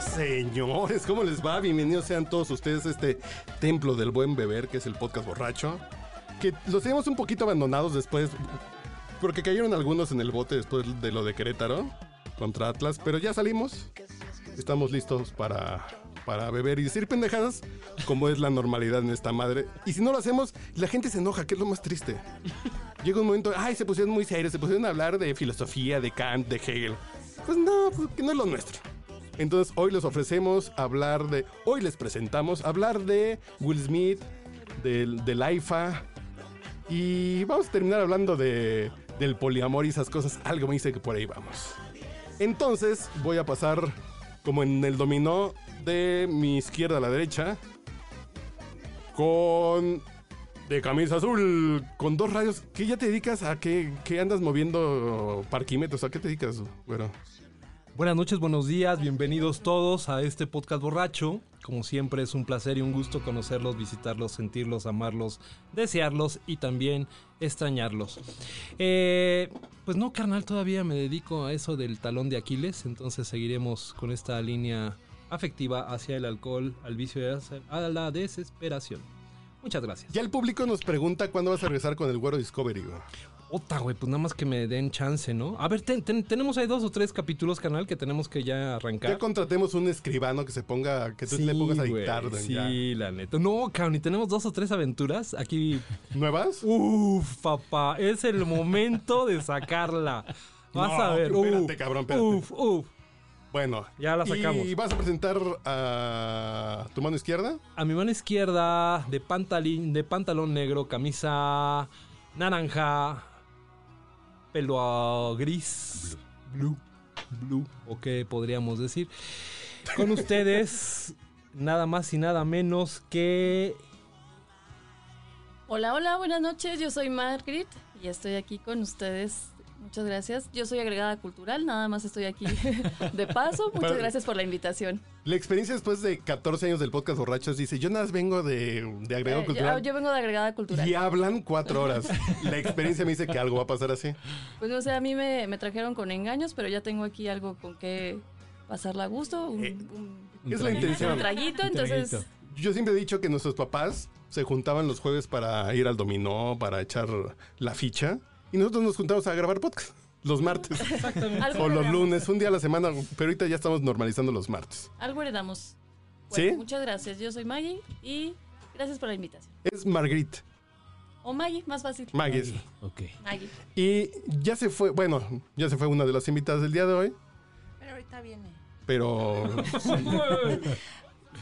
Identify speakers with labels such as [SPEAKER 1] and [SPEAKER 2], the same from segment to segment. [SPEAKER 1] Señores, ¿cómo les va? Bienvenidos sean todos ustedes a este templo del buen beber, que es el podcast borracho. Que los teníamos un poquito abandonados después, porque cayeron algunos en el bote después de lo de Querétaro contra Atlas, pero ya salimos. Estamos listos para, para beber y decir pendejadas, como es la normalidad en esta madre. Y si no lo hacemos, la gente se enoja, que es lo más triste. Llega un momento, ay, se pusieron muy serios, se pusieron a hablar de filosofía, de Kant, de Hegel. Pues no, pues que no es lo nuestro. Entonces hoy les ofrecemos hablar de, hoy les presentamos hablar de Will Smith, del, del AIFA y vamos a terminar hablando de, del poliamor y esas cosas. Algo me dice que por ahí vamos. Entonces voy a pasar como en el dominó de mi izquierda a la derecha con de camisa azul con dos rayos. ¿Qué ya te dedicas a qué, qué andas moviendo parquímetros? ¿A qué te dedicas? Bueno.
[SPEAKER 2] Buenas noches, buenos días, bienvenidos todos a este podcast borracho. Como siempre es un placer y un gusto conocerlos, visitarlos, sentirlos, amarlos, desearlos y también extrañarlos. Eh, pues no, carnal, todavía me dedico a eso del talón de Aquiles, entonces seguiremos con esta línea afectiva hacia el alcohol, al vicio y hacia- a la desesperación. Muchas gracias.
[SPEAKER 1] Ya el público nos pregunta cuándo vas a regresar con el Güero Discovery. güey.
[SPEAKER 2] Ota, güey, pues nada más que me den chance, ¿no? A ver, ten- ten- tenemos ahí dos o tres capítulos, canal, que tenemos que ya arrancar.
[SPEAKER 1] Ya contratemos un escribano que se ponga, que tú le pongas a dictar.
[SPEAKER 2] güey,
[SPEAKER 1] don,
[SPEAKER 2] Sí,
[SPEAKER 1] ya.
[SPEAKER 2] la neta. No, cabrón, y tenemos dos o tres aventuras aquí.
[SPEAKER 1] ¿Nuevas?
[SPEAKER 2] Uh, Uf, papá, es el momento de sacarla. Vas
[SPEAKER 1] No,
[SPEAKER 2] a ver.
[SPEAKER 1] espérate,
[SPEAKER 2] uf,
[SPEAKER 1] cabrón, espérate.
[SPEAKER 2] Uf, uf.
[SPEAKER 1] Bueno.
[SPEAKER 2] Ya la sacamos.
[SPEAKER 1] ¿Y vas a presentar a tu mano izquierda?
[SPEAKER 2] A mi mano izquierda, de pantalín, de pantalón negro, camisa naranja, pelo ah, gris. Blue. Blue. O qué podríamos decir. Con ustedes, nada más y nada menos que
[SPEAKER 3] Hola, hola, buenas noches. Yo soy Margaret y estoy aquí con ustedes. Muchas gracias. Yo soy agregada cultural, nada más estoy aquí de paso. Muchas
[SPEAKER 1] Pero-
[SPEAKER 3] gracias por la invitación.
[SPEAKER 1] La experiencia después de 14 años del podcast Borrachos dice, yo nada más vengo de, de agregado
[SPEAKER 3] Eh, yo,
[SPEAKER 1] cultural.
[SPEAKER 3] yo vengo de agregada cultural.
[SPEAKER 1] y hablan cuatro horas. La experiencia me dice que algo va a pasar así.
[SPEAKER 3] Pues no sé, a mí me, me trajeron con engaños, pero ya tengo aquí algo con que pasarla a gusto. Un,
[SPEAKER 1] Eh,
[SPEAKER 3] un-
[SPEAKER 1] Es la intención.
[SPEAKER 3] un traguito, entonces.
[SPEAKER 1] Yo siempre he dicho que nuestros papás se juntaban los jueves para ir al dominó, para echar la ficha. Y nosotros nos juntamos a grabar podcast los martes
[SPEAKER 3] Algo
[SPEAKER 1] o los
[SPEAKER 3] heredamos.
[SPEAKER 1] lunes, un día a la semana. Pero ahorita ya estamos normalizando los martes.
[SPEAKER 3] Algo heredamos.
[SPEAKER 1] ¿Sí?
[SPEAKER 3] Bueno, Muchas gracias. Yo soy Maggie y gracias por la invitación.
[SPEAKER 1] Es Margrit,
[SPEAKER 3] O Maggie, más fácil.
[SPEAKER 1] Maggie.
[SPEAKER 2] Ok.
[SPEAKER 3] Maggie.
[SPEAKER 1] Y ya se fue, bueno, ya se fue una de las invitadas del día de hoy,
[SPEAKER 4] Pero ahorita viene.
[SPEAKER 1] pero
[SPEAKER 4] ¿Puedes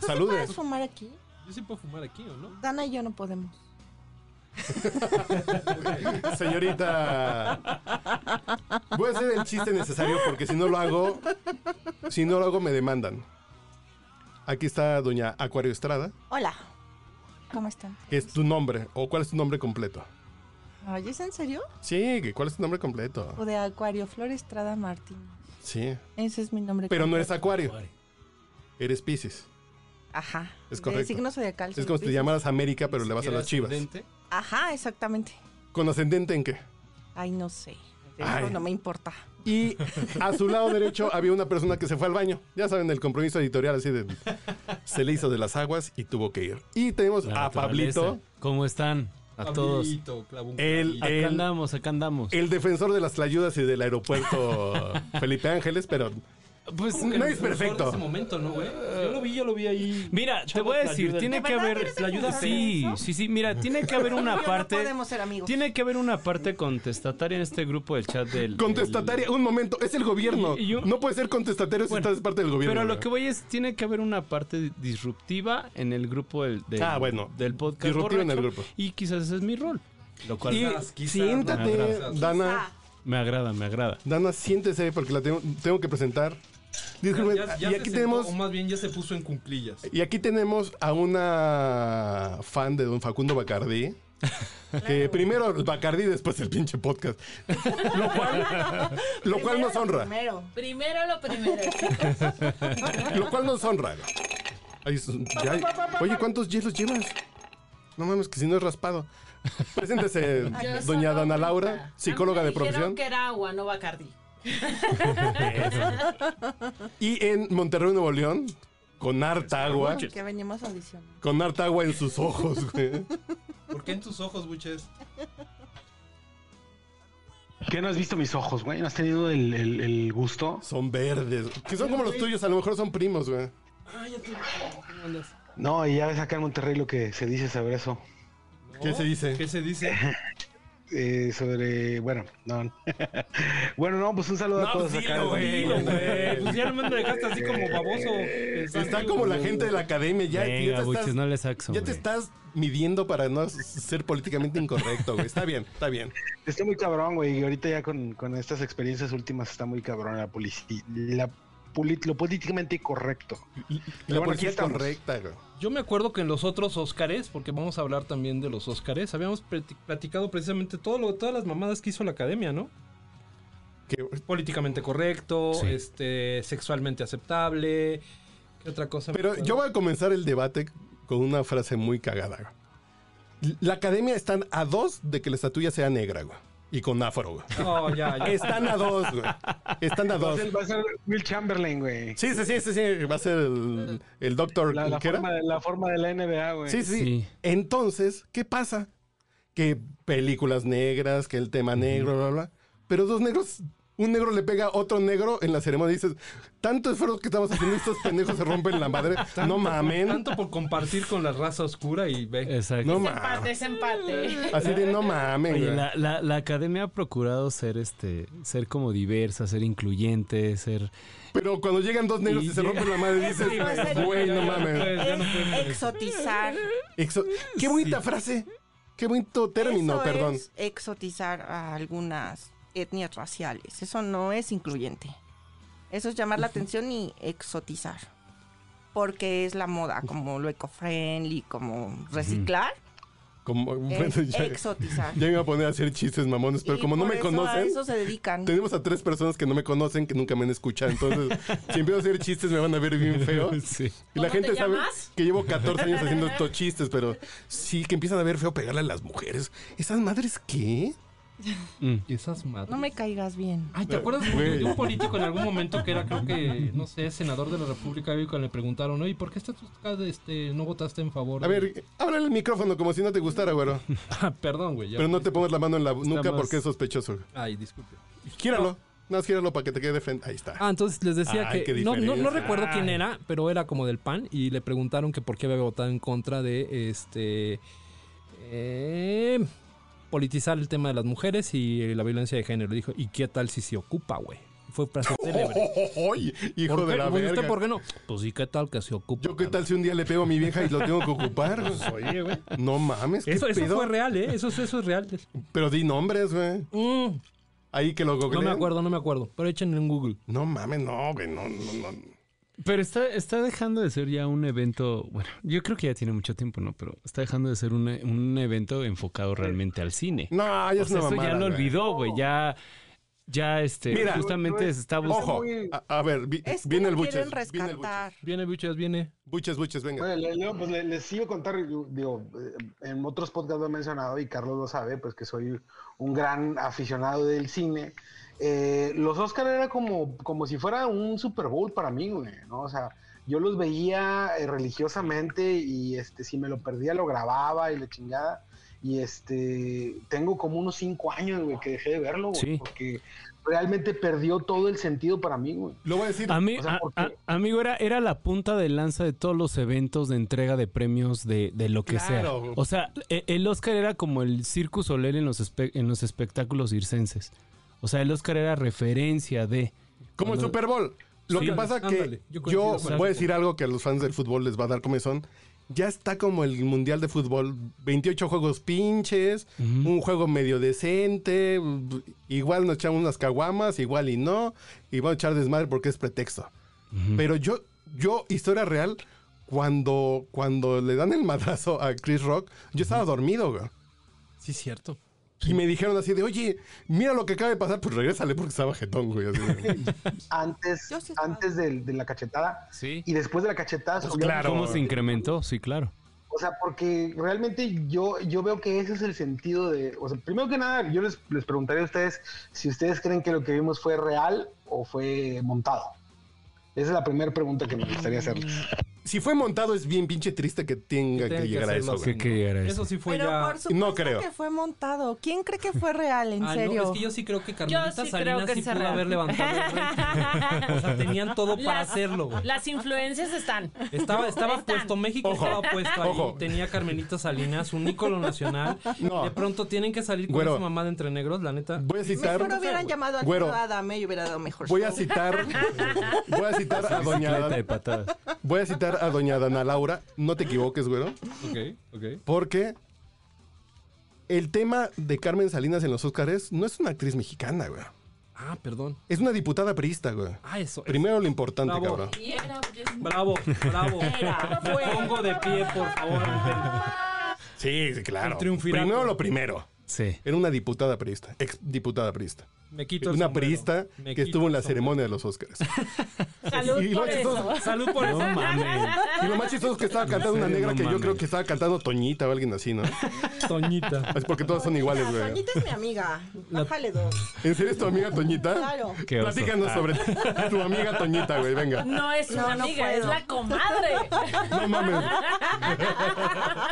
[SPEAKER 1] saludes.
[SPEAKER 4] fumar aquí?
[SPEAKER 2] Yo sí puedo fumar aquí, ¿o no?
[SPEAKER 4] Dana y yo no podemos.
[SPEAKER 1] Señorita, voy a hacer el chiste necesario porque si no lo hago, si no lo hago me demandan. Aquí está doña Acuario Estrada,
[SPEAKER 4] Hola. ¿Cómo están?
[SPEAKER 1] que es tu nombre, o cuál es tu nombre completo.
[SPEAKER 4] Oye, ¿es en serio?
[SPEAKER 1] Sí, que cuál es tu nombre completo.
[SPEAKER 4] O de Acuario Flor Estrada Martín.
[SPEAKER 1] Sí,
[SPEAKER 4] Ese es mi nombre.
[SPEAKER 1] pero no eres
[SPEAKER 4] completo.
[SPEAKER 1] Acuario, eres Pisces.
[SPEAKER 4] Ajá.
[SPEAKER 1] Es
[SPEAKER 4] De
[SPEAKER 1] correcto.
[SPEAKER 4] signo zodiacal.
[SPEAKER 1] Es
[SPEAKER 4] soy
[SPEAKER 1] como si te
[SPEAKER 4] Piscis.
[SPEAKER 1] llamaras América, pero le vas a las chivas.
[SPEAKER 4] Ajá, exactamente.
[SPEAKER 1] ¿Con ascendente en qué?
[SPEAKER 4] Ay, no sé. Te
[SPEAKER 1] Ay.
[SPEAKER 4] digo, No me importa.
[SPEAKER 1] Y a su lado derecho había una persona que se fue al baño. Ya saben, el compromiso editorial así de... Se le hizo de las aguas y tuvo que ir. Y tenemos
[SPEAKER 5] La
[SPEAKER 1] a Pablito,
[SPEAKER 5] naturaleza. ¿Cómo están? A todos.
[SPEAKER 1] el,
[SPEAKER 5] Acá
[SPEAKER 1] el,
[SPEAKER 5] andamos, acá andamos.
[SPEAKER 1] el defensor de las tlayudas y del aeropuerto Felipe Ángeles, pero
[SPEAKER 5] pues
[SPEAKER 1] no es perfecto.
[SPEAKER 2] ese momento, ¿no, güey? Eh, Yo lo vi, yo lo vi ahí.
[SPEAKER 5] Mira, te voy a decir, tiene
[SPEAKER 4] ¿De
[SPEAKER 5] que
[SPEAKER 4] verdad
[SPEAKER 5] haber.
[SPEAKER 4] eres el defensor
[SPEAKER 5] Sí,
[SPEAKER 4] de eso?
[SPEAKER 5] sí, sí. Mira, tiene que haber una
[SPEAKER 4] Yo No
[SPEAKER 5] parte.
[SPEAKER 4] podemos ser amigos.
[SPEAKER 5] Tiene que haber una parte contestataria en este grupo del chat del.
[SPEAKER 1] Contestataria, un momento, es el gobierno.
[SPEAKER 5] Y- y yo-
[SPEAKER 1] no puede ser contestatario si
[SPEAKER 5] Bueno,
[SPEAKER 1] estás parte del
[SPEAKER 5] del-
[SPEAKER 1] gobierno.
[SPEAKER 5] Pero a lo
[SPEAKER 1] güey.
[SPEAKER 5] que voy es, tiene que haber una parte disruptiva en el grupo del, del-
[SPEAKER 1] Ah, bueno.
[SPEAKER 5] del podcast.
[SPEAKER 1] Disruptiva en el
[SPEAKER 5] borracho,
[SPEAKER 1] grupo.
[SPEAKER 5] Y quizás ese es mi rol. Lo cual.
[SPEAKER 1] Y
[SPEAKER 2] Quizás, quizás,
[SPEAKER 1] siéntate,
[SPEAKER 2] ¿no?
[SPEAKER 1] Dana.
[SPEAKER 5] Me agrada, me agrada.
[SPEAKER 1] Dana, siéntese porque la tengo, tengo que presentar. Disculpen,
[SPEAKER 2] Ya- ya
[SPEAKER 1] y
[SPEAKER 2] se
[SPEAKER 1] aquí
[SPEAKER 2] sentó,
[SPEAKER 1] tenemos...
[SPEAKER 2] O más bien ya se puso en cumplillas.
[SPEAKER 1] Y aquí tenemos a una fan de don Facundo Bacardí. Que primero el Bacardí, después el pinche podcast. Lo cual, lo cual nos honra.
[SPEAKER 4] Primero.
[SPEAKER 3] Primero lo primero.
[SPEAKER 1] Lo cual nos honra. Ay, es- ya hay- oye, ¿cuántos hielos llevas? No mames, que si no es raspado. Preséntese,
[SPEAKER 6] Yo soy
[SPEAKER 1] doña Dana
[SPEAKER 6] doctora.
[SPEAKER 1] Laura, psicóloga
[SPEAKER 6] A mí
[SPEAKER 1] de
[SPEAKER 6] me
[SPEAKER 1] profesión.
[SPEAKER 6] dijeron que era agua, no Bacardi.
[SPEAKER 1] Y en Monterrey, Nuevo León, con harta agua.
[SPEAKER 4] Que venimos audicionando.
[SPEAKER 1] Con harta agua en sus ojos, güey.
[SPEAKER 2] ¿Por qué en tus ojos, buches?
[SPEAKER 7] ¿Qué no has visto mis ojos, güey? ¿No has tenido el, el- el gusto?
[SPEAKER 1] Son verdes. Que son como los tuyos, a lo mejor son primos, güey.
[SPEAKER 7] No, y ya ves acá en Monterrey lo que se dice sobre eso.
[SPEAKER 1] ¿Qué se dice?
[SPEAKER 2] ¿Qué se dice?
[SPEAKER 7] Eh, sobre, bueno, no. bueno, no, pues un saludo a todos acá.
[SPEAKER 2] Dilo, güey. Pues ya no me dejaste así como baboso. pensando.
[SPEAKER 1] Está como la gente de la academia, ya, ya
[SPEAKER 5] Venga,
[SPEAKER 1] te,
[SPEAKER 5] buches,
[SPEAKER 1] estás,
[SPEAKER 5] no le saxo.
[SPEAKER 1] ya te estás midiendo para no s- ser políticamente incorrecto, güey. Está bien, está bien.
[SPEAKER 7] Está muy cabrón, güey. Y ahorita ya con, con estas experiencias últimas está muy cabrón la policía. La polit- lo políticamente correcto.
[SPEAKER 1] La
[SPEAKER 7] bueno, aquí
[SPEAKER 1] policía es
[SPEAKER 7] estamos.
[SPEAKER 1] correcta, güey.
[SPEAKER 2] Yo me acuerdo que en los otros Óscares, porque vamos a hablar también de los Óscares, habíamos plati- platicado precisamente todo lo, todas las mamadas que hizo la academia, ¿no?
[SPEAKER 1] Que-
[SPEAKER 2] Políticamente correcto,
[SPEAKER 5] Sí.
[SPEAKER 2] este, sexualmente aceptable. ¿Qué otra cosa? me
[SPEAKER 1] Pero
[SPEAKER 2] acuerdo?
[SPEAKER 1] yo voy a comenzar el debate con una frase muy cagada. güey. La academia están a dos de que la estatua sea negra, güey. Y con afro, güey.
[SPEAKER 2] No, ya, ya.
[SPEAKER 1] Están a dos, güey. Están a
[SPEAKER 7] Va a
[SPEAKER 1] dos.
[SPEAKER 7] ser, va a ser Will Chamberlain, güey.
[SPEAKER 1] Sí, sí, sí, sí, sí. Va a ser el, el doctor.
[SPEAKER 7] La, la
[SPEAKER 1] ¿qué era?
[SPEAKER 7] forma, de- la forma de la NBA, güey.
[SPEAKER 1] Sí, sí.
[SPEAKER 5] Sí.
[SPEAKER 1] Entonces, ¿qué pasa? Que películas negras, que el tema negro, bla, bla. Pero dos negros, un negro le pega a otro negro en la ceremonia y dices, tanto esfuerzo que estamos haciendo, estos pendejos se rompen la madre. No mamen.
[SPEAKER 2] Tanto por compartir con la raza oscura y ve.
[SPEAKER 5] Exacto.
[SPEAKER 1] No
[SPEAKER 6] Empate,
[SPEAKER 1] mamen.
[SPEAKER 6] es empate.
[SPEAKER 1] Así de no mamen.
[SPEAKER 5] Oye,
[SPEAKER 1] güey.
[SPEAKER 5] la, la- la academia ha procurado ser este, ser como diversa, ser incluyente, ser
[SPEAKER 1] Pero cuando llegan dos negros y,
[SPEAKER 5] Y
[SPEAKER 1] se
[SPEAKER 5] llega-
[SPEAKER 1] rompen la madre, dices,
[SPEAKER 4] Eso iba a ser-
[SPEAKER 1] güey, no mamen.
[SPEAKER 2] Pues, ya no pueden-
[SPEAKER 4] Es exotizar.
[SPEAKER 1] Exo- Qué bonita frase. Qué bonito término,
[SPEAKER 4] Eso
[SPEAKER 1] perdón.
[SPEAKER 4] es exotizar a algunas etnias raciales. Eso no es incluyente. Eso es llamar la atención y exotizar. Porque es la moda, como lo eco-friendly, como reciclar.
[SPEAKER 1] Como,
[SPEAKER 4] Es
[SPEAKER 1] bueno, ya,
[SPEAKER 4] exotizar.
[SPEAKER 1] ya me iba a poner a hacer chistes mamones, pero
[SPEAKER 4] Y
[SPEAKER 1] como no
[SPEAKER 4] por
[SPEAKER 1] me
[SPEAKER 4] eso A
[SPEAKER 1] conocen.
[SPEAKER 4] eso se dedican.
[SPEAKER 1] Tenemos a tres personas que no me conocen, que nunca me han escuchado. Entonces, si empiezo a hacer chistes, me van a ver bien feo.
[SPEAKER 5] Sí.
[SPEAKER 1] Y la
[SPEAKER 6] ¿Cómo
[SPEAKER 1] gente
[SPEAKER 6] te
[SPEAKER 1] sabe
[SPEAKER 6] llamas?
[SPEAKER 1] que llevo 14 años haciendo estos chistes, pero sí que empiezan a ver feo pegarle a las mujeres. ¿Esas madres qué?
[SPEAKER 2] Esas madres.
[SPEAKER 4] No me caigas
[SPEAKER 1] Ah,
[SPEAKER 4] bien.
[SPEAKER 2] Ay, ¿te acuerdas de de un político en algún momento que era, creo que, no sé, senador de la República y que le preguntaron, oye, ¿por qué estás buscando, este, no votaste en favor?
[SPEAKER 1] A
[SPEAKER 2] de-"
[SPEAKER 1] ver, abre el micrófono como si no te gustara, güero.
[SPEAKER 2] Ah, perdón, güey. ya.
[SPEAKER 1] Pero no te pongas la mano en la nuca
[SPEAKER 5] Estamos-
[SPEAKER 1] porque es sospechoso.
[SPEAKER 2] Ay, disculpe.
[SPEAKER 1] Gíralo. Nada más gíralo para que te quede de frente. Ahí está.
[SPEAKER 2] Ah, entonces les decía
[SPEAKER 1] Ay,
[SPEAKER 2] que
[SPEAKER 1] qué
[SPEAKER 2] no, no, no
[SPEAKER 1] diferencia.
[SPEAKER 2] recuerdo quién
[SPEAKER 1] Ay.
[SPEAKER 2] era, pero era como del PAN y le preguntaron que por qué había votado en contra de este eh, politizar el tema de las mujeres y eh, la violencia de género. Dijo, ¿y qué tal si se ocupa, güey? Fue frase célebre.
[SPEAKER 1] ¡Ay! Hijo
[SPEAKER 2] ¿Por
[SPEAKER 1] de
[SPEAKER 2] qué?
[SPEAKER 1] la
[SPEAKER 2] Pues, ¿Usted
[SPEAKER 1] verga.
[SPEAKER 2] por qué no? Pues sí, ¿qué tal que se ocupa?
[SPEAKER 1] Yo qué
[SPEAKER 2] cabrón?
[SPEAKER 1] tal si un día le pego a mi vieja y lo tengo que ocupar.
[SPEAKER 4] Pues
[SPEAKER 5] Oye, güey.
[SPEAKER 1] No mames, ¿qué
[SPEAKER 2] Eso, eso
[SPEAKER 1] pedo?
[SPEAKER 2] fue real, ¿eh? Eso, es- eso es real.
[SPEAKER 1] Pero di nombres, güey.
[SPEAKER 2] Mm,
[SPEAKER 1] Ahí que lo
[SPEAKER 2] no me
[SPEAKER 1] googleen.
[SPEAKER 2] acuerdo, no me acuerdo. Pero échenle en Google.
[SPEAKER 1] No mames, no, güey, no, no, no.
[SPEAKER 5] Pero está, está dejando de ser ya un evento, bueno, yo creo que ya tiene mucho tiempo, ¿no? Pero está dejando de ser un, un evento enfocado realmente al cine.
[SPEAKER 1] No, ya
[SPEAKER 5] O
[SPEAKER 1] es
[SPEAKER 5] sea,
[SPEAKER 1] una
[SPEAKER 5] eso
[SPEAKER 1] mamada.
[SPEAKER 5] ya lo
[SPEAKER 1] güey.
[SPEAKER 5] olvidó, güey. Ya, ya este,
[SPEAKER 1] Mira,
[SPEAKER 5] justamente se está buscando.
[SPEAKER 1] Ojo, a, a ver, vi-
[SPEAKER 4] Es que
[SPEAKER 1] viene
[SPEAKER 4] no
[SPEAKER 1] el buches.
[SPEAKER 4] quieren
[SPEAKER 1] Viene el buches.
[SPEAKER 4] rescatar.
[SPEAKER 2] Viene, bichas, viene.
[SPEAKER 1] Buches, buches, venga.
[SPEAKER 7] Bueno, le- le- pues le- les sigo contar, yo- digo, eh, en otros podcasts lo he mencionado y Carlos lo sabe, pues que soy un gran aficionado del cine. Eh, los Oscar era como, como si fuera un Super Bowl para mí, güey, ¿no? O sea, yo los veía eh, religiosamente y este, si me lo perdía lo grababa y la chingada. Y este, tengo como unos cinco años, güey, que dejé de verlo, güey,
[SPEAKER 5] Sí.
[SPEAKER 7] porque realmente perdió todo el sentido para mí, güey.
[SPEAKER 1] Lo voy a decir.
[SPEAKER 5] A mí,
[SPEAKER 7] O sea,
[SPEAKER 5] a-
[SPEAKER 7] ¿por
[SPEAKER 5] a-
[SPEAKER 7] qué?
[SPEAKER 5] amigo, era, era la punta de lanza de todos los eventos de entrega de premios de, de lo que
[SPEAKER 1] Claro.
[SPEAKER 5] sea. O sea, e- el Oscar era como el Circus Soler en los, espe- en los espectáculos circenses. O sea, el Oscar era referencia de...
[SPEAKER 1] Como el Super Bowl. Lo
[SPEAKER 5] Sí,
[SPEAKER 1] que pasa que
[SPEAKER 2] ándale, yo
[SPEAKER 1] yo,
[SPEAKER 2] coincido con
[SPEAKER 1] voy a
[SPEAKER 2] eso.
[SPEAKER 1] decir algo que a los fans del fútbol les va a dar comezón. ya está como el Mundial de Fútbol. 28 juegos pinches, un juego medio decente. Igual nos echamos unas caguamas, igual y no. Y va a echar desmadre porque es pretexto. Pero yo, yo, historia real, cuando, cuando le dan el madrazo a Chris Rock, yo estaba dormido, güey.
[SPEAKER 2] Sí, cierto.
[SPEAKER 1] Y me dijeron así de, oye, mira lo que acaba de pasar, pues regrésale porque estaba jetón, güey. así de-
[SPEAKER 7] Antes,
[SPEAKER 4] Yo sí estaba-
[SPEAKER 7] antes del- de, la cachetada.
[SPEAKER 5] Sí.
[SPEAKER 7] Y después de la cachetada,
[SPEAKER 1] Pues
[SPEAKER 7] subieron-
[SPEAKER 1] claro.
[SPEAKER 5] ¿Cómo se incrementó? Sí, claro.
[SPEAKER 7] O sea, porque realmente yo, yo veo que ese es el sentido de. O sea, primero que nada, yo les, les preguntaría a ustedes si ustedes creen que lo que vimos fue real o fue montado. Esa es la primera pregunta que me gustaría hacerles.
[SPEAKER 1] Si fue montado, es bien pinche triste que tenga que,
[SPEAKER 2] Tengo que
[SPEAKER 1] llegar a
[SPEAKER 2] hacerlo
[SPEAKER 1] eso,
[SPEAKER 5] ¿Qué,
[SPEAKER 1] güey.
[SPEAKER 5] qué era eso?
[SPEAKER 2] Eso sí fue
[SPEAKER 4] Pero
[SPEAKER 2] ya.
[SPEAKER 4] por supuesto
[SPEAKER 1] creo.
[SPEAKER 4] que fue montado. ¿Quién cree que fue real? En
[SPEAKER 2] Ah, no,
[SPEAKER 4] serio.
[SPEAKER 2] es que yo sí creo que Carmelita
[SPEAKER 6] sí creo
[SPEAKER 2] Salinas
[SPEAKER 6] que
[SPEAKER 2] sí
[SPEAKER 6] es
[SPEAKER 2] pudo
[SPEAKER 6] real.
[SPEAKER 2] haber levantado el rating. O sea, tenían todo para
[SPEAKER 6] Las-
[SPEAKER 2] hacerlo, güey.
[SPEAKER 6] Las influencias están.
[SPEAKER 2] Estaba, estaba
[SPEAKER 6] Están.
[SPEAKER 2] puesto, México
[SPEAKER 1] Ojo,
[SPEAKER 2] estaba puesto ahí.
[SPEAKER 1] ojo.
[SPEAKER 2] Tenía Carmenita Salinas, un ícono nacional.
[SPEAKER 1] No.
[SPEAKER 2] De pronto tienen que salir con
[SPEAKER 1] Güero.
[SPEAKER 2] esa mamá de entre negros, la neta.
[SPEAKER 1] Voy a citar.
[SPEAKER 4] Mejor hubieran llamado a
[SPEAKER 1] Güero.
[SPEAKER 4] Alfredo Adame y hubiera dado mejor.
[SPEAKER 1] Voy a
[SPEAKER 4] show.
[SPEAKER 1] citar. Voy a citar a
[SPEAKER 5] Bicicleta de
[SPEAKER 1] doña.
[SPEAKER 5] patadas.
[SPEAKER 1] Voy a citar a doña Dana Laura. No te equivoques, güero.
[SPEAKER 2] Ok, ok.
[SPEAKER 1] Porque el tema de Carmen Salinas en los Óscares no es una actriz mexicana, güey.
[SPEAKER 2] Ah, perdón.
[SPEAKER 1] Es una diputada priista, güey.
[SPEAKER 2] Ah, eso. eso.
[SPEAKER 1] Primero lo importante,
[SPEAKER 2] Bravo.
[SPEAKER 1] cabrón.
[SPEAKER 3] Y era, pues,
[SPEAKER 2] Bravo, bravo. Me pongo de pie, por favor. Anselmo.
[SPEAKER 1] Sí, sí, claro.
[SPEAKER 2] El triunvirato.
[SPEAKER 1] Primero lo primero.
[SPEAKER 5] Sí.
[SPEAKER 1] Era una diputada priista, ex diputada priista.
[SPEAKER 2] Me quito el
[SPEAKER 1] una
[SPEAKER 2] sombrero.
[SPEAKER 1] priista
[SPEAKER 2] Me
[SPEAKER 1] que
[SPEAKER 2] quito
[SPEAKER 1] estuvo en
[SPEAKER 2] el
[SPEAKER 1] la
[SPEAKER 2] sombrero.
[SPEAKER 1] ceremonia de los Óscares.
[SPEAKER 6] Salud
[SPEAKER 1] Y lo
[SPEAKER 6] por
[SPEAKER 1] chistoso-
[SPEAKER 6] eso.
[SPEAKER 2] Salud
[SPEAKER 5] No
[SPEAKER 2] por eso.
[SPEAKER 5] mames.
[SPEAKER 1] Y lo más chistoso es que estaba cantando una
[SPEAKER 5] serio,
[SPEAKER 1] negra
[SPEAKER 5] no
[SPEAKER 1] que yo
[SPEAKER 5] mames.
[SPEAKER 1] creo que estaba cantando Toñita o alguien así, ¿no?
[SPEAKER 2] Toñita.
[SPEAKER 1] Es porque todas son iguales,
[SPEAKER 4] Mira,
[SPEAKER 1] güey.
[SPEAKER 4] Toñita es mi amiga. Bájale dos.
[SPEAKER 1] ¿En serio es tu amiga Toñita?
[SPEAKER 4] Claro.
[SPEAKER 5] Qué oso. Ah.
[SPEAKER 1] Platícanos sobre tu amiga Toñita, güey, venga.
[SPEAKER 6] No es una
[SPEAKER 4] No, no
[SPEAKER 6] amiga,
[SPEAKER 4] puedo.
[SPEAKER 6] es la comadre.
[SPEAKER 1] No mames.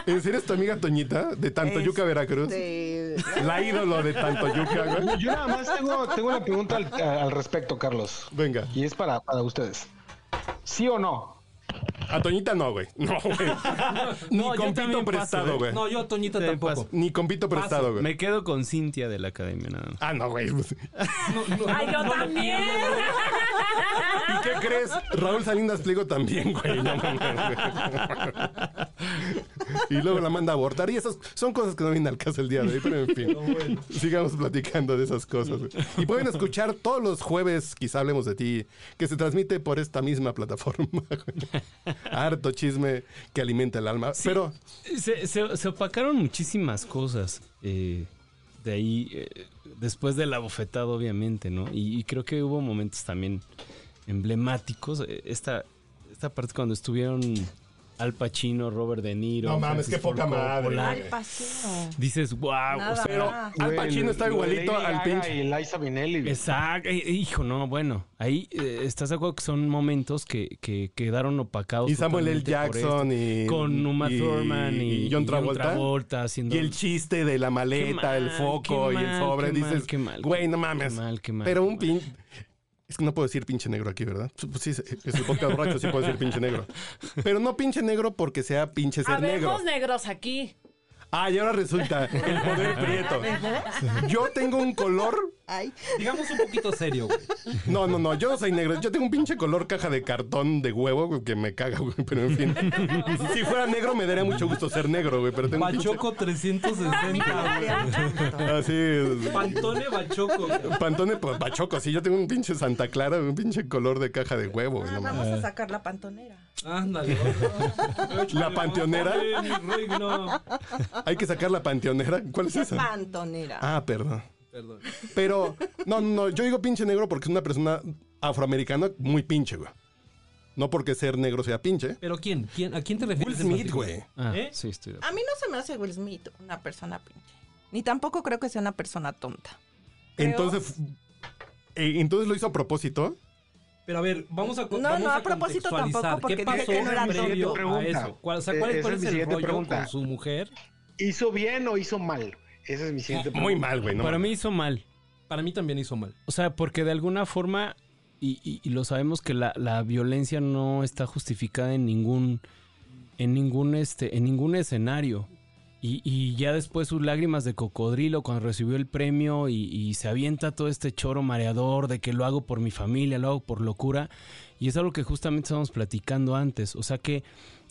[SPEAKER 1] ¿En serio es tu amiga Toñita de Tantoyuca,
[SPEAKER 4] Este,
[SPEAKER 1] Veracruz?
[SPEAKER 4] De-
[SPEAKER 1] La ídolo de Tantoyuca, güey.
[SPEAKER 7] Pues Yo nada más tengo, tengo una pregunta al, al respecto, Carlos.
[SPEAKER 1] Venga.
[SPEAKER 7] Y es para, para ustedes. ¿Sí o no?
[SPEAKER 1] A Toñita no, güey. No, güey. Ni
[SPEAKER 5] No, yo
[SPEAKER 1] compito
[SPEAKER 5] también paso,
[SPEAKER 1] prestado,
[SPEAKER 5] ¿eh?
[SPEAKER 1] güey.
[SPEAKER 2] No, yo a Toñita
[SPEAKER 5] Te
[SPEAKER 2] tampoco.
[SPEAKER 5] paso.
[SPEAKER 1] Ni compito prestado, güey.
[SPEAKER 5] Me quedo con Cintia de la academia nada más.
[SPEAKER 1] Ah, no, güey. ¿Y
[SPEAKER 2] No, no,
[SPEAKER 6] Ay,
[SPEAKER 2] no,
[SPEAKER 6] yo
[SPEAKER 2] no lo
[SPEAKER 6] también.
[SPEAKER 2] pierdo, güey.
[SPEAKER 1] qué crees? Raúl Salinas Pliego también, güey. No mames, güey. Y luego la manda a abortar. Y esas son cosas que no vienen al caso el día de hoy, pero en fin. Sigamos platicando de esas cosas. güey. Y pueden escuchar todos los jueves, quizá hablemos de ti, que se transmite por esta misma plataforma. güey. Harto chisme que alimenta el alma. Pero
[SPEAKER 5] Se, se- se opacaron muchísimas cosas. eh, de ahí, eh, después de la bofetada, obviamente, ¿no? Y, y creo que hubo momentos también emblemáticos. eh, Esta, esta parte cuando estuvieron Al Pacino, Robert De Niro.
[SPEAKER 1] No mames,
[SPEAKER 5] Francis
[SPEAKER 1] qué poca
[SPEAKER 5] Ford
[SPEAKER 1] madre.
[SPEAKER 5] Coppola.
[SPEAKER 4] Al Pacino.
[SPEAKER 5] Dices, wow.
[SPEAKER 4] Nada más.
[SPEAKER 1] Al Pacino está igualito al pinche.
[SPEAKER 7] Y Liza Minnelli.
[SPEAKER 5] Exacto, eh, hijo, no, bueno, ahí eh, estás de acuerdo que son momentos que, que quedaron opacados.
[SPEAKER 1] Y Samuel L.
[SPEAKER 5] totalmente por
[SPEAKER 1] Jackson
[SPEAKER 5] esto.
[SPEAKER 1] y-
[SPEAKER 5] Con Uma
[SPEAKER 1] y-
[SPEAKER 5] Thurman y,
[SPEAKER 1] y John Travolta.
[SPEAKER 5] haciendo...
[SPEAKER 1] Y el chiste de la
[SPEAKER 5] Qué
[SPEAKER 1] maleta,
[SPEAKER 5] mal,
[SPEAKER 1] el foco
[SPEAKER 5] qué
[SPEAKER 1] y el
[SPEAKER 5] mal,
[SPEAKER 1] sobre,
[SPEAKER 5] qué
[SPEAKER 1] dices,
[SPEAKER 5] mal, qué mal,
[SPEAKER 1] güey,
[SPEAKER 5] qué
[SPEAKER 1] no
[SPEAKER 5] mal,
[SPEAKER 1] mames.
[SPEAKER 5] qué mal, qué mal,
[SPEAKER 1] Pero
[SPEAKER 5] qué
[SPEAKER 1] un pin... Es que no puedo decir pinche negro aquí, ¿verdad? Pues sí, es el podcast borracho, sí puedo decir pinche negro. Pero no pinche negro porque sea pinche ser negro.
[SPEAKER 6] Habemos negros aquí.
[SPEAKER 1] Ah, y ahora resulta el poder prieto. Yo tengo un color...
[SPEAKER 4] Ay.
[SPEAKER 2] Digamos un poquito serio, güey.
[SPEAKER 1] No, no, no, yo no soy negro. Yo tengo un pinche color caja de cartón de huevo güey, que me caga, güey. Pero en fin. Si fuera negro me daría mucho gusto ser negro, güey. Pero tengo un pinche...
[SPEAKER 2] Bachoco
[SPEAKER 5] Ah,
[SPEAKER 2] 360, güey.
[SPEAKER 1] Así es.
[SPEAKER 2] Pantone Bachoco. güey.
[SPEAKER 1] Pantone pues, Bachoco, sí, yo tengo un pinche Santa Clara, un pinche color de caja de huevo. güey, no mames.
[SPEAKER 4] Vamos a sacar la pantonera.
[SPEAKER 2] Ándale.
[SPEAKER 1] La panteonera.
[SPEAKER 2] Mi reino.
[SPEAKER 1] Hay que sacar la panteonera. ¿Cuál es
[SPEAKER 4] ¿Qué
[SPEAKER 1] Pues esa?
[SPEAKER 4] pantonera?
[SPEAKER 1] Ah, perdón.
[SPEAKER 2] Perdón.
[SPEAKER 1] Pero, no, no, no, yo digo pinche negro porque es una persona afroamericana muy pinche, güey. No porque ser negro sea pinche.
[SPEAKER 2] ¿Pero quién? ¿Quién? ¿A quién te refieres?
[SPEAKER 1] Will
[SPEAKER 2] en
[SPEAKER 1] Smith,
[SPEAKER 2] particular?
[SPEAKER 1] güey.
[SPEAKER 5] Ah,
[SPEAKER 2] ¿Eh?
[SPEAKER 5] sí, estoy de acuerdo.
[SPEAKER 4] A mí no se me hace Will Smith una persona pinche. Ni tampoco creo que sea una persona tonta. Creo-
[SPEAKER 1] Entonces, eh, entonces lo hizo a propósito.
[SPEAKER 2] Pero a ver, vamos a
[SPEAKER 4] No, no, a propósito
[SPEAKER 2] contextualizar.
[SPEAKER 4] tampoco, porque
[SPEAKER 2] ¿Qué
[SPEAKER 4] dije
[SPEAKER 2] pasó
[SPEAKER 4] que no era
[SPEAKER 2] previo
[SPEAKER 7] tonto.
[SPEAKER 2] a eso? ¿Cuál, o sea,
[SPEAKER 7] Eh,
[SPEAKER 2] cuál,
[SPEAKER 7] esa
[SPEAKER 2] cuál
[SPEAKER 7] es
[SPEAKER 2] es
[SPEAKER 7] mi
[SPEAKER 2] el
[SPEAKER 7] siguiente
[SPEAKER 2] rollo
[SPEAKER 7] pregunta.
[SPEAKER 2] con su mujer?
[SPEAKER 7] ¿Hizo bien o hizo mal? Esa es mi siguiente pregunta.
[SPEAKER 1] Muy mal, güey. No
[SPEAKER 5] Para
[SPEAKER 1] mames.
[SPEAKER 5] mí hizo mal.
[SPEAKER 2] Para mí también hizo mal.
[SPEAKER 5] O sea, porque de alguna forma, y, y- y lo sabemos que la, la violencia no está justificada en ningún, en ningún, este, en ningún escenario. Y, y ya después sus lágrimas de cocodrilo cuando recibió el premio y, y se avienta todo este choro mareador de que lo hago por mi familia, lo hago por locura. Y es algo que justamente estábamos platicando antes. O sea que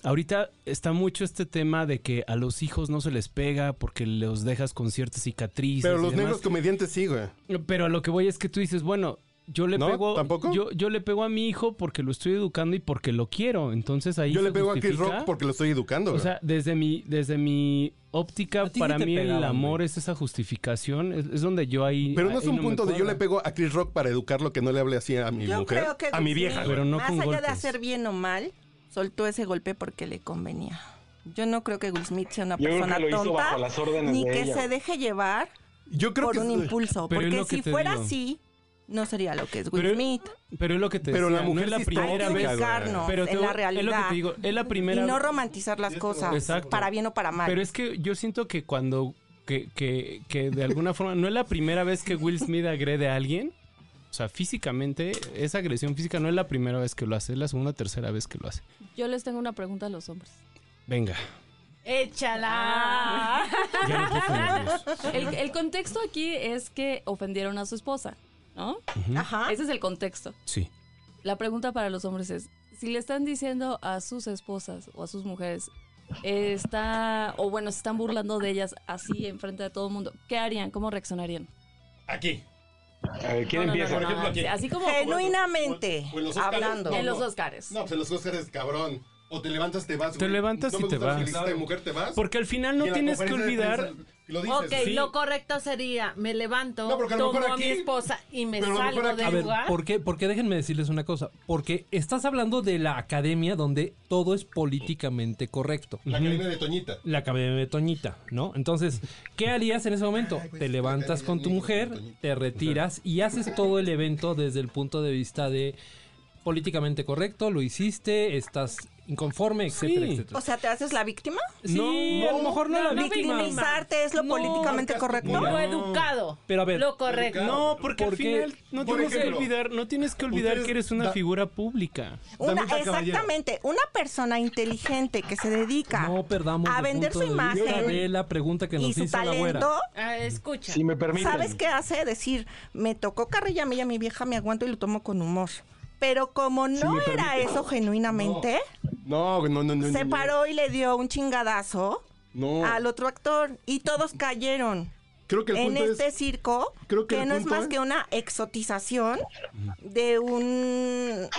[SPEAKER 5] ahorita está mucho este tema de que a los hijos no se les pega porque los dejas con ciertas cicatrices.
[SPEAKER 1] Pero
[SPEAKER 5] y
[SPEAKER 1] los
[SPEAKER 5] demás.
[SPEAKER 1] negros comediantes sí, güey.
[SPEAKER 5] Pero a lo que voy es que tú dices, bueno, yo le
[SPEAKER 1] ¿No?
[SPEAKER 5] pego.
[SPEAKER 1] ¿Tampoco?
[SPEAKER 5] Yo, yo le pego a mi hijo porque lo estoy educando y porque lo quiero. Entonces ahí.
[SPEAKER 1] Yo le
[SPEAKER 5] se
[SPEAKER 1] pego a Chris
[SPEAKER 5] justifica.
[SPEAKER 1] Rock porque lo estoy educando,
[SPEAKER 5] O
[SPEAKER 1] güey.
[SPEAKER 5] sea, desde mi, desde mi óptica,
[SPEAKER 2] ¿A ti qué
[SPEAKER 5] para
[SPEAKER 2] te
[SPEAKER 5] mí el
[SPEAKER 2] pegaban,
[SPEAKER 5] amor
[SPEAKER 2] güey?
[SPEAKER 5] es esa justificación. Es, es donde yo ahí.
[SPEAKER 1] Pero no es
[SPEAKER 5] ahí
[SPEAKER 1] un
[SPEAKER 5] me
[SPEAKER 1] punto de yo
[SPEAKER 5] cuadra.
[SPEAKER 1] le pego a Chris Rock para educarlo que no le hable así a mi
[SPEAKER 4] Yo
[SPEAKER 1] mujer.
[SPEAKER 4] creo que
[SPEAKER 1] a mi
[SPEAKER 4] Guzmán,
[SPEAKER 1] vieja, güey.
[SPEAKER 5] Pero no
[SPEAKER 4] más
[SPEAKER 5] con
[SPEAKER 4] allá de
[SPEAKER 5] golpes.
[SPEAKER 4] hacer bien o mal, soltó ese golpe porque le convenía. Yo no creo que Will Smith sea una
[SPEAKER 7] Yo creo
[SPEAKER 4] persona
[SPEAKER 7] que lo hizo
[SPEAKER 4] tonta,
[SPEAKER 7] bajo las órdenes
[SPEAKER 4] ni
[SPEAKER 7] de
[SPEAKER 4] que
[SPEAKER 7] ella.
[SPEAKER 4] se deje llevar
[SPEAKER 1] Yo creo
[SPEAKER 4] por
[SPEAKER 1] que.
[SPEAKER 4] un impulso,
[SPEAKER 5] Pero es
[SPEAKER 4] porque
[SPEAKER 5] lo que
[SPEAKER 4] si
[SPEAKER 5] te
[SPEAKER 4] fuera
[SPEAKER 5] digo.
[SPEAKER 4] así, no sería lo que es Will
[SPEAKER 5] Pero-
[SPEAKER 4] Smith.
[SPEAKER 5] Pero es lo que te
[SPEAKER 1] Pero
[SPEAKER 5] decía,
[SPEAKER 1] la
[SPEAKER 5] no
[SPEAKER 1] mujer
[SPEAKER 5] es la
[SPEAKER 1] sí está
[SPEAKER 5] primera
[SPEAKER 1] tóxica,
[SPEAKER 5] vez.
[SPEAKER 1] güey.
[SPEAKER 4] Ubicarnos
[SPEAKER 5] Pero
[SPEAKER 4] en
[SPEAKER 5] te-
[SPEAKER 4] la
[SPEAKER 5] Es lo que
[SPEAKER 4] realidad.
[SPEAKER 5] te digo. Es la
[SPEAKER 4] Y
[SPEAKER 5] primera
[SPEAKER 4] no romantizar las cosas,
[SPEAKER 5] Exacto.
[SPEAKER 4] para bien o para mal.
[SPEAKER 5] Pero es que yo siento que cuando. Que, que, que de alguna forma. No es la primera vez que Will Smith agrede a alguien. O sea, físicamente, esa agresión física no es la primera vez que lo hace, es la segunda o tercera vez que lo hace.
[SPEAKER 3] Yo les tengo una pregunta a los hombres.
[SPEAKER 5] Venga.
[SPEAKER 6] Échala.
[SPEAKER 5] Ya me puse nervioso.
[SPEAKER 3] Ah. El, el contexto aquí es que ofendieron a su esposa, ¿no?
[SPEAKER 5] Ujú.
[SPEAKER 6] Ah.
[SPEAKER 4] Ajá.
[SPEAKER 3] Ese es el contexto.
[SPEAKER 5] Sí.
[SPEAKER 3] La pregunta para los hombres es, si le están diciendo a sus esposas o a sus mujeres, eh, está, o bueno, se están burlando de ellas así enfrente de todo el mundo, ¿qué harían? ¿Cómo reaccionarían?
[SPEAKER 1] Aquí.
[SPEAKER 7] A ver, ¿quién
[SPEAKER 3] No, no, no,
[SPEAKER 7] empieza?
[SPEAKER 3] no, no,
[SPEAKER 1] ejemplo, aquí.
[SPEAKER 3] Así como
[SPEAKER 4] Genuinamente,
[SPEAKER 1] O en los Óscares,
[SPEAKER 4] hablando.
[SPEAKER 1] no,
[SPEAKER 3] en los Oscars.
[SPEAKER 1] No, pues en los Óscares, cabrón. O te levantas, te vas,
[SPEAKER 5] Te
[SPEAKER 1] güey.
[SPEAKER 5] levantas
[SPEAKER 1] No
[SPEAKER 5] y
[SPEAKER 1] me
[SPEAKER 5] te
[SPEAKER 1] gusta lo que
[SPEAKER 5] vas.
[SPEAKER 1] dijiste, mujer, te vas.
[SPEAKER 5] Porque al final no
[SPEAKER 1] Y en la
[SPEAKER 5] tienes que
[SPEAKER 1] conferencia de
[SPEAKER 5] olvidar.
[SPEAKER 1] prensa Lo dices.
[SPEAKER 6] Ok, lo correcto sería, me levanto,
[SPEAKER 1] No, porque a lo
[SPEAKER 6] tomo
[SPEAKER 1] mejor
[SPEAKER 6] a mi
[SPEAKER 1] aquí-
[SPEAKER 6] esposa y me
[SPEAKER 1] pero a lo mejor
[SPEAKER 6] salgo
[SPEAKER 1] aquí-
[SPEAKER 2] A
[SPEAKER 6] del
[SPEAKER 2] ver,
[SPEAKER 6] lugar.
[SPEAKER 2] ¿por qué? Porque déjenme decirles una cosa. Porque estás hablando de la academia donde todo es políticamente correcto.
[SPEAKER 1] La academia de Toñita.
[SPEAKER 2] La academia de Toñita, ¿no? Entonces, ¿qué harías en ese momento?
[SPEAKER 1] Ay, güey,
[SPEAKER 2] te
[SPEAKER 1] sí,
[SPEAKER 2] levantas
[SPEAKER 1] academia,
[SPEAKER 2] con tu
[SPEAKER 1] ni-
[SPEAKER 2] mujer,
[SPEAKER 1] con Toñita.
[SPEAKER 2] te retiras y haces todo el evento desde el punto de vista de políticamente correcto, lo hiciste, estás inconforme, etcétera,
[SPEAKER 5] Sí.
[SPEAKER 2] etcétera.
[SPEAKER 4] O sea, ¿te haces la víctima?
[SPEAKER 2] Sí,
[SPEAKER 5] no,
[SPEAKER 2] a lo mejor no,
[SPEAKER 6] no,
[SPEAKER 2] la
[SPEAKER 6] no
[SPEAKER 2] víctima.
[SPEAKER 6] victimizar.
[SPEAKER 4] ¿Victimizarte es lo
[SPEAKER 2] No,
[SPEAKER 4] políticamente
[SPEAKER 1] marcas tu
[SPEAKER 4] correcto?
[SPEAKER 1] punto.
[SPEAKER 6] Lo
[SPEAKER 1] No.
[SPEAKER 6] educado.
[SPEAKER 2] Pero a ver,
[SPEAKER 6] lo correcto.
[SPEAKER 5] No, porque al
[SPEAKER 2] Porque-
[SPEAKER 5] final no
[SPEAKER 1] por
[SPEAKER 5] tienes que
[SPEAKER 1] ejemplo,
[SPEAKER 5] olvidar, no tienes que olvidar
[SPEAKER 1] ustedes
[SPEAKER 5] que eres una
[SPEAKER 1] da-
[SPEAKER 5] figura pública.
[SPEAKER 4] Una,
[SPEAKER 1] Damita Caballero.
[SPEAKER 4] exactamente, una persona inteligente que se dedica
[SPEAKER 2] No perdamos
[SPEAKER 4] a
[SPEAKER 2] el
[SPEAKER 4] vender su
[SPEAKER 2] punto de vista
[SPEAKER 4] imagen
[SPEAKER 2] de la pregunta que
[SPEAKER 4] y
[SPEAKER 2] nos
[SPEAKER 4] su
[SPEAKER 2] hizo la güera.
[SPEAKER 4] talento,
[SPEAKER 6] Ah, escucha.
[SPEAKER 7] Si me permiten.
[SPEAKER 4] ¿sabes qué hace? Decir, me tocó carrilla, mí y a mi vieja me aguanto y lo tomo con humor. Pero como no
[SPEAKER 7] me
[SPEAKER 4] era
[SPEAKER 7] permiten.
[SPEAKER 4] eso genuinamente,
[SPEAKER 1] No, güey, no, no, no.
[SPEAKER 4] se
[SPEAKER 1] no,
[SPEAKER 4] paró y le dio un chingadazo
[SPEAKER 1] No.
[SPEAKER 4] al otro actor y todos cayeron
[SPEAKER 1] Creo que el
[SPEAKER 4] en
[SPEAKER 1] punto es.
[SPEAKER 4] este circo
[SPEAKER 1] creo que
[SPEAKER 4] que,
[SPEAKER 1] el
[SPEAKER 4] no es
[SPEAKER 1] punto
[SPEAKER 4] más
[SPEAKER 1] es-
[SPEAKER 4] que una exotización de un...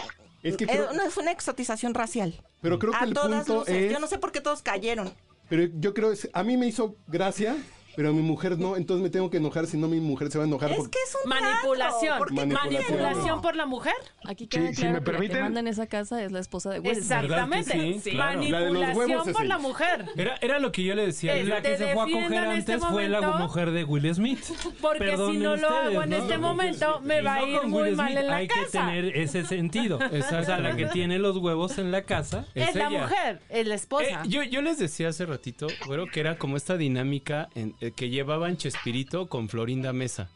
[SPEAKER 1] Es que
[SPEAKER 4] eh,
[SPEAKER 1] creo-
[SPEAKER 4] no, es una exotización racial.
[SPEAKER 1] Pero creo que
[SPEAKER 4] A
[SPEAKER 1] el
[SPEAKER 4] todas
[SPEAKER 1] punto
[SPEAKER 4] luces.
[SPEAKER 1] es.
[SPEAKER 4] Yo no sé por qué todos cayeron.
[SPEAKER 1] Pero yo creo es. A mí me hizo gracia, pero a mi mujer no. Entonces me tengo que enojar, si no mi mujer se va a enojar.
[SPEAKER 4] Es
[SPEAKER 1] porque-
[SPEAKER 4] que es un
[SPEAKER 6] Manipulación.
[SPEAKER 4] teatro, ¿por qué
[SPEAKER 1] Manipulación.
[SPEAKER 6] Manipulación
[SPEAKER 4] quieren?
[SPEAKER 6] por la mujer.
[SPEAKER 3] Aquí
[SPEAKER 7] Sí,
[SPEAKER 3] queda
[SPEAKER 7] si me
[SPEAKER 3] claro que la que
[SPEAKER 7] permiten.
[SPEAKER 3] manda en esa casa es la esposa de Will.
[SPEAKER 6] Exactamente.
[SPEAKER 5] ¿Verdad que sí? Claro.
[SPEAKER 1] La de los huevos
[SPEAKER 6] Manipulación
[SPEAKER 1] es
[SPEAKER 6] por
[SPEAKER 1] ella.
[SPEAKER 6] la mujer.
[SPEAKER 5] Era, era lo que yo le decía.
[SPEAKER 6] Es
[SPEAKER 2] La que
[SPEAKER 6] Este, Te
[SPEAKER 2] se fue a
[SPEAKER 6] defiendo
[SPEAKER 2] coger
[SPEAKER 6] en
[SPEAKER 2] antes
[SPEAKER 6] este
[SPEAKER 2] fue la
[SPEAKER 6] momento.
[SPEAKER 2] mujer de Will Smith.
[SPEAKER 6] Porque si
[SPEAKER 2] Perdonen
[SPEAKER 6] no lo hago
[SPEAKER 2] ustedes,
[SPEAKER 6] en
[SPEAKER 2] ¿no?
[SPEAKER 6] este momento, me
[SPEAKER 2] Y
[SPEAKER 6] va a
[SPEAKER 2] no
[SPEAKER 6] ir
[SPEAKER 2] con
[SPEAKER 6] muy
[SPEAKER 2] Will
[SPEAKER 6] mal
[SPEAKER 2] Smith,
[SPEAKER 6] en la
[SPEAKER 2] hay que
[SPEAKER 6] casa.
[SPEAKER 2] tener ese sentido. O sea, la que tiene los huevos en la casa es,
[SPEAKER 6] Es la
[SPEAKER 5] ella.
[SPEAKER 6] mujer, es la esposa.
[SPEAKER 5] Eh, yo, yo les decía hace ratito, bueno, que era como esta dinámica en- eh, que llevaban Chespirito con Florinda Mesa.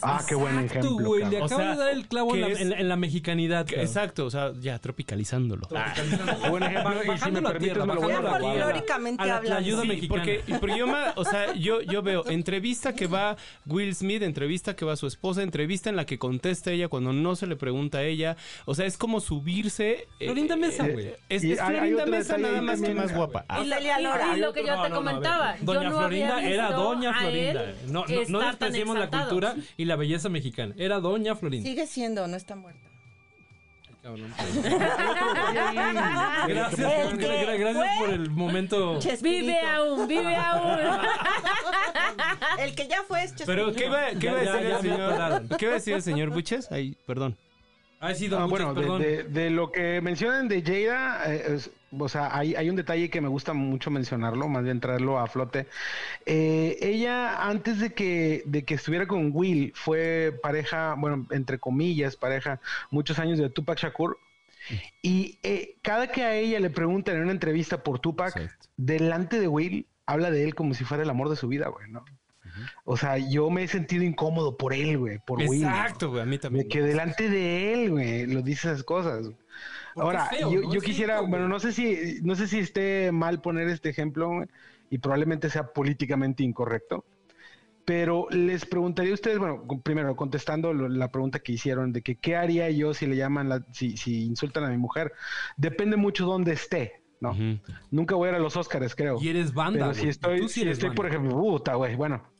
[SPEAKER 7] Ah, qué buen
[SPEAKER 2] Exacto,
[SPEAKER 7] ejemplo.
[SPEAKER 2] güey,
[SPEAKER 7] cabrón.
[SPEAKER 2] le
[SPEAKER 5] cabrón.
[SPEAKER 2] acabo
[SPEAKER 5] O sea,
[SPEAKER 2] de dar el clavo
[SPEAKER 5] que
[SPEAKER 2] en la,
[SPEAKER 5] es-
[SPEAKER 2] en la- en la mexicanidad.
[SPEAKER 5] Que-
[SPEAKER 2] cabrón.
[SPEAKER 5] Exacto, o sea, ya tropicalizándolo.
[SPEAKER 7] Buen ejemplo, y si me
[SPEAKER 2] Bajándolo a
[SPEAKER 7] permites,
[SPEAKER 2] tierra,
[SPEAKER 7] me lo voy a
[SPEAKER 2] bajándolo a
[SPEAKER 4] guardar.
[SPEAKER 2] tierra.
[SPEAKER 4] Folclóricamente
[SPEAKER 2] A la
[SPEAKER 4] hablando.
[SPEAKER 2] tlayuda
[SPEAKER 5] Sí,
[SPEAKER 2] mexicana.
[SPEAKER 5] Porque, porque yo, ma- o sea, yo, yo veo entrevista que va Will Smith, entrevista que va su esposa, entrevista en la que contesta ella cuando no se le pregunta a ella. O sea, es como subirse. eh,
[SPEAKER 2] Florinda Mesa,
[SPEAKER 5] eh,
[SPEAKER 2] güey.
[SPEAKER 5] Es,
[SPEAKER 7] Y
[SPEAKER 5] es
[SPEAKER 7] hay- hay
[SPEAKER 5] Florinda
[SPEAKER 7] otro
[SPEAKER 5] Mesa
[SPEAKER 7] detalle
[SPEAKER 5] nada
[SPEAKER 7] ahí
[SPEAKER 5] más que
[SPEAKER 7] también,
[SPEAKER 5] más
[SPEAKER 7] güey.
[SPEAKER 5] guapa.
[SPEAKER 6] Ah, Y la- y- y lo que yo te
[SPEAKER 2] No, no, no, a ver.
[SPEAKER 6] comentaba, yo
[SPEAKER 2] Doña
[SPEAKER 6] no había
[SPEAKER 2] Florinda era
[SPEAKER 6] visto
[SPEAKER 2] Doña
[SPEAKER 6] a
[SPEAKER 2] Florinda.
[SPEAKER 6] él
[SPEAKER 2] No, no, no
[SPEAKER 6] estar tan
[SPEAKER 2] despreciemos la
[SPEAKER 6] exaltado.
[SPEAKER 2] cultura y la belleza mexicana. Era Doña Florinda.
[SPEAKER 4] Sigue siendo, no está muerta.
[SPEAKER 2] Cabrón.
[SPEAKER 7] Ay,
[SPEAKER 2] Gracias,
[SPEAKER 4] El que
[SPEAKER 2] gra- gra- gracias por el momento.
[SPEAKER 4] Chespirito.
[SPEAKER 6] Vive aún, vive aún. Ah.
[SPEAKER 4] El que ya fue es Chespirito.
[SPEAKER 5] Pero, ¿qué iba, qué iba a
[SPEAKER 2] Ya,
[SPEAKER 5] decir el
[SPEAKER 2] ya, ya me
[SPEAKER 5] señor?
[SPEAKER 2] acordaron.
[SPEAKER 5] ¿Qué iba a decir el señor Buches? Ay, perdón.
[SPEAKER 2] Ha sido
[SPEAKER 7] Ah,
[SPEAKER 2] muchas,
[SPEAKER 7] bueno, de,
[SPEAKER 2] perdón.
[SPEAKER 7] de- de lo que mencionan de Jada, eh, es- o sea, hay, hay un detalle que me gusta mucho mencionarlo, más bien traerlo a flote. Eh, ella, antes de que, de que estuviera con Will, fue pareja, bueno, entre comillas, pareja, muchos años de Tupac Shakur. Y eh, cada que a ella le preguntan en una entrevista por Tupac,
[SPEAKER 5] Exacto.
[SPEAKER 7] delante de Will, habla de él como si fuera el amor de su vida, güey, ¿no? O sea, yo me he sentido incómodo por él, güey, por Will.
[SPEAKER 5] Exacto, güey, a mí
[SPEAKER 7] De
[SPEAKER 5] también.
[SPEAKER 7] que delante de él, güey, lo dice esas cosas.
[SPEAKER 2] Porque
[SPEAKER 7] Ahora,
[SPEAKER 2] es feo,
[SPEAKER 7] yo,
[SPEAKER 2] ¿no?
[SPEAKER 7] yo
[SPEAKER 2] Es
[SPEAKER 7] quisiera,
[SPEAKER 2] feo,
[SPEAKER 7] bueno,
[SPEAKER 2] güey.
[SPEAKER 7] no sé si, no sé si esté mal poner este ejemplo güey, y probablemente sea políticamente incorrecto. Pero les preguntaría a ustedes, bueno, con- primero contestando lo- la pregunta que hicieron de que qué haría yo si le llaman, la- si, si insultan a mi mujer. Depende mucho dónde esté, ¿no?
[SPEAKER 5] Ujú.
[SPEAKER 7] Nunca voy a ir a los Óscares, creo.
[SPEAKER 2] Y eres banda.
[SPEAKER 7] Pero
[SPEAKER 2] güey.
[SPEAKER 7] si estoy,
[SPEAKER 2] Tú sí
[SPEAKER 7] si
[SPEAKER 2] eres
[SPEAKER 7] estoy
[SPEAKER 2] banda.
[SPEAKER 7] por ejemplo, puta, güey, bueno.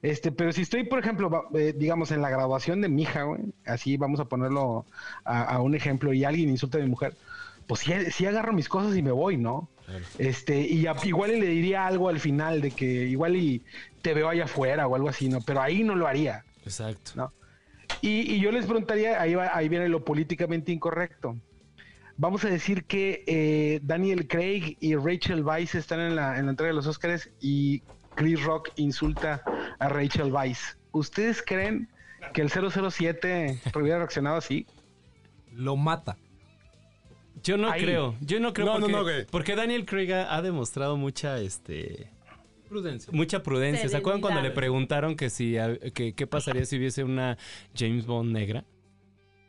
[SPEAKER 7] Este, pero si estoy, por ejemplo, va- eh, digamos, en la graduación de mi hija, güey, así vamos a ponerlo a, a un ejemplo, y alguien insulta a mi mujer, pues sí, sí agarro mis cosas y me voy, ¿no? Este, y a- igual y le diría algo al final de que igual y te veo allá afuera o algo así, ¿no? Pero ahí no lo haría.
[SPEAKER 5] Exacto.
[SPEAKER 7] No. Y, y yo les preguntaría, ahí, va- ahí viene lo políticamente incorrecto. Vamos a decir que eh, Daniel Craig y Rachel Weisz están en la, en la entrega de los Oscars y Chris Rock insulta a Rachel Weisz. ¿Ustedes creen que el 007 hubiera reaccionado así?
[SPEAKER 2] Lo mata.
[SPEAKER 5] Yo no
[SPEAKER 7] Ahí.
[SPEAKER 5] creo. Yo no creo
[SPEAKER 1] No, no,
[SPEAKER 5] porque,
[SPEAKER 1] no, güey.
[SPEAKER 5] porque Daniel Craig ha ha demostrado mucha este
[SPEAKER 2] Prudencia.
[SPEAKER 5] mucha prudencia. ¿Se acuerdan cuando le
[SPEAKER 6] Serenidad.
[SPEAKER 5] preguntaron que si hab- que qué pasaría si hubiese una James Bond negra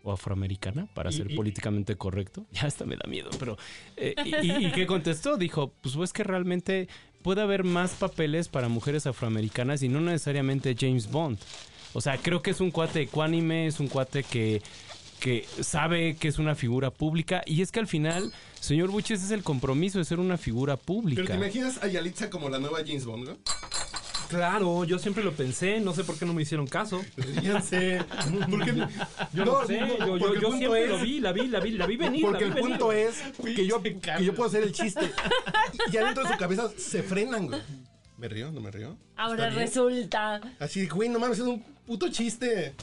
[SPEAKER 5] o afroamericana para
[SPEAKER 2] Y-
[SPEAKER 5] ser
[SPEAKER 2] y-
[SPEAKER 5] políticamente correcto? Ya hasta me da miedo, pero eh, y, y- y qué contestó? Dijo, "Pues es que realmente puede haber más papeles para mujeres afroamericanas y no necesariamente James Bond." O sea, creo que es un cuate ecuánime, es un cuate que, que sabe que es una figura pública. Y es que al final, señor Buches, es el compromiso de ser una figura
[SPEAKER 1] Pero te
[SPEAKER 5] pública.
[SPEAKER 1] imaginas a Yalitza como la nueva James Bond, ¿no?
[SPEAKER 2] Claro, yo siempre lo pensé, no sé por qué no me hicieron caso.
[SPEAKER 1] Ríanse. Porque,
[SPEAKER 2] Yo no, sé, yo, yo- yo siempre lo vi, la vi, la vi, la vi venir.
[SPEAKER 1] Porque
[SPEAKER 2] la
[SPEAKER 1] el
[SPEAKER 2] vi venir.
[SPEAKER 1] punto es que yo, que yo puedo hacer el chiste. Y adentro de su cabeza se frenan, güey. ¿Me río? ¿No me río?
[SPEAKER 6] Ahora
[SPEAKER 1] ¿Está bien?
[SPEAKER 6] resulta.
[SPEAKER 1] Así, güey, no mames, es un puto chiste.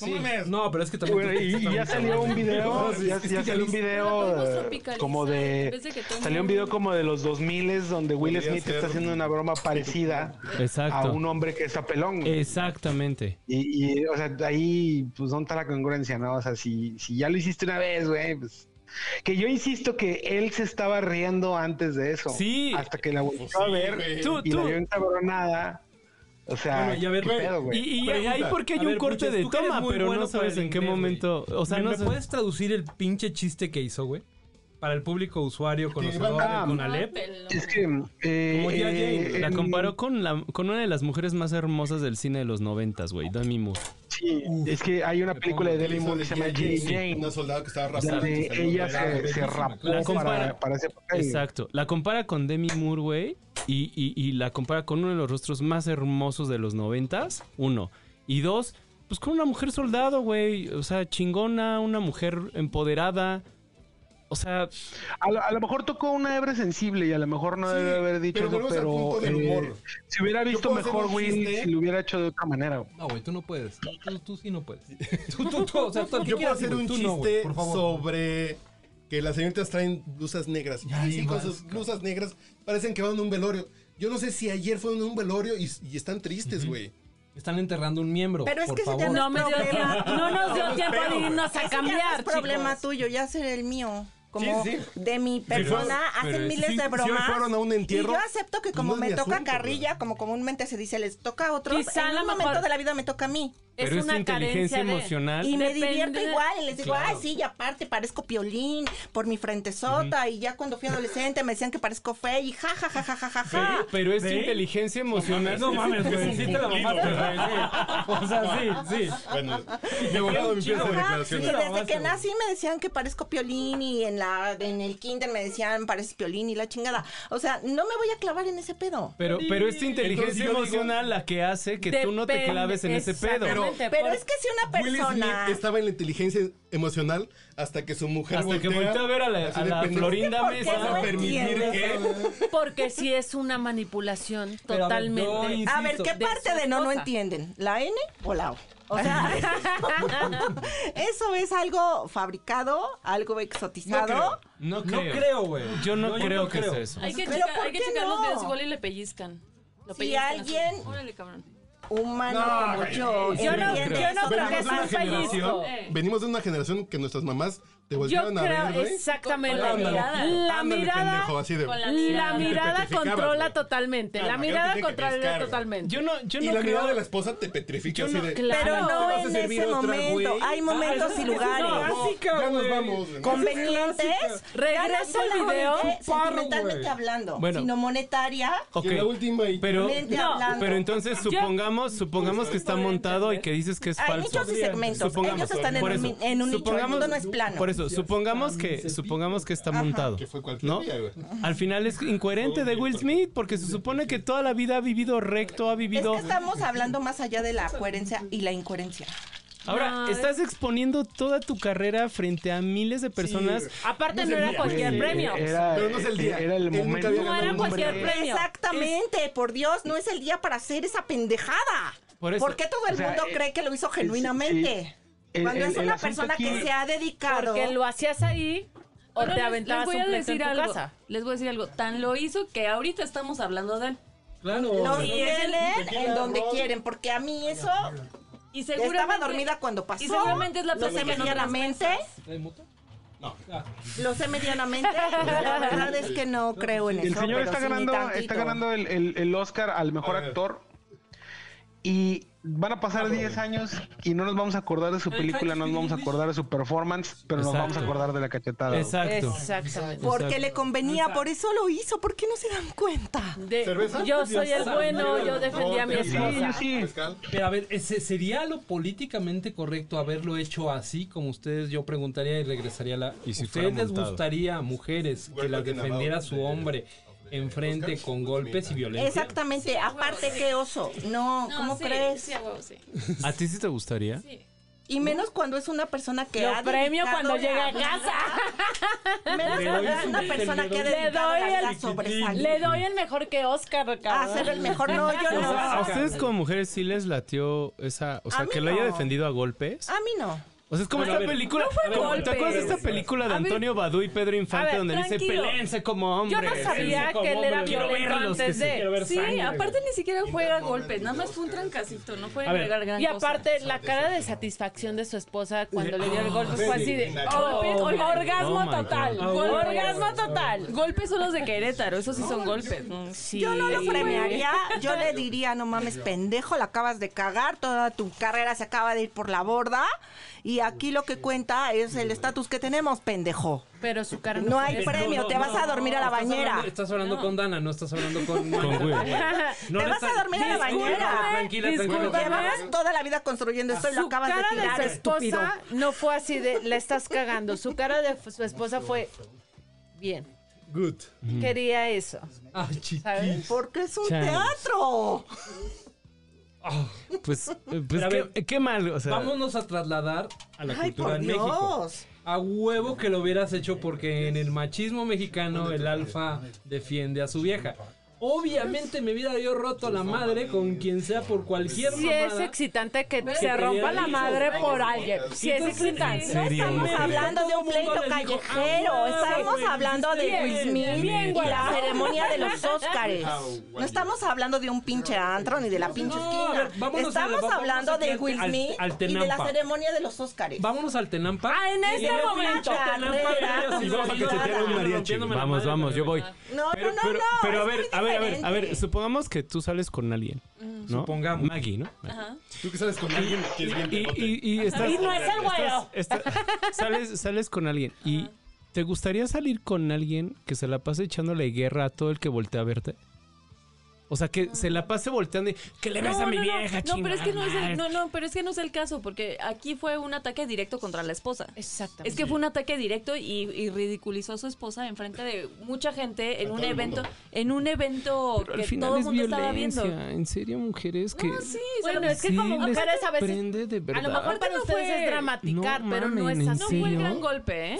[SPEAKER 1] No mames.
[SPEAKER 2] No, pero es que también.
[SPEAKER 7] Bueno,
[SPEAKER 2] tú-
[SPEAKER 7] y, y
[SPEAKER 2] también
[SPEAKER 7] ya
[SPEAKER 2] tú-
[SPEAKER 7] salió un video, ya,
[SPEAKER 1] Es que
[SPEAKER 7] ya
[SPEAKER 1] ya
[SPEAKER 7] salió un
[SPEAKER 1] viste.
[SPEAKER 3] Pero podemos
[SPEAKER 7] video eh,
[SPEAKER 3] tropicalizar,
[SPEAKER 7] como
[SPEAKER 3] en
[SPEAKER 7] de...
[SPEAKER 3] vez de que todo el
[SPEAKER 7] Salió un
[SPEAKER 3] mundo-
[SPEAKER 7] video como de los 2000 donde Will
[SPEAKER 1] Podría
[SPEAKER 7] Smith
[SPEAKER 1] ser-
[SPEAKER 7] está haciendo una broma parecida a
[SPEAKER 5] Exacto.
[SPEAKER 7] un hombre que está pelón.
[SPEAKER 1] Eh,
[SPEAKER 7] güey.
[SPEAKER 5] Exactamente.
[SPEAKER 7] Y, y, o sea, ahí, pues, ¿dónde está la congruencia, no? O sea, si, si ya lo hiciste una vez, güey, pues... Que yo insisto que él se estaba riendo antes de eso.
[SPEAKER 5] Sí.
[SPEAKER 7] Hasta que la volvió a ver
[SPEAKER 5] Tú,
[SPEAKER 7] y
[SPEAKER 5] tú.
[SPEAKER 7] la vio encabronada. O sea,
[SPEAKER 2] Bueno, y a ver,
[SPEAKER 7] ¿qué
[SPEAKER 2] güey,
[SPEAKER 7] pedo, güey?
[SPEAKER 5] Y, y
[SPEAKER 1] Pregunta.
[SPEAKER 5] ahí porque hay
[SPEAKER 2] A
[SPEAKER 5] un
[SPEAKER 2] ver,
[SPEAKER 5] corte
[SPEAKER 2] Puches,
[SPEAKER 5] de
[SPEAKER 2] tú que eres
[SPEAKER 5] toma,
[SPEAKER 2] muy
[SPEAKER 5] pero
[SPEAKER 2] bueno
[SPEAKER 5] no
[SPEAKER 2] para
[SPEAKER 5] sabes
[SPEAKER 2] el
[SPEAKER 5] en qué
[SPEAKER 2] inglés,
[SPEAKER 5] momento.
[SPEAKER 2] güey.
[SPEAKER 5] O sea,
[SPEAKER 2] ¿Me,
[SPEAKER 5] no
[SPEAKER 2] me
[SPEAKER 5] sé.
[SPEAKER 2] puedes traducir el pinche chiste que hizo, güey? Para el público usuario, conocedor
[SPEAKER 1] Ah,
[SPEAKER 2] de Conalep.
[SPEAKER 7] Es que... eh,
[SPEAKER 2] Como ya
[SPEAKER 7] eh,
[SPEAKER 2] Jane,
[SPEAKER 5] La
[SPEAKER 7] en-
[SPEAKER 5] comparó con, la, con una de las mujeres más hermosas del cine de los noventas, güey. Demi Moore.
[SPEAKER 7] Sí, es que hay una película de Demi Moore que se llama Jane Jane,
[SPEAKER 1] Una soldado que estaba raspando.
[SPEAKER 7] donde ella se, se
[SPEAKER 5] La
[SPEAKER 7] rapó
[SPEAKER 5] compara-
[SPEAKER 7] para, para ese papel.
[SPEAKER 5] Exacto. La compara con Demi Moore, güey. Y, y- y la compara con uno de los rostros más hermosos de los noventas. Uno. Y dos, pues con una mujer soldado, güey. O sea, chingona, una mujer empoderada. O sea,
[SPEAKER 7] A lo, a lo mejor tocó una hebra sensible y a lo mejor no
[SPEAKER 1] Sí,
[SPEAKER 7] debe haber dicho
[SPEAKER 1] pero
[SPEAKER 7] eso,
[SPEAKER 1] volvemos al
[SPEAKER 7] pero
[SPEAKER 1] punto del
[SPEAKER 7] eh,
[SPEAKER 1] humor.
[SPEAKER 7] si hubiera
[SPEAKER 1] Yo
[SPEAKER 7] visto
[SPEAKER 1] puedo hacer
[SPEAKER 7] mejor
[SPEAKER 1] un
[SPEAKER 7] Will,
[SPEAKER 1] chiste.
[SPEAKER 7] si lo hubiera hecho de otra manera.
[SPEAKER 2] No, güey, tú no puedes. Tú, tú, tú sí no puedes. Tú, tú, tú, o sea, tú,
[SPEAKER 1] Yo puedo hacer un
[SPEAKER 2] tú
[SPEAKER 1] chiste
[SPEAKER 2] no, güey, por favor.
[SPEAKER 1] sobre que las señoritas traen blusas negras.
[SPEAKER 2] Ya,
[SPEAKER 1] Ay, sí,
[SPEAKER 2] ni
[SPEAKER 1] con
[SPEAKER 2] más,
[SPEAKER 1] sus
[SPEAKER 2] cabrón.
[SPEAKER 1] blusas negras parecen que van a un velorio. Yo no sé si ayer fueron a un velorio y, y están tristes, güey.
[SPEAKER 2] Están enterrando un miembro.
[SPEAKER 4] Pero es
[SPEAKER 2] por
[SPEAKER 4] que se te
[SPEAKER 2] favor.
[SPEAKER 4] anda-
[SPEAKER 6] No, me dio
[SPEAKER 4] Problema.
[SPEAKER 6] tiempo- no nos dio tiempo de irnos a
[SPEAKER 4] Ese ya no
[SPEAKER 6] cambiar.
[SPEAKER 4] es problema
[SPEAKER 6] chicos.
[SPEAKER 4] tuyo, ya será el mío. Como
[SPEAKER 1] Sí, sí.
[SPEAKER 4] de mi persona
[SPEAKER 1] Pero-
[SPEAKER 4] hacen
[SPEAKER 1] pero
[SPEAKER 4] miles
[SPEAKER 1] si-
[SPEAKER 4] de
[SPEAKER 1] si
[SPEAKER 4] bromas.
[SPEAKER 1] hoy fueron a un entierro,
[SPEAKER 4] y yo acepto que
[SPEAKER 1] pues
[SPEAKER 4] como
[SPEAKER 1] no es
[SPEAKER 4] me
[SPEAKER 1] mi
[SPEAKER 4] toca
[SPEAKER 1] asunto,
[SPEAKER 4] carrilla, como comúnmente se dice, les toca a otros,
[SPEAKER 6] Quizá
[SPEAKER 4] en
[SPEAKER 6] a
[SPEAKER 4] un
[SPEAKER 6] lo
[SPEAKER 4] momento
[SPEAKER 6] mejor-
[SPEAKER 4] de la vida me toca a mí.
[SPEAKER 5] pero es, inteligencia
[SPEAKER 6] de-
[SPEAKER 5] emocional.
[SPEAKER 4] Y me
[SPEAKER 6] Depende
[SPEAKER 4] divierto
[SPEAKER 6] de-
[SPEAKER 4] igual y les digo,
[SPEAKER 2] Claro.
[SPEAKER 4] ay, sí, y aparte parezco piolín por mi frentezota. Y ya cuando fui adolescente me decían que parezco fey y ja, ja, ja, ja, ja, ja, ja.
[SPEAKER 5] Pero, pero es
[SPEAKER 2] ¿Ve?
[SPEAKER 5] inteligencia emocional.
[SPEAKER 2] No mames, güey. Sí te la mamaste, güey. sí. O sea, sí, sí.
[SPEAKER 1] Bueno, de volado empieza la
[SPEAKER 4] Ajá,
[SPEAKER 1] declaración.
[SPEAKER 4] y
[SPEAKER 2] Pero
[SPEAKER 4] desde
[SPEAKER 2] básico.
[SPEAKER 4] que nací me decían que parezco piolín y en la en el kinder me decían pareces piolín y la chingada. O sea, no me voy a clavar en ese pedo.
[SPEAKER 5] Pero, pero es tu inteligencia
[SPEAKER 1] yo digo-
[SPEAKER 5] emocional la que hace que tú no te
[SPEAKER 6] Depende,
[SPEAKER 5] claves en ese pedo.
[SPEAKER 6] exactamente,
[SPEAKER 4] Pero
[SPEAKER 6] por-
[SPEAKER 4] es que si una
[SPEAKER 1] Will Smith
[SPEAKER 4] persona
[SPEAKER 1] estaba en la inteligencia emocional hasta que su mujer
[SPEAKER 5] Hasta que
[SPEAKER 1] voltea,
[SPEAKER 5] volteé a ver a la,
[SPEAKER 1] así
[SPEAKER 5] a
[SPEAKER 1] de
[SPEAKER 5] la
[SPEAKER 1] pendejo.
[SPEAKER 5] Florinda
[SPEAKER 4] ¿Por qué
[SPEAKER 5] Mesa.
[SPEAKER 1] Vas a
[SPEAKER 4] no
[SPEAKER 1] permitir que...
[SPEAKER 6] Porque sí es una manipulación
[SPEAKER 2] Pero a ver, yo
[SPEAKER 6] totalmente.
[SPEAKER 2] insisto,
[SPEAKER 4] A ver, ¿qué
[SPEAKER 6] de
[SPEAKER 4] parte
[SPEAKER 6] su
[SPEAKER 4] de no no
[SPEAKER 6] esposa.
[SPEAKER 4] entienden? ¿La N o la O? O sea, eso es algo fabricado, algo exotizado.
[SPEAKER 5] No
[SPEAKER 2] No creo, güey.
[SPEAKER 5] Yo no creo que sea eso.
[SPEAKER 3] Hay que,
[SPEAKER 4] Pero
[SPEAKER 3] checar,
[SPEAKER 4] ¿por
[SPEAKER 3] hay que
[SPEAKER 4] qué
[SPEAKER 3] checar los
[SPEAKER 4] no?
[SPEAKER 3] videos igual y le pellizcan. Lo
[SPEAKER 4] Si
[SPEAKER 3] pellizcan así.
[SPEAKER 4] alguien-
[SPEAKER 3] Órale, cabrón.
[SPEAKER 4] humano
[SPEAKER 1] No,
[SPEAKER 4] como
[SPEAKER 1] güey.
[SPEAKER 4] yo.
[SPEAKER 6] Yo no,
[SPEAKER 4] entiende
[SPEAKER 6] yo no creo que
[SPEAKER 1] Venimos de
[SPEAKER 6] sea
[SPEAKER 1] una
[SPEAKER 6] un
[SPEAKER 1] generación,
[SPEAKER 6] pellizco.
[SPEAKER 1] venimos de una generación que nuestras mamás Te
[SPEAKER 6] Yo
[SPEAKER 1] voltearon a
[SPEAKER 6] creo,
[SPEAKER 1] ver, güey.
[SPEAKER 6] exactamente.
[SPEAKER 3] Con la mirada.
[SPEAKER 6] La
[SPEAKER 1] Ándale,
[SPEAKER 6] mirada,
[SPEAKER 1] pendejo, así de-
[SPEAKER 3] con la
[SPEAKER 6] la
[SPEAKER 3] mirada.
[SPEAKER 6] mirada
[SPEAKER 1] Te petrificabas,
[SPEAKER 6] controla
[SPEAKER 1] güey.
[SPEAKER 6] totalmente.
[SPEAKER 1] Ah,
[SPEAKER 6] La
[SPEAKER 1] no, creo
[SPEAKER 6] mirada
[SPEAKER 1] que tiene que
[SPEAKER 6] controla
[SPEAKER 1] pescar, güey.
[SPEAKER 6] totalmente.
[SPEAKER 5] Yo no, yo
[SPEAKER 1] Y
[SPEAKER 5] no
[SPEAKER 1] la mirada
[SPEAKER 5] creo-
[SPEAKER 1] de la esposa te petrifica
[SPEAKER 5] Yo
[SPEAKER 1] así
[SPEAKER 5] no-
[SPEAKER 1] de...
[SPEAKER 6] Claro.
[SPEAKER 4] Pero
[SPEAKER 1] ¿te
[SPEAKER 4] no
[SPEAKER 1] vas a
[SPEAKER 4] en
[SPEAKER 1] servir
[SPEAKER 4] ese
[SPEAKER 1] otra,
[SPEAKER 4] momento.
[SPEAKER 1] güey?
[SPEAKER 4] Hay momentos y lugares.
[SPEAKER 2] básica,
[SPEAKER 1] ya nos
[SPEAKER 2] güey.
[SPEAKER 1] vamos. güey.
[SPEAKER 4] convenientes.
[SPEAKER 6] Regresa el video,
[SPEAKER 4] solamente
[SPEAKER 2] parro,
[SPEAKER 4] sentimentalmente
[SPEAKER 2] güey.
[SPEAKER 4] hablando,
[SPEAKER 5] Bueno.
[SPEAKER 4] sino monetaria.
[SPEAKER 5] Ok,
[SPEAKER 1] Y en la última y...
[SPEAKER 5] pero,
[SPEAKER 4] Mente hablando.
[SPEAKER 5] pero entonces supongamos, supongamos que está montado y que dices que es
[SPEAKER 4] Hay
[SPEAKER 5] falso.
[SPEAKER 4] nichos y segmentos.
[SPEAKER 5] Supongamos,
[SPEAKER 4] Ellos están en
[SPEAKER 5] por
[SPEAKER 4] un,
[SPEAKER 5] eso,
[SPEAKER 4] mi- en un nicho. El
[SPEAKER 5] supongamos-
[SPEAKER 4] mundo no es plano.
[SPEAKER 5] Por eso, supongamos que, supongamos que está montado.
[SPEAKER 1] Que fue cualquier
[SPEAKER 5] ¿No?
[SPEAKER 1] día, güey.
[SPEAKER 5] Al final es incoherente de Will Smith porque se supone que toda la vida ha vivido recto, ha
[SPEAKER 4] es
[SPEAKER 5] vivido...
[SPEAKER 4] que estamos hablando más allá de la coherencia y la incoherencia.
[SPEAKER 5] Ahora,
[SPEAKER 6] No,
[SPEAKER 5] estás exponiendo toda tu carrera frente a miles de personas.
[SPEAKER 6] Aparte no era
[SPEAKER 4] Pues
[SPEAKER 6] cualquier premio.
[SPEAKER 7] Era, e-,
[SPEAKER 1] Pero no es el día.
[SPEAKER 7] Era el
[SPEAKER 1] Él nunca
[SPEAKER 7] momento.
[SPEAKER 1] había
[SPEAKER 6] No era cualquier premio.
[SPEAKER 4] Exactamente, por Dios, no es el día para hacer esa pendejada.
[SPEAKER 5] Por
[SPEAKER 4] Por,
[SPEAKER 5] eso.
[SPEAKER 4] qué todo el
[SPEAKER 7] O sea,
[SPEAKER 4] mundo
[SPEAKER 7] eh,
[SPEAKER 4] cree que lo hizo genuinamente?
[SPEAKER 7] El-
[SPEAKER 4] Cuando
[SPEAKER 7] el-
[SPEAKER 4] es
[SPEAKER 7] el
[SPEAKER 4] una
[SPEAKER 7] asunto
[SPEAKER 4] persona
[SPEAKER 7] aquí-
[SPEAKER 4] que se ha dedicado.
[SPEAKER 6] Porque lo hacías ahí o
[SPEAKER 3] Pero
[SPEAKER 6] te
[SPEAKER 3] les- les
[SPEAKER 6] aventabas un
[SPEAKER 3] voy a
[SPEAKER 6] pleito
[SPEAKER 3] decir
[SPEAKER 6] en tu
[SPEAKER 3] algo.
[SPEAKER 6] casa.
[SPEAKER 3] Les voy a decir algo. Tan lo hizo que ahorita estamos hablando de él.
[SPEAKER 2] Claro.
[SPEAKER 4] Lo
[SPEAKER 2] güey.
[SPEAKER 4] tienen
[SPEAKER 1] tequila,
[SPEAKER 4] en donde
[SPEAKER 1] ron.
[SPEAKER 4] quieren, porque a mí eso
[SPEAKER 3] Y seguramente,
[SPEAKER 4] estaba dormida cuando pasó.
[SPEAKER 3] Y seguramente es la
[SPEAKER 4] lo sé
[SPEAKER 3] persona que no
[SPEAKER 4] medianamente,
[SPEAKER 2] ¿Trae moto?
[SPEAKER 4] lo sé medianamente. La verdad es que no creo en eso.
[SPEAKER 7] El señor
[SPEAKER 4] pero
[SPEAKER 7] está
[SPEAKER 4] sí ni
[SPEAKER 7] ganando,
[SPEAKER 4] tantito.
[SPEAKER 7] está ganando el, el- el Oscar al mejor
[SPEAKER 1] A ver. Ah,
[SPEAKER 7] actor. Y van a pasar 10 años y no nos vamos a acordar de su película, no nos vamos a acordar de su performance, pero nos vamos a
[SPEAKER 5] Exacto.
[SPEAKER 7] acordar de la cachetada. güey.
[SPEAKER 5] Exacto.
[SPEAKER 6] Exactamente.
[SPEAKER 4] Porque le convenía, por eso lo hizo, ¿por qué no se dan cuenta?
[SPEAKER 6] De-
[SPEAKER 1] ¿Cerveza?
[SPEAKER 6] yo soy el bueno, yo defendí a mi
[SPEAKER 1] Sí,
[SPEAKER 6] esposa.
[SPEAKER 7] sí.
[SPEAKER 1] Mezcal.
[SPEAKER 2] Pero a ver, ¿ese ¿sería lo políticamente correcto haberlo hecho así como ustedes? Yo preguntaría y regresaría la...
[SPEAKER 5] ¿Y si fuera
[SPEAKER 2] ¿Ustedes les
[SPEAKER 5] montado?
[SPEAKER 2] gustaría mujeres que
[SPEAKER 1] Igual
[SPEAKER 2] las
[SPEAKER 1] que en la
[SPEAKER 2] defendiera
[SPEAKER 1] Bauer,
[SPEAKER 2] su
[SPEAKER 1] de-
[SPEAKER 2] hombre
[SPEAKER 1] de-
[SPEAKER 2] enfrente
[SPEAKER 1] Oscar,
[SPEAKER 2] con
[SPEAKER 1] sí,
[SPEAKER 2] golpes y
[SPEAKER 1] mira.
[SPEAKER 2] violencia?
[SPEAKER 4] Exactamente, aparte que oso. No,
[SPEAKER 3] No,
[SPEAKER 4] ¿cómo
[SPEAKER 3] sí,
[SPEAKER 4] crees?
[SPEAKER 3] Sí, a huevo, sí.
[SPEAKER 5] ¿A ti sí te gustaría?
[SPEAKER 3] sí.
[SPEAKER 4] Y menos cuando es una persona que
[SPEAKER 6] Lo
[SPEAKER 4] ha
[SPEAKER 6] premio
[SPEAKER 4] dedicado
[SPEAKER 6] cuando
[SPEAKER 4] la
[SPEAKER 6] llega a
[SPEAKER 4] vida.
[SPEAKER 6] casa.
[SPEAKER 4] Menos
[SPEAKER 2] Le
[SPEAKER 4] cuando
[SPEAKER 2] doy
[SPEAKER 4] es
[SPEAKER 2] su
[SPEAKER 4] una
[SPEAKER 2] meter,
[SPEAKER 4] persona
[SPEAKER 2] le
[SPEAKER 4] que ha
[SPEAKER 2] doy-
[SPEAKER 4] dedicado
[SPEAKER 6] le
[SPEAKER 4] la
[SPEAKER 6] doy
[SPEAKER 4] vida
[SPEAKER 6] el-
[SPEAKER 4] sobresaliente
[SPEAKER 6] Le doy el mejor que Oscar,
[SPEAKER 4] a
[SPEAKER 6] cabrón.
[SPEAKER 4] ser Ah, el mejor. No, yo
[SPEAKER 5] O
[SPEAKER 4] no.
[SPEAKER 5] sea, ¿A
[SPEAKER 4] A
[SPEAKER 5] ustedes como mujeres sí les latió esa... O sea,
[SPEAKER 4] A mí
[SPEAKER 5] que lo haya
[SPEAKER 4] no. Ah,
[SPEAKER 5] defendido a golpes?
[SPEAKER 4] mí no.
[SPEAKER 5] O sea, es como
[SPEAKER 2] Pero, a
[SPEAKER 5] esta
[SPEAKER 2] ver,
[SPEAKER 5] película...
[SPEAKER 6] fue
[SPEAKER 5] como- ¿Te
[SPEAKER 6] golpes.
[SPEAKER 5] acuerdas de esta película de
[SPEAKER 6] A ver,
[SPEAKER 5] Antonio Badú y Pedro Infante
[SPEAKER 6] a ver,
[SPEAKER 5] donde dice
[SPEAKER 6] tranquilo.
[SPEAKER 5] pelense como
[SPEAKER 6] Yo
[SPEAKER 5] hombre?
[SPEAKER 6] no sabía que él era
[SPEAKER 5] Quiero
[SPEAKER 6] violento
[SPEAKER 5] verlos, que
[SPEAKER 6] antes
[SPEAKER 5] sí, quiero
[SPEAKER 6] de.
[SPEAKER 5] ver
[SPEAKER 3] Sí,
[SPEAKER 5] sangre,
[SPEAKER 3] aparte
[SPEAKER 5] güey.
[SPEAKER 3] ni siquiera juega a golpes, nada más fue un trancacito, no puede
[SPEAKER 5] A ver,
[SPEAKER 3] agregar gran
[SPEAKER 6] Y
[SPEAKER 3] cosa.
[SPEAKER 6] aparte, la cara de satisfacción de su esposa cuando le dio el golpe fue así de.
[SPEAKER 3] Oh,
[SPEAKER 6] "Oh,
[SPEAKER 3] my God.
[SPEAKER 5] Oh,
[SPEAKER 6] orgasmo
[SPEAKER 5] my
[SPEAKER 6] total.
[SPEAKER 5] God.
[SPEAKER 6] Orgasmo total.
[SPEAKER 3] Golpes son los de Querétaro, esos sí son golpes. ¿no?
[SPEAKER 6] Sí.
[SPEAKER 4] Yo no lo premiaría. Yo le diría, no mames, pendejo, la acabas de cagar. Toda tu carrera se acaba de ir por la borda. Y aquí lo que cuenta es el estatus que tenemos, pendejo.
[SPEAKER 6] Pero su cara
[SPEAKER 4] No hay
[SPEAKER 6] fue-
[SPEAKER 4] premio, te vas a dormir a la
[SPEAKER 2] estás hablando-
[SPEAKER 4] bañera.
[SPEAKER 2] Estás hablando con Dana, no estás hablando con...
[SPEAKER 5] Con Will.
[SPEAKER 2] No
[SPEAKER 4] Te
[SPEAKER 2] le
[SPEAKER 4] vas a
[SPEAKER 2] está-
[SPEAKER 4] dormir a la
[SPEAKER 2] Discúlpame,
[SPEAKER 4] bañera.
[SPEAKER 2] Tranquila,
[SPEAKER 6] Discúlpame.
[SPEAKER 2] tranquila.
[SPEAKER 4] Llevamos toda la vida construyendo esto y lo
[SPEAKER 6] Su
[SPEAKER 4] acabas de
[SPEAKER 6] cara de,
[SPEAKER 4] tirar,
[SPEAKER 6] su
[SPEAKER 4] estúpido.
[SPEAKER 6] esposa no fue así de la estás cagando. Su cara de f- su esposa fue bien. Mm.
[SPEAKER 2] Good.
[SPEAKER 6] Quería eso,
[SPEAKER 2] Ah, chiquis.
[SPEAKER 6] ¿sabes?
[SPEAKER 4] Porque es un
[SPEAKER 5] Chale.
[SPEAKER 4] teatro.
[SPEAKER 2] Ah,
[SPEAKER 5] Pues, eh, pues,
[SPEAKER 2] Pero a
[SPEAKER 5] qué,
[SPEAKER 2] ver,
[SPEAKER 5] qué mal, o sea...
[SPEAKER 2] vámonos a trasladar a la
[SPEAKER 4] Ay,
[SPEAKER 2] cultura
[SPEAKER 4] por
[SPEAKER 2] en México.
[SPEAKER 4] Dios.
[SPEAKER 2] A huevo que lo hubieras hecho porque en el machismo mexicano el alfa defiende a su vieja. Obviamente me hubiera yo roto la madre con quien sea por cualquier
[SPEAKER 6] Si es
[SPEAKER 2] mamada.
[SPEAKER 6] excitante que se
[SPEAKER 2] quería
[SPEAKER 6] rompa la
[SPEAKER 2] eso.
[SPEAKER 6] madre por alguien. Si es
[SPEAKER 2] Entonces,
[SPEAKER 6] excitante.
[SPEAKER 5] serio?
[SPEAKER 4] Estamos hablando de un pleito callejero. estamos hablando de
[SPEAKER 6] bien,
[SPEAKER 4] Will Smith
[SPEAKER 6] bien,
[SPEAKER 4] y
[SPEAKER 6] güey.
[SPEAKER 4] la ceremonia de los Óscares. No estamos hablando de un pinche antro ni de la pinche
[SPEAKER 2] Ah, No, a ver,
[SPEAKER 4] esquina.
[SPEAKER 2] vámonos a la-
[SPEAKER 4] estamos
[SPEAKER 2] vamos
[SPEAKER 4] hablando
[SPEAKER 2] aquí
[SPEAKER 4] de
[SPEAKER 2] al-
[SPEAKER 4] Will
[SPEAKER 2] al-
[SPEAKER 4] Smith
[SPEAKER 2] al
[SPEAKER 4] y de la
[SPEAKER 2] Tenampa.
[SPEAKER 4] ceremonia de los Óscares.
[SPEAKER 2] Vámonos al Tenampa.
[SPEAKER 6] Ah, en
[SPEAKER 2] Y
[SPEAKER 6] este
[SPEAKER 2] luego
[SPEAKER 6] momento.
[SPEAKER 2] pinche Tenampa,
[SPEAKER 4] Carrera.
[SPEAKER 2] y vamos a que se te haga un mariachi.
[SPEAKER 5] Vamos, vamos, yo voy.
[SPEAKER 4] No,
[SPEAKER 5] Pero,
[SPEAKER 4] no, no,
[SPEAKER 5] pero-
[SPEAKER 4] no.
[SPEAKER 5] pero a
[SPEAKER 4] es
[SPEAKER 5] ver,
[SPEAKER 4] muy
[SPEAKER 5] a ver, a ver,
[SPEAKER 4] diferente.
[SPEAKER 5] a ver, supongamos que tú sales con alguien, ¿no?
[SPEAKER 2] Supongamos.
[SPEAKER 5] Maggie, ¿no?
[SPEAKER 1] Tú que sabes con alguien que es bien
[SPEAKER 5] Y,
[SPEAKER 1] pelote.
[SPEAKER 5] y- y estás...
[SPEAKER 6] Y no es el
[SPEAKER 5] estás-
[SPEAKER 6] güero.
[SPEAKER 5] estás- sales, sales con alguien y... ¿Te gustaría salir con alguien que se la pase echándole guerra a todo el que voltea a verte? O sea, que se la pase volteando y... ¡Que le ves a mi
[SPEAKER 3] Ah. no,
[SPEAKER 5] vieja,
[SPEAKER 3] no, pero es que no es
[SPEAKER 5] chingada
[SPEAKER 3] el, no, no, pero es que no es el caso, porque aquí fue un ataque directo contra la esposa.
[SPEAKER 6] Exactamente.
[SPEAKER 3] Es que fue un ataque directo y, y ridiculizó a su esposa en frente de mucha gente en un
[SPEAKER 1] todo el
[SPEAKER 3] evento,
[SPEAKER 1] mundo.
[SPEAKER 3] en un evento
[SPEAKER 5] Pero
[SPEAKER 3] que
[SPEAKER 5] al final
[SPEAKER 3] todo el
[SPEAKER 5] es
[SPEAKER 3] mundo estaba viendo.
[SPEAKER 5] violencia. En serio, mujeres que...
[SPEAKER 3] No, sí, o sea,
[SPEAKER 6] Bueno, es que
[SPEAKER 5] sí
[SPEAKER 6] como
[SPEAKER 5] les
[SPEAKER 6] mujeres a veces.
[SPEAKER 5] prende de
[SPEAKER 6] A
[SPEAKER 5] verdad.
[SPEAKER 6] lo mejor para
[SPEAKER 3] No
[SPEAKER 6] ustedes
[SPEAKER 3] fue-
[SPEAKER 6] es dramaticar,
[SPEAKER 5] No
[SPEAKER 6] pero no
[SPEAKER 5] mamen,
[SPEAKER 6] es
[SPEAKER 5] ¿en
[SPEAKER 6] así.
[SPEAKER 3] no fue el
[SPEAKER 5] serio?
[SPEAKER 3] gran golpe, ¿eh?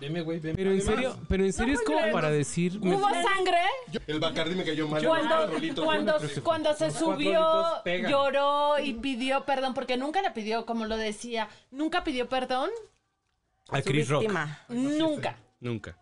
[SPEAKER 2] Deme, güey, deme.
[SPEAKER 5] Pero en serio, pero en serio es como
[SPEAKER 6] pero-
[SPEAKER 5] para decir... me-
[SPEAKER 6] Hubo sangre
[SPEAKER 1] Yo- El Bacardi me cayó mal.
[SPEAKER 6] cuando,
[SPEAKER 1] Cuatro rolitos,
[SPEAKER 6] cuando,
[SPEAKER 1] güey.
[SPEAKER 6] cuando se
[SPEAKER 2] Cuatro
[SPEAKER 6] subió,
[SPEAKER 2] litros pega.
[SPEAKER 6] lloró y pidió perdón, porque nunca le pidió, como lo decía, nunca pidió perdón,
[SPEAKER 5] A Chris Rock.
[SPEAKER 4] Víctima.
[SPEAKER 6] nunca.
[SPEAKER 5] Nunca.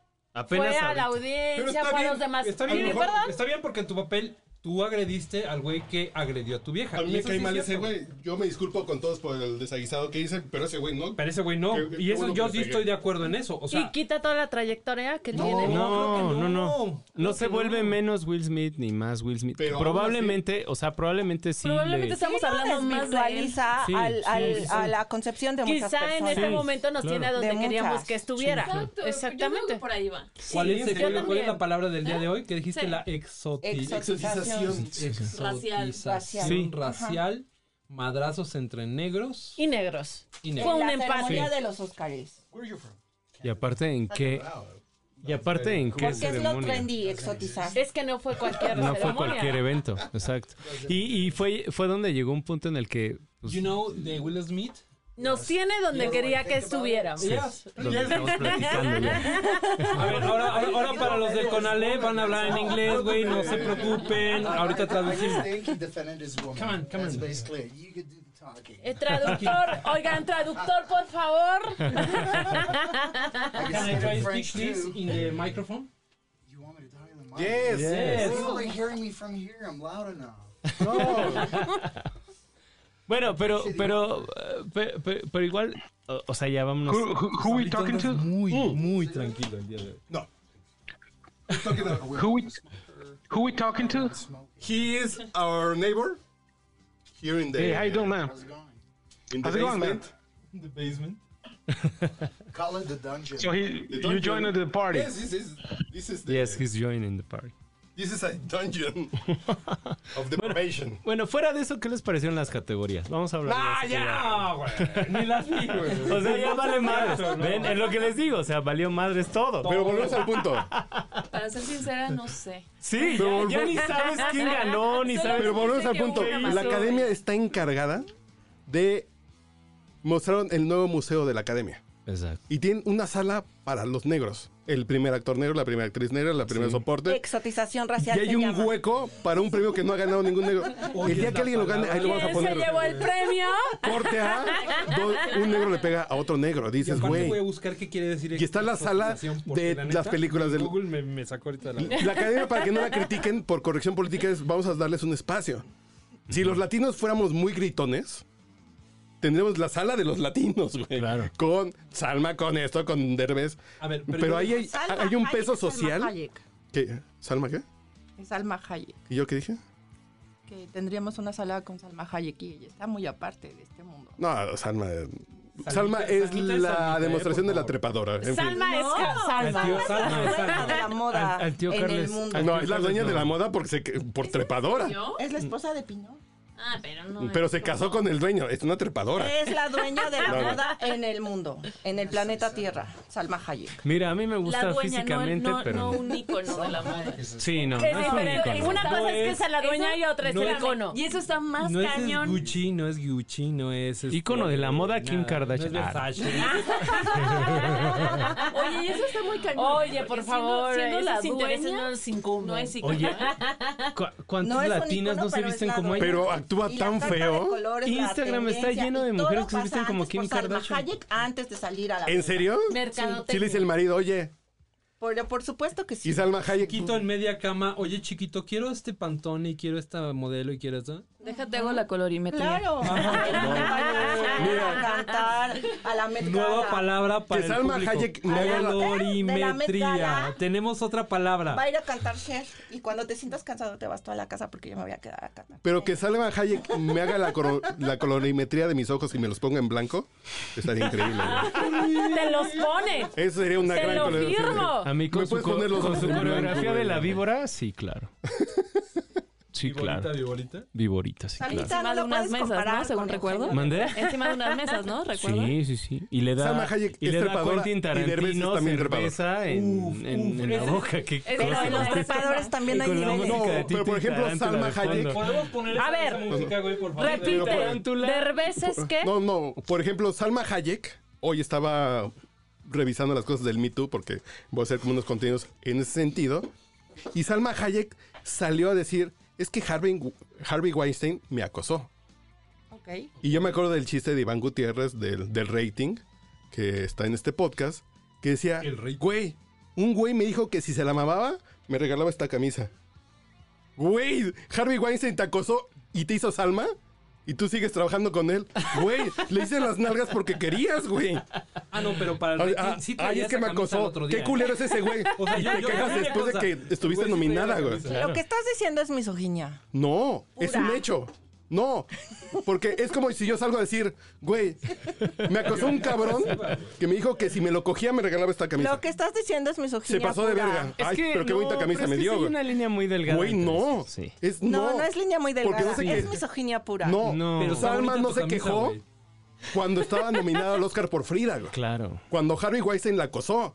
[SPEAKER 6] Fue
[SPEAKER 5] Apenas
[SPEAKER 6] a la
[SPEAKER 5] ahorita.
[SPEAKER 1] Pero
[SPEAKER 6] audiencia,
[SPEAKER 1] está
[SPEAKER 6] fue a
[SPEAKER 1] bien,
[SPEAKER 6] los demás.
[SPEAKER 2] Está bien,
[SPEAKER 6] ¿Pidió
[SPEAKER 2] mejor-
[SPEAKER 6] perdón?
[SPEAKER 2] está bien porque en tu papel Tú agrediste al güey que agredió a tu vieja.
[SPEAKER 1] A mí
[SPEAKER 2] Y
[SPEAKER 1] me
[SPEAKER 2] eso
[SPEAKER 1] cae
[SPEAKER 2] sí es
[SPEAKER 1] mal ese
[SPEAKER 2] cierto.
[SPEAKER 1] güey. Yo me disculpo con todos por el desaguisado que hice, pero ese güey no.
[SPEAKER 2] Pero ese güey no.
[SPEAKER 1] Qué- qué
[SPEAKER 2] y eso
[SPEAKER 1] bueno que
[SPEAKER 2] yo
[SPEAKER 1] le
[SPEAKER 2] sí
[SPEAKER 1] pegué.
[SPEAKER 2] estoy de acuerdo en eso. O sea,
[SPEAKER 6] y quita toda la trayectoria que
[SPEAKER 2] No,
[SPEAKER 6] tiene.
[SPEAKER 2] creo
[SPEAKER 5] No,
[SPEAKER 2] que
[SPEAKER 5] no, no,
[SPEAKER 2] no.
[SPEAKER 5] no.
[SPEAKER 2] Creo
[SPEAKER 5] se
[SPEAKER 2] que
[SPEAKER 5] vuelve
[SPEAKER 2] no.
[SPEAKER 5] menos Will Smith ni más Will Smith.
[SPEAKER 1] Pero aún
[SPEAKER 5] probablemente, o sea, probablemente sí.
[SPEAKER 3] Probablemente
[SPEAKER 5] le-
[SPEAKER 3] sea- Estamos hablando más de él.
[SPEAKER 4] Desvirtualiza
[SPEAKER 5] Sí,
[SPEAKER 4] al-
[SPEAKER 5] sí,
[SPEAKER 4] al-
[SPEAKER 5] sí.
[SPEAKER 4] a la concepción de muchas
[SPEAKER 6] Quizá en
[SPEAKER 4] personas.
[SPEAKER 6] este
[SPEAKER 5] Sí,
[SPEAKER 6] momento nos
[SPEAKER 5] claro.
[SPEAKER 6] tiene a donde
[SPEAKER 4] De muchas.
[SPEAKER 6] queríamos que estuviera.
[SPEAKER 3] Exacto, Exactamente.
[SPEAKER 6] Exactamente.
[SPEAKER 3] por ahí va.
[SPEAKER 2] ¿Cuál, es,
[SPEAKER 5] Sí,
[SPEAKER 2] el-
[SPEAKER 6] yo
[SPEAKER 2] cuál es la
[SPEAKER 6] también.
[SPEAKER 2] palabra del día de hoy? Que dijiste
[SPEAKER 3] Sí.
[SPEAKER 2] la exotización.
[SPEAKER 1] Exotización.
[SPEAKER 3] Racial.
[SPEAKER 5] Sí.
[SPEAKER 2] racial, madrazos entre negros
[SPEAKER 6] Y negros.
[SPEAKER 2] y
[SPEAKER 4] En
[SPEAKER 2] negros.
[SPEAKER 6] Fue un
[SPEAKER 4] la
[SPEAKER 6] empate.
[SPEAKER 4] ceremonia de los Óscares.
[SPEAKER 5] Y aparte en qué. Y aparte en qué
[SPEAKER 4] Porque es lo
[SPEAKER 5] ceremonia.
[SPEAKER 4] trendy exotizar.
[SPEAKER 6] Es que no fue cualquier
[SPEAKER 5] No fue
[SPEAKER 6] ceremonia.
[SPEAKER 5] cualquier evento, exacto. Y, y fue, fue donde llegó un punto en el que. pues,
[SPEAKER 2] You know de Will Smith.
[SPEAKER 6] Nos tiene donde quería que estuviera.
[SPEAKER 2] Yes.
[SPEAKER 5] donde estamos platicando ya.
[SPEAKER 2] A ver, ahora, ahora, ahora para los del Conalep van a hablar en inglés, güey, no se preocupen. Ahorita traducimos.
[SPEAKER 8] I just think he defended his woman.
[SPEAKER 2] Come on, come
[SPEAKER 8] That's
[SPEAKER 2] on.
[SPEAKER 8] basically it. You could do the talking.
[SPEAKER 6] Eh, traductor, oigan, traductor, por favor.
[SPEAKER 8] I can
[SPEAKER 2] Can I
[SPEAKER 8] say it
[SPEAKER 2] try
[SPEAKER 8] in
[SPEAKER 2] to
[SPEAKER 8] French
[SPEAKER 2] speak this
[SPEAKER 8] too.
[SPEAKER 2] in the microphone?
[SPEAKER 8] You want me to talk in the mic?
[SPEAKER 1] Yes.
[SPEAKER 8] You're
[SPEAKER 2] Yes.
[SPEAKER 8] literally hearing me from here. I'm loud enough.
[SPEAKER 5] Bueno, pero, pero, eh, pe- pe- pero, igual, o, o sea, ya vámonos.
[SPEAKER 7] Who, who, who we talking to?
[SPEAKER 2] Muy,
[SPEAKER 5] Uh.
[SPEAKER 2] muy tranquilo el día de hoy.
[SPEAKER 1] No. We're talking about-
[SPEAKER 7] Who we, who we talking to?
[SPEAKER 1] He is our neighbor here in the,
[SPEAKER 7] Hey, how you doing, man?
[SPEAKER 8] How's it going?
[SPEAKER 1] in the
[SPEAKER 7] How's it going, man?
[SPEAKER 1] basement.
[SPEAKER 2] In the basement.
[SPEAKER 8] Call it the dungeon.
[SPEAKER 7] So he, you joined the party.
[SPEAKER 1] Yes, this is this is the,
[SPEAKER 5] Yes, he's joining the party.
[SPEAKER 1] this is a dungeon of deprivation.
[SPEAKER 5] Bueno, fuera de eso, ¿qué les parecieron las categorías? Vamos a hablar. de
[SPEAKER 2] ¡Ah,
[SPEAKER 5] las
[SPEAKER 2] ya, güey! Ni las vi, güey.
[SPEAKER 5] O sea, ya vale madres.
[SPEAKER 2] ¿no?
[SPEAKER 5] Ven, es lo que les digo. O sea, valió madres todo.
[SPEAKER 1] Pero volvemos al punto.
[SPEAKER 3] Para ser sincera, no sé.
[SPEAKER 5] sí, ya,
[SPEAKER 1] pero-
[SPEAKER 5] ya ni sabes quién ganó, ni
[SPEAKER 3] Solo
[SPEAKER 5] sabes.
[SPEAKER 1] Pero volvemos
[SPEAKER 3] dice
[SPEAKER 1] al
[SPEAKER 3] que
[SPEAKER 1] punto.
[SPEAKER 3] una
[SPEAKER 1] La
[SPEAKER 3] más.
[SPEAKER 1] academia está encargada de mostrar el nuevo museo de la academia.
[SPEAKER 5] Exacto.
[SPEAKER 1] Y tienen una sala para los negros. El primer actor negro, la primera actriz negra, la primera soporte.
[SPEAKER 4] Exotización
[SPEAKER 1] Y
[SPEAKER 4] racial.
[SPEAKER 1] hay
[SPEAKER 4] se
[SPEAKER 1] un
[SPEAKER 4] llama.
[SPEAKER 1] hueco para un premio que no ha ganado ningún negro. El día que alguien lo gane, ahí lo vamos a
[SPEAKER 6] ¿Quién se
[SPEAKER 1] poner.
[SPEAKER 6] llevó el premio?
[SPEAKER 1] Corte A, do- un negro le pega a otro negro.
[SPEAKER 2] Y
[SPEAKER 1] Dices,
[SPEAKER 2] aparte voy a
[SPEAKER 1] güey.
[SPEAKER 2] buscar qué quiere decir.
[SPEAKER 1] Y está la sala
[SPEAKER 2] exotización, porque
[SPEAKER 1] de
[SPEAKER 2] neta,
[SPEAKER 1] las películas del-
[SPEAKER 2] Google me, me sacó ahorita de la.
[SPEAKER 1] La academia, para que no la critiquen por corrección política, es vamos a darles un espacio. Si los latinos fuéramos muy gritones, tendríamos la sala de los latinos, güey.
[SPEAKER 5] Claro.
[SPEAKER 1] Con Salma, con esto, con Derbez.
[SPEAKER 2] A ver, pero
[SPEAKER 1] pero
[SPEAKER 2] yo-
[SPEAKER 1] ahí hay,
[SPEAKER 4] Salma
[SPEAKER 1] hay un
[SPEAKER 4] Hayek
[SPEAKER 1] peso
[SPEAKER 4] es Salma
[SPEAKER 1] social.
[SPEAKER 4] Hayek.
[SPEAKER 1] ¿Qué? ¿Salma qué?
[SPEAKER 4] Es Salma Hayek.
[SPEAKER 1] ¿Y yo qué dije?
[SPEAKER 4] Que tendríamos una sala con Salma Hayek y ella está muy aparte de este mundo.
[SPEAKER 1] No, Salma. eh, Salma es
[SPEAKER 2] Salmita es
[SPEAKER 1] la
[SPEAKER 2] Salmita, eh,
[SPEAKER 1] demostración
[SPEAKER 2] por
[SPEAKER 1] de la
[SPEAKER 2] favor.
[SPEAKER 1] trepadora. en fin.
[SPEAKER 6] Salma es ca-
[SPEAKER 2] El tío Salma,
[SPEAKER 6] Salma.
[SPEAKER 4] Es la
[SPEAKER 2] Salma.
[SPEAKER 4] reina de la moda
[SPEAKER 5] Al- al tío
[SPEAKER 4] en
[SPEAKER 5] Carles.
[SPEAKER 4] el mundo.
[SPEAKER 5] Al-
[SPEAKER 1] No, es la
[SPEAKER 5] Entonces,
[SPEAKER 1] dueña
[SPEAKER 5] no.
[SPEAKER 1] de la moda porque se, por trepadora.
[SPEAKER 3] ¿Yo?
[SPEAKER 4] Es la esposa de Pino.
[SPEAKER 3] Ah, pero no.
[SPEAKER 1] Pero se casó con el dueño. Es una trepadora.
[SPEAKER 4] Es la dueña de la
[SPEAKER 1] No, no.
[SPEAKER 4] moda en el mundo, en el planeta Tierra. Salma Hayek.
[SPEAKER 5] Mira, a mí me
[SPEAKER 3] La
[SPEAKER 5] gusta
[SPEAKER 3] dueña, no,
[SPEAKER 5] físicamente,
[SPEAKER 3] no,
[SPEAKER 5] pero.
[SPEAKER 3] no un ícono de la moda.
[SPEAKER 8] Hayek is a-
[SPEAKER 5] Sí, no. no
[SPEAKER 6] Es
[SPEAKER 5] un
[SPEAKER 6] diferente.
[SPEAKER 5] ícono.
[SPEAKER 6] Una cosa
[SPEAKER 2] No
[SPEAKER 6] es que
[SPEAKER 2] es-
[SPEAKER 6] sea la dueña y otra es
[SPEAKER 2] no
[SPEAKER 6] el
[SPEAKER 2] es-
[SPEAKER 6] icono.
[SPEAKER 3] Y eso está más
[SPEAKER 2] No es
[SPEAKER 3] cañón.
[SPEAKER 2] Gucci, no es Gucci, no es. este,
[SPEAKER 5] Ícono de la moda, Kim Kardashian.
[SPEAKER 2] No es Versace.
[SPEAKER 3] Oye, y eso está muy cañón.
[SPEAKER 6] Oye, por
[SPEAKER 3] porque
[SPEAKER 6] favor,
[SPEAKER 3] siendo, siendo la
[SPEAKER 6] esos intereses
[SPEAKER 3] dueña,
[SPEAKER 6] no nos incumben.
[SPEAKER 3] no es
[SPEAKER 5] Oye,
[SPEAKER 3] psicóloga.
[SPEAKER 5] ¿cu- ¿cuántas
[SPEAKER 4] No es un
[SPEAKER 5] latinas
[SPEAKER 4] icono,
[SPEAKER 5] no se
[SPEAKER 4] pero es
[SPEAKER 5] visten
[SPEAKER 4] la
[SPEAKER 5] como ella?
[SPEAKER 4] dueña.
[SPEAKER 1] Pero actúá
[SPEAKER 4] Y la
[SPEAKER 1] tan
[SPEAKER 4] carta de
[SPEAKER 1] feo.
[SPEAKER 4] colores, la
[SPEAKER 5] Instagram está
[SPEAKER 4] tendencia,
[SPEAKER 5] lleno de
[SPEAKER 4] y todo
[SPEAKER 5] mujeres que se
[SPEAKER 4] pasa
[SPEAKER 5] visten como
[SPEAKER 4] antes por
[SPEAKER 5] Kim
[SPEAKER 4] Salma
[SPEAKER 5] Kardashian.
[SPEAKER 4] Hayek antes de salir a la
[SPEAKER 1] ¿En
[SPEAKER 4] moda.
[SPEAKER 1] serio? Sí le dice el marido, oye,
[SPEAKER 4] Por, por supuesto que sí.
[SPEAKER 1] y Salma Hayek.
[SPEAKER 2] Chiquito en media cama. Oye, chiquito, quiero este pantone y quiero esta modelo y quiero esta.
[SPEAKER 3] Déjate hago la colorimetría.
[SPEAKER 4] Claro.
[SPEAKER 1] Mira.
[SPEAKER 4] Mira. cantar a la Met
[SPEAKER 2] Nueva
[SPEAKER 4] Gala.
[SPEAKER 2] palabra para
[SPEAKER 1] Que
[SPEAKER 2] el
[SPEAKER 1] Salma
[SPEAKER 2] público.
[SPEAKER 1] Hayek me haga la-
[SPEAKER 4] De la Met
[SPEAKER 2] Colorimetría.
[SPEAKER 4] Gala.
[SPEAKER 2] Tenemos otra
[SPEAKER 4] Va a
[SPEAKER 2] palabra.
[SPEAKER 4] ir a cantar Cher y cuando te sientas cansado te vas toda la casa porque yo me voy a quedar a cantar.
[SPEAKER 1] Pero que Salma Hayek me haga la, coro- la colorimetría de mis ojos y me los ponga en blanco, estaría increíble. güey.
[SPEAKER 6] Te los pone.
[SPEAKER 1] Eso sería una
[SPEAKER 6] Te
[SPEAKER 1] gran
[SPEAKER 6] lo
[SPEAKER 1] colorimetría.
[SPEAKER 6] firmo.
[SPEAKER 5] A mí con
[SPEAKER 1] ¿Me
[SPEAKER 5] su,
[SPEAKER 1] puedes
[SPEAKER 5] co-
[SPEAKER 1] poner los
[SPEAKER 5] con
[SPEAKER 1] ojos
[SPEAKER 5] su
[SPEAKER 1] en blanco,
[SPEAKER 5] coreografía
[SPEAKER 1] güey?
[SPEAKER 5] de la víbora, sí, claro. Sí, claro.
[SPEAKER 2] viborita.
[SPEAKER 5] Víborita, sí, claro.
[SPEAKER 4] Salmita,
[SPEAKER 3] Encima
[SPEAKER 4] no
[SPEAKER 3] de
[SPEAKER 4] lo
[SPEAKER 3] unas
[SPEAKER 4] puedes
[SPEAKER 3] mesas,
[SPEAKER 4] comparar
[SPEAKER 3] ¿no? Según
[SPEAKER 4] con
[SPEAKER 3] recuerdo.
[SPEAKER 4] Eugenio.
[SPEAKER 5] ¿Mandé?
[SPEAKER 3] Encima de unas mesas, ¿no? ¿Recuerdas?
[SPEAKER 5] Sí, sí, sí. Y le da,
[SPEAKER 1] Salma Hayek
[SPEAKER 5] y
[SPEAKER 1] es
[SPEAKER 5] le da
[SPEAKER 1] trepadora
[SPEAKER 5] Quentin
[SPEAKER 1] y Derbez es
[SPEAKER 5] Tarantino
[SPEAKER 1] también
[SPEAKER 5] cerveza en,
[SPEAKER 2] Uf,
[SPEAKER 5] en-
[SPEAKER 2] uf,
[SPEAKER 5] en la
[SPEAKER 2] ese-
[SPEAKER 5] boca. Qué
[SPEAKER 4] Pero
[SPEAKER 5] cosa.
[SPEAKER 4] en los trepadores también hay
[SPEAKER 5] Con la
[SPEAKER 4] niveles.
[SPEAKER 5] música de
[SPEAKER 1] No, pero
[SPEAKER 5] Tito
[SPEAKER 1] por
[SPEAKER 5] y
[SPEAKER 1] ejemplo,
[SPEAKER 5] Tarántula
[SPEAKER 1] Salma
[SPEAKER 5] de fondo.
[SPEAKER 1] Hayek-
[SPEAKER 2] Podemos poner esa,
[SPEAKER 6] A ver,
[SPEAKER 2] esa música, güey, por favor.
[SPEAKER 6] Repite.
[SPEAKER 5] Tarántula.
[SPEAKER 6] Derbez es
[SPEAKER 3] ¿eh?
[SPEAKER 6] que.
[SPEAKER 1] No, no. Por ejemplo, Salma Hayek, hoy estaba revisando las cosas del Me Too porque voy a hacer como unos contenidos en ese sentido. Y Salma Hayek salió a decir, es que Harvey, Harvey Weinstein me acosó.
[SPEAKER 4] Ok.
[SPEAKER 1] Y yo me acuerdo del chiste de Iván Gutiérrez del, del rating que está en este podcast, que decía,
[SPEAKER 2] El rating.
[SPEAKER 1] güey, un güey me dijo que si se la mamaba, me regalaba esta camisa. Güey, Harvey Weinstein te acosó y te hizo Salma. Y tú sigues trabajando con él. Güey, le hice las nalgas porque querías, güey.
[SPEAKER 2] Ah, no, pero para el
[SPEAKER 1] Ay,
[SPEAKER 2] rating
[SPEAKER 1] ah,
[SPEAKER 2] sí traía
[SPEAKER 1] ay, es que
[SPEAKER 2] esa
[SPEAKER 1] me
[SPEAKER 2] camisa el
[SPEAKER 1] acosó.
[SPEAKER 2] otro día.
[SPEAKER 1] Qué culero es ese güey.
[SPEAKER 2] O sea,
[SPEAKER 1] y
[SPEAKER 2] yo-
[SPEAKER 1] te
[SPEAKER 2] yo-
[SPEAKER 1] quejas
[SPEAKER 2] yo-
[SPEAKER 1] después de
[SPEAKER 2] cosa.
[SPEAKER 1] que estuviste
[SPEAKER 2] Güey, sí traía
[SPEAKER 1] nominada,
[SPEAKER 2] la
[SPEAKER 1] güey.
[SPEAKER 2] camisa.
[SPEAKER 4] Lo que estás diciendo es misoginia.
[SPEAKER 1] No, es un hecho. No, porque es como si yo salgo a decir, güey, me acosó un cabrón que me dijo que si me lo cogía me regalaba esta camisa.
[SPEAKER 4] Lo que estás diciendo es misoginia.
[SPEAKER 1] Se pasó de
[SPEAKER 4] pura.
[SPEAKER 1] verga.
[SPEAKER 5] Es
[SPEAKER 1] Ay,
[SPEAKER 5] que
[SPEAKER 1] pero qué
[SPEAKER 5] no,
[SPEAKER 1] bonita
[SPEAKER 5] pero
[SPEAKER 1] camisa
[SPEAKER 5] es
[SPEAKER 1] me
[SPEAKER 5] que sí
[SPEAKER 1] dio,
[SPEAKER 5] hay
[SPEAKER 1] güey.
[SPEAKER 5] una línea muy delgada.
[SPEAKER 1] Güey,
[SPEAKER 5] entre
[SPEAKER 1] no.
[SPEAKER 5] eso, Sí.
[SPEAKER 1] Es,
[SPEAKER 4] No,
[SPEAKER 1] no,
[SPEAKER 4] no es línea muy delgada.
[SPEAKER 1] no sé
[SPEAKER 4] es
[SPEAKER 1] qué-
[SPEAKER 4] misoginia pura.
[SPEAKER 1] No,
[SPEAKER 5] No.
[SPEAKER 1] pero
[SPEAKER 5] Pero
[SPEAKER 2] está
[SPEAKER 1] Salma
[SPEAKER 2] bonita
[SPEAKER 1] no
[SPEAKER 2] tu
[SPEAKER 1] se
[SPEAKER 2] camisa,
[SPEAKER 1] quejó
[SPEAKER 2] güey.
[SPEAKER 1] cuando estaba nominada al Oscar por Frida, güey.
[SPEAKER 5] Claro.
[SPEAKER 1] Cuando Harvey Weinstein la acosó.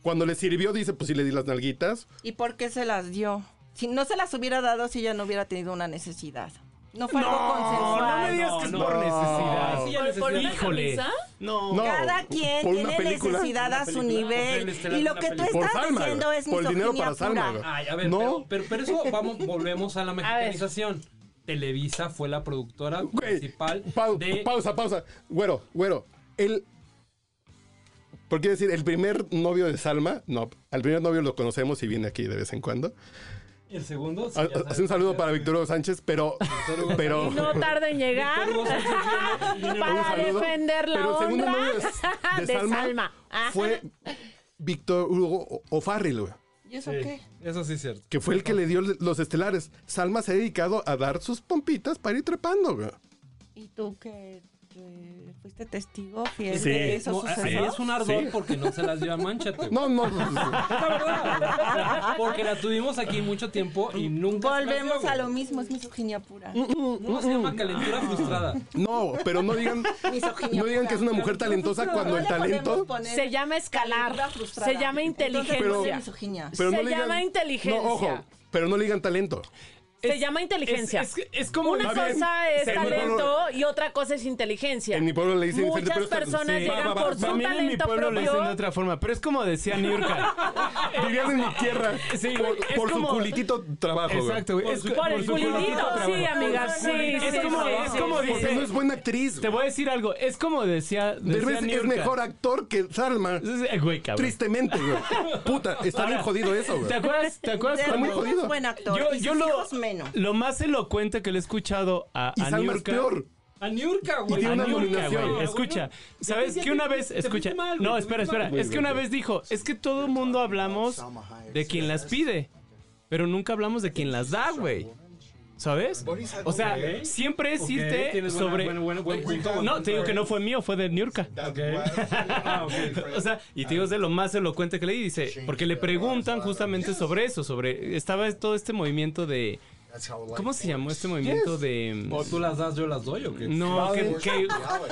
[SPEAKER 1] Cuando le sirvió, dice, pues sí le di las nalguitas.
[SPEAKER 4] ¿Y por qué se las dio? Si no se las hubiera dado si ella no hubiera tenido una necesidad. No fue algo consensual.
[SPEAKER 5] me digas que es por
[SPEAKER 2] Sí,
[SPEAKER 5] necesidad.
[SPEAKER 2] ya
[SPEAKER 3] ¿Por, por una
[SPEAKER 2] necesitaba-
[SPEAKER 5] Híjole.
[SPEAKER 3] camisa?
[SPEAKER 5] No.
[SPEAKER 1] No,
[SPEAKER 4] Cada quien
[SPEAKER 1] por
[SPEAKER 4] tiene
[SPEAKER 1] una película.
[SPEAKER 4] necesidad a su nivel.
[SPEAKER 2] pues, él está
[SPEAKER 4] y lo
[SPEAKER 2] en
[SPEAKER 4] que
[SPEAKER 2] una
[SPEAKER 4] tú
[SPEAKER 1] Por
[SPEAKER 4] estás
[SPEAKER 1] Salma,
[SPEAKER 4] diciendo
[SPEAKER 1] güey.
[SPEAKER 4] es
[SPEAKER 1] Por el dinero
[SPEAKER 4] misoginia
[SPEAKER 1] para Salma,
[SPEAKER 4] pura.
[SPEAKER 1] güey.
[SPEAKER 2] Ay, a ver,
[SPEAKER 1] No.
[SPEAKER 2] pero- pero, pero eso vamos, volvemos a la
[SPEAKER 6] ver.
[SPEAKER 2] mexicanización. Televisa fue la productora
[SPEAKER 1] Güey,
[SPEAKER 2] principal
[SPEAKER 1] pau-
[SPEAKER 2] de...
[SPEAKER 1] Pausa, pausa. Güero, güero. El. ¿Por qué decir? El primer novio de Salma. No, al primer novio lo conocemos y viene aquí de vez en cuando.
[SPEAKER 2] El segundo... sí,
[SPEAKER 1] Ha-
[SPEAKER 2] ya sabes.
[SPEAKER 1] Hace un saludo para Víctor Hugo Sánchez, pero. pero
[SPEAKER 6] No tarda en llegar
[SPEAKER 2] Víctor Hugo Sánchez viene- viene-
[SPEAKER 6] para
[SPEAKER 1] saludo.
[SPEAKER 6] defender la
[SPEAKER 1] Pero el segundo
[SPEAKER 6] honra
[SPEAKER 1] novio de-
[SPEAKER 6] de,
[SPEAKER 1] de Salma
[SPEAKER 6] Salma. Ah.
[SPEAKER 1] fue Víctor Hugo O- O'Farrell, güey,
[SPEAKER 4] ¿Y eso qué?
[SPEAKER 2] Eso sí es cierto.
[SPEAKER 1] Que fue el que le dio los estelares. Salma se ha dedicado a dar sus pompitas para ir trepando, güey.
[SPEAKER 4] ¿Y tú que eh, fuiste testigo fiel
[SPEAKER 1] Sí.
[SPEAKER 4] de eso
[SPEAKER 2] No, ahí
[SPEAKER 4] sucedió?
[SPEAKER 2] es un ardor
[SPEAKER 1] Sí.
[SPEAKER 2] porque no se las dio a Manchate.
[SPEAKER 1] No, no. no.
[SPEAKER 2] La verdad, porque la tuvimos aquí mucho tiempo y nunca. se las dio,
[SPEAKER 4] Volvemos
[SPEAKER 2] güey.
[SPEAKER 4] a lo mismo, es misoginia pura.
[SPEAKER 1] Mm,
[SPEAKER 2] No, se llama calentura frustrada.
[SPEAKER 1] No, pero no digan,
[SPEAKER 4] Misoginia
[SPEAKER 1] no digan que es una mujer talentosa cuando el
[SPEAKER 4] le podemos
[SPEAKER 1] talento.
[SPEAKER 4] poner
[SPEAKER 6] Se llama escalar.
[SPEAKER 4] calentura frustrada.
[SPEAKER 6] Se llama
[SPEAKER 4] Entonces,
[SPEAKER 1] Pero-
[SPEAKER 4] ponle
[SPEAKER 6] inteligencia.
[SPEAKER 4] misoginia.
[SPEAKER 1] Pero
[SPEAKER 6] Se
[SPEAKER 1] no le digan-
[SPEAKER 6] llama inteligencia.
[SPEAKER 1] No, ojo, pero no le digan talento.
[SPEAKER 6] se llama inteligencia.
[SPEAKER 5] Es, es- es como
[SPEAKER 6] Una
[SPEAKER 1] Está bien.
[SPEAKER 6] cosa es
[SPEAKER 1] Sí, en mi
[SPEAKER 6] talento y otra cosa es inteligencia.
[SPEAKER 1] En mi pueblo le dicen
[SPEAKER 6] Muchas
[SPEAKER 1] diferente, pero está-
[SPEAKER 6] personas
[SPEAKER 1] sí.
[SPEAKER 6] llegan
[SPEAKER 1] Va, va,
[SPEAKER 6] por
[SPEAKER 1] va.
[SPEAKER 6] su
[SPEAKER 5] También en mi
[SPEAKER 6] talento
[SPEAKER 5] pueblo le
[SPEAKER 6] propio.
[SPEAKER 5] dicen de otra forma, pero es como decía Niurka.
[SPEAKER 1] Dirían en mi tierra.
[SPEAKER 5] Sí,
[SPEAKER 1] por,
[SPEAKER 5] güey, es
[SPEAKER 1] por
[SPEAKER 5] como-
[SPEAKER 1] su culitito trabajo. güey.
[SPEAKER 5] Exacto, güey.
[SPEAKER 2] Por
[SPEAKER 5] Es
[SPEAKER 2] su-
[SPEAKER 5] co-
[SPEAKER 6] Por el
[SPEAKER 5] su culitito
[SPEAKER 6] culitito, sí,
[SPEAKER 5] trabajo.
[SPEAKER 6] amiga, sí. sí,
[SPEAKER 5] Es como,
[SPEAKER 6] sí,
[SPEAKER 5] es
[SPEAKER 6] sí,
[SPEAKER 5] como
[SPEAKER 6] sí.
[SPEAKER 1] Porque no
[SPEAKER 5] dice.
[SPEAKER 1] es buena actriz.
[SPEAKER 5] Te voy a decir algo. Es como decía.
[SPEAKER 1] Derbez
[SPEAKER 5] decía
[SPEAKER 1] es
[SPEAKER 5] Niurka.
[SPEAKER 1] mejor actor que Salma.
[SPEAKER 5] Eh, Güey, cabrón.
[SPEAKER 1] Tristemente, güey. Puta, está bien jodido eso,
[SPEAKER 5] ¿Te
[SPEAKER 1] güey.
[SPEAKER 5] acuerdas? ¿Te acuerdas
[SPEAKER 1] Está muy
[SPEAKER 5] cuando-
[SPEAKER 1] jodido.
[SPEAKER 4] Es buen actor.
[SPEAKER 5] Yo,
[SPEAKER 4] y
[SPEAKER 5] yo
[SPEAKER 4] sus
[SPEAKER 5] lo,
[SPEAKER 4] hijos menos.
[SPEAKER 5] lo más elocuente que le he escuchado a,
[SPEAKER 1] Y
[SPEAKER 5] a
[SPEAKER 1] Salma es
[SPEAKER 5] Niurka-
[SPEAKER 1] peor.
[SPEAKER 2] A Niurka, güey.
[SPEAKER 1] Y tiene
[SPEAKER 5] a
[SPEAKER 1] una
[SPEAKER 5] Niurka,
[SPEAKER 1] nominación.
[SPEAKER 5] güey. Escucha, ¿sabes
[SPEAKER 2] Ya te-
[SPEAKER 5] que una
[SPEAKER 2] ya te-
[SPEAKER 5] vez,
[SPEAKER 2] te fuiste
[SPEAKER 5] escucha,
[SPEAKER 2] mal, güey,
[SPEAKER 5] no,
[SPEAKER 2] te
[SPEAKER 5] espera,
[SPEAKER 2] fuiste
[SPEAKER 5] espera,
[SPEAKER 2] mal.
[SPEAKER 5] es que una vez dijo, es que todo el mundo hablamos de quien las pide, pero nunca hablamos de quien las da, güey. ¿Sabes? O sea,
[SPEAKER 2] Ok.
[SPEAKER 5] siempre es
[SPEAKER 2] Ok,
[SPEAKER 5] irte
[SPEAKER 2] tienes buena-
[SPEAKER 5] sobre...
[SPEAKER 2] bueno, bueno, buen punto, buen
[SPEAKER 5] No,
[SPEAKER 2] punto,
[SPEAKER 5] te digo
[SPEAKER 2] eh.
[SPEAKER 5] que no fue mío, fue de Niurka.
[SPEAKER 2] Ah, ok.
[SPEAKER 5] O sea, y te digo, es de lo más elocuente que leí, dice, porque le preguntan justamente sobre eso, sobre... Estaba todo este movimiento de... ¿Cómo se llamó este movimiento de...?
[SPEAKER 2] O tú las das, yo las doy, ¿o qué?
[SPEAKER 5] No, que,
[SPEAKER 2] Vale.
[SPEAKER 5] que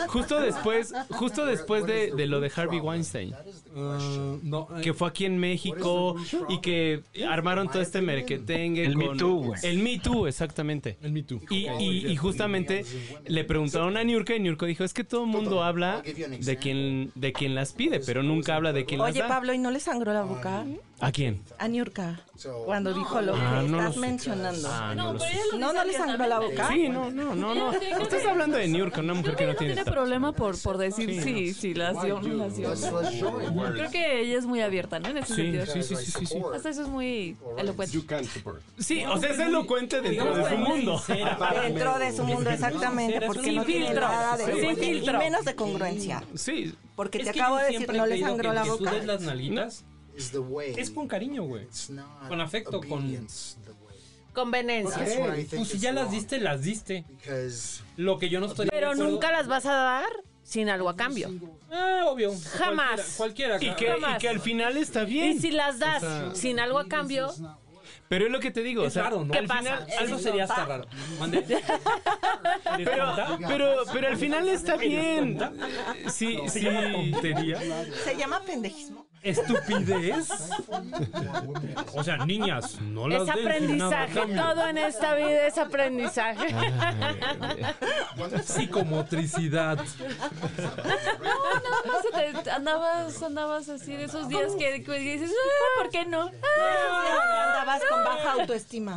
[SPEAKER 5] justo después, justo después de, de lo de Harvey Weinstein,
[SPEAKER 2] Ah, no, eh,
[SPEAKER 5] que fue aquí en México y que armaron todo este merquetengue.
[SPEAKER 9] El Me
[SPEAKER 5] con-
[SPEAKER 9] Too, güey.
[SPEAKER 5] El Me Too, exactamente.
[SPEAKER 2] el Me Too.
[SPEAKER 5] Y, y- y justamente le preguntaron a Niurka y Niurka dijo, es que todo el mundo habla de quien, de quien las pide, pero nunca habla de quien las
[SPEAKER 4] Oye,
[SPEAKER 5] da.
[SPEAKER 4] Pablo, ¿y no le sangró la boca
[SPEAKER 5] ¿A quién?
[SPEAKER 4] a Niurka cuando dijo lo que
[SPEAKER 5] Ah, no
[SPEAKER 4] estás
[SPEAKER 5] lo sé.
[SPEAKER 4] mencionando?
[SPEAKER 5] Ah,
[SPEAKER 3] No,
[SPEAKER 5] no lo
[SPEAKER 3] pero
[SPEAKER 5] sé.
[SPEAKER 3] ella lo
[SPEAKER 4] No,
[SPEAKER 3] dice
[SPEAKER 4] no le sangró la
[SPEAKER 3] abiertamente.
[SPEAKER 4] boca.
[SPEAKER 5] Sí, no, no, no, no.
[SPEAKER 3] Yo- yo-
[SPEAKER 5] Estás hablando de Niurka, una mujer
[SPEAKER 3] Creo
[SPEAKER 5] que
[SPEAKER 3] que
[SPEAKER 5] no
[SPEAKER 3] no
[SPEAKER 5] tiene
[SPEAKER 3] tiene
[SPEAKER 5] estatus.
[SPEAKER 3] problema por, por decir sí, si las dio o no las dio. Creo que ella es muy abierta, ¿no? En ese sentido.
[SPEAKER 5] Sí, sí, sí, sí, sí.
[SPEAKER 3] Hasta eso es muy elocuente.
[SPEAKER 5] Sí, o sea, es elocuente dentro
[SPEAKER 2] Digamos
[SPEAKER 5] de
[SPEAKER 2] que
[SPEAKER 5] su
[SPEAKER 2] es muy
[SPEAKER 5] mundo.
[SPEAKER 2] sincera, para-
[SPEAKER 4] Dentro de su mundo, exactamente,
[SPEAKER 2] Sin
[SPEAKER 4] porque no tiene
[SPEAKER 3] filtro.
[SPEAKER 4] nada de
[SPEAKER 3] Sin
[SPEAKER 4] vergüenza y
[SPEAKER 6] filtro.
[SPEAKER 4] menos de congruencia.
[SPEAKER 5] Sí,
[SPEAKER 4] Porque
[SPEAKER 2] Es
[SPEAKER 4] te
[SPEAKER 2] que
[SPEAKER 4] acabo
[SPEAKER 2] yo
[SPEAKER 4] de decir,
[SPEAKER 2] siempre
[SPEAKER 4] no
[SPEAKER 2] he
[SPEAKER 4] le
[SPEAKER 2] creído
[SPEAKER 4] sangró
[SPEAKER 2] que
[SPEAKER 4] la
[SPEAKER 2] el que tú
[SPEAKER 4] boca.
[SPEAKER 2] des las nalguitas es
[SPEAKER 8] Es
[SPEAKER 2] con cariño, güey. Con afecto, con-
[SPEAKER 6] Conveniencia.
[SPEAKER 2] Pues si ya las diste, las diste. Lo que yo no estoy... de
[SPEAKER 6] Pero
[SPEAKER 2] acuerdo-
[SPEAKER 6] nunca las vas a dar sin algo a cambio.
[SPEAKER 2] Ah, obvio.
[SPEAKER 6] Jamás.
[SPEAKER 2] Cualquiera.
[SPEAKER 5] y
[SPEAKER 2] cualquiera
[SPEAKER 5] que,
[SPEAKER 2] cabrón.
[SPEAKER 5] y que al final está
[SPEAKER 6] Y
[SPEAKER 5] bien.
[SPEAKER 6] si las das sin algo a cambio,
[SPEAKER 5] Pero es lo que te digo, o
[SPEAKER 2] Es
[SPEAKER 5] sea,
[SPEAKER 2] raro, ¿no?
[SPEAKER 6] ¿Qué
[SPEAKER 2] Al
[SPEAKER 6] pasa?
[SPEAKER 2] final, algo sería hasta raro. Mande.
[SPEAKER 5] pero, pero, pero al final está bien. Sí, sí.
[SPEAKER 2] tontería?
[SPEAKER 4] Se llama pendejismo.
[SPEAKER 2] ¿Estupidez? O sea, niñas, no las
[SPEAKER 6] es aprendizaje. Todo en esta vida es aprendizaje.
[SPEAKER 2] Psicomotricidad.
[SPEAKER 3] No, se te- andabas, andabas así de esos días que, que dices, "Ah, ¿por qué no? Ah,
[SPEAKER 4] Andabas con baja autoestima.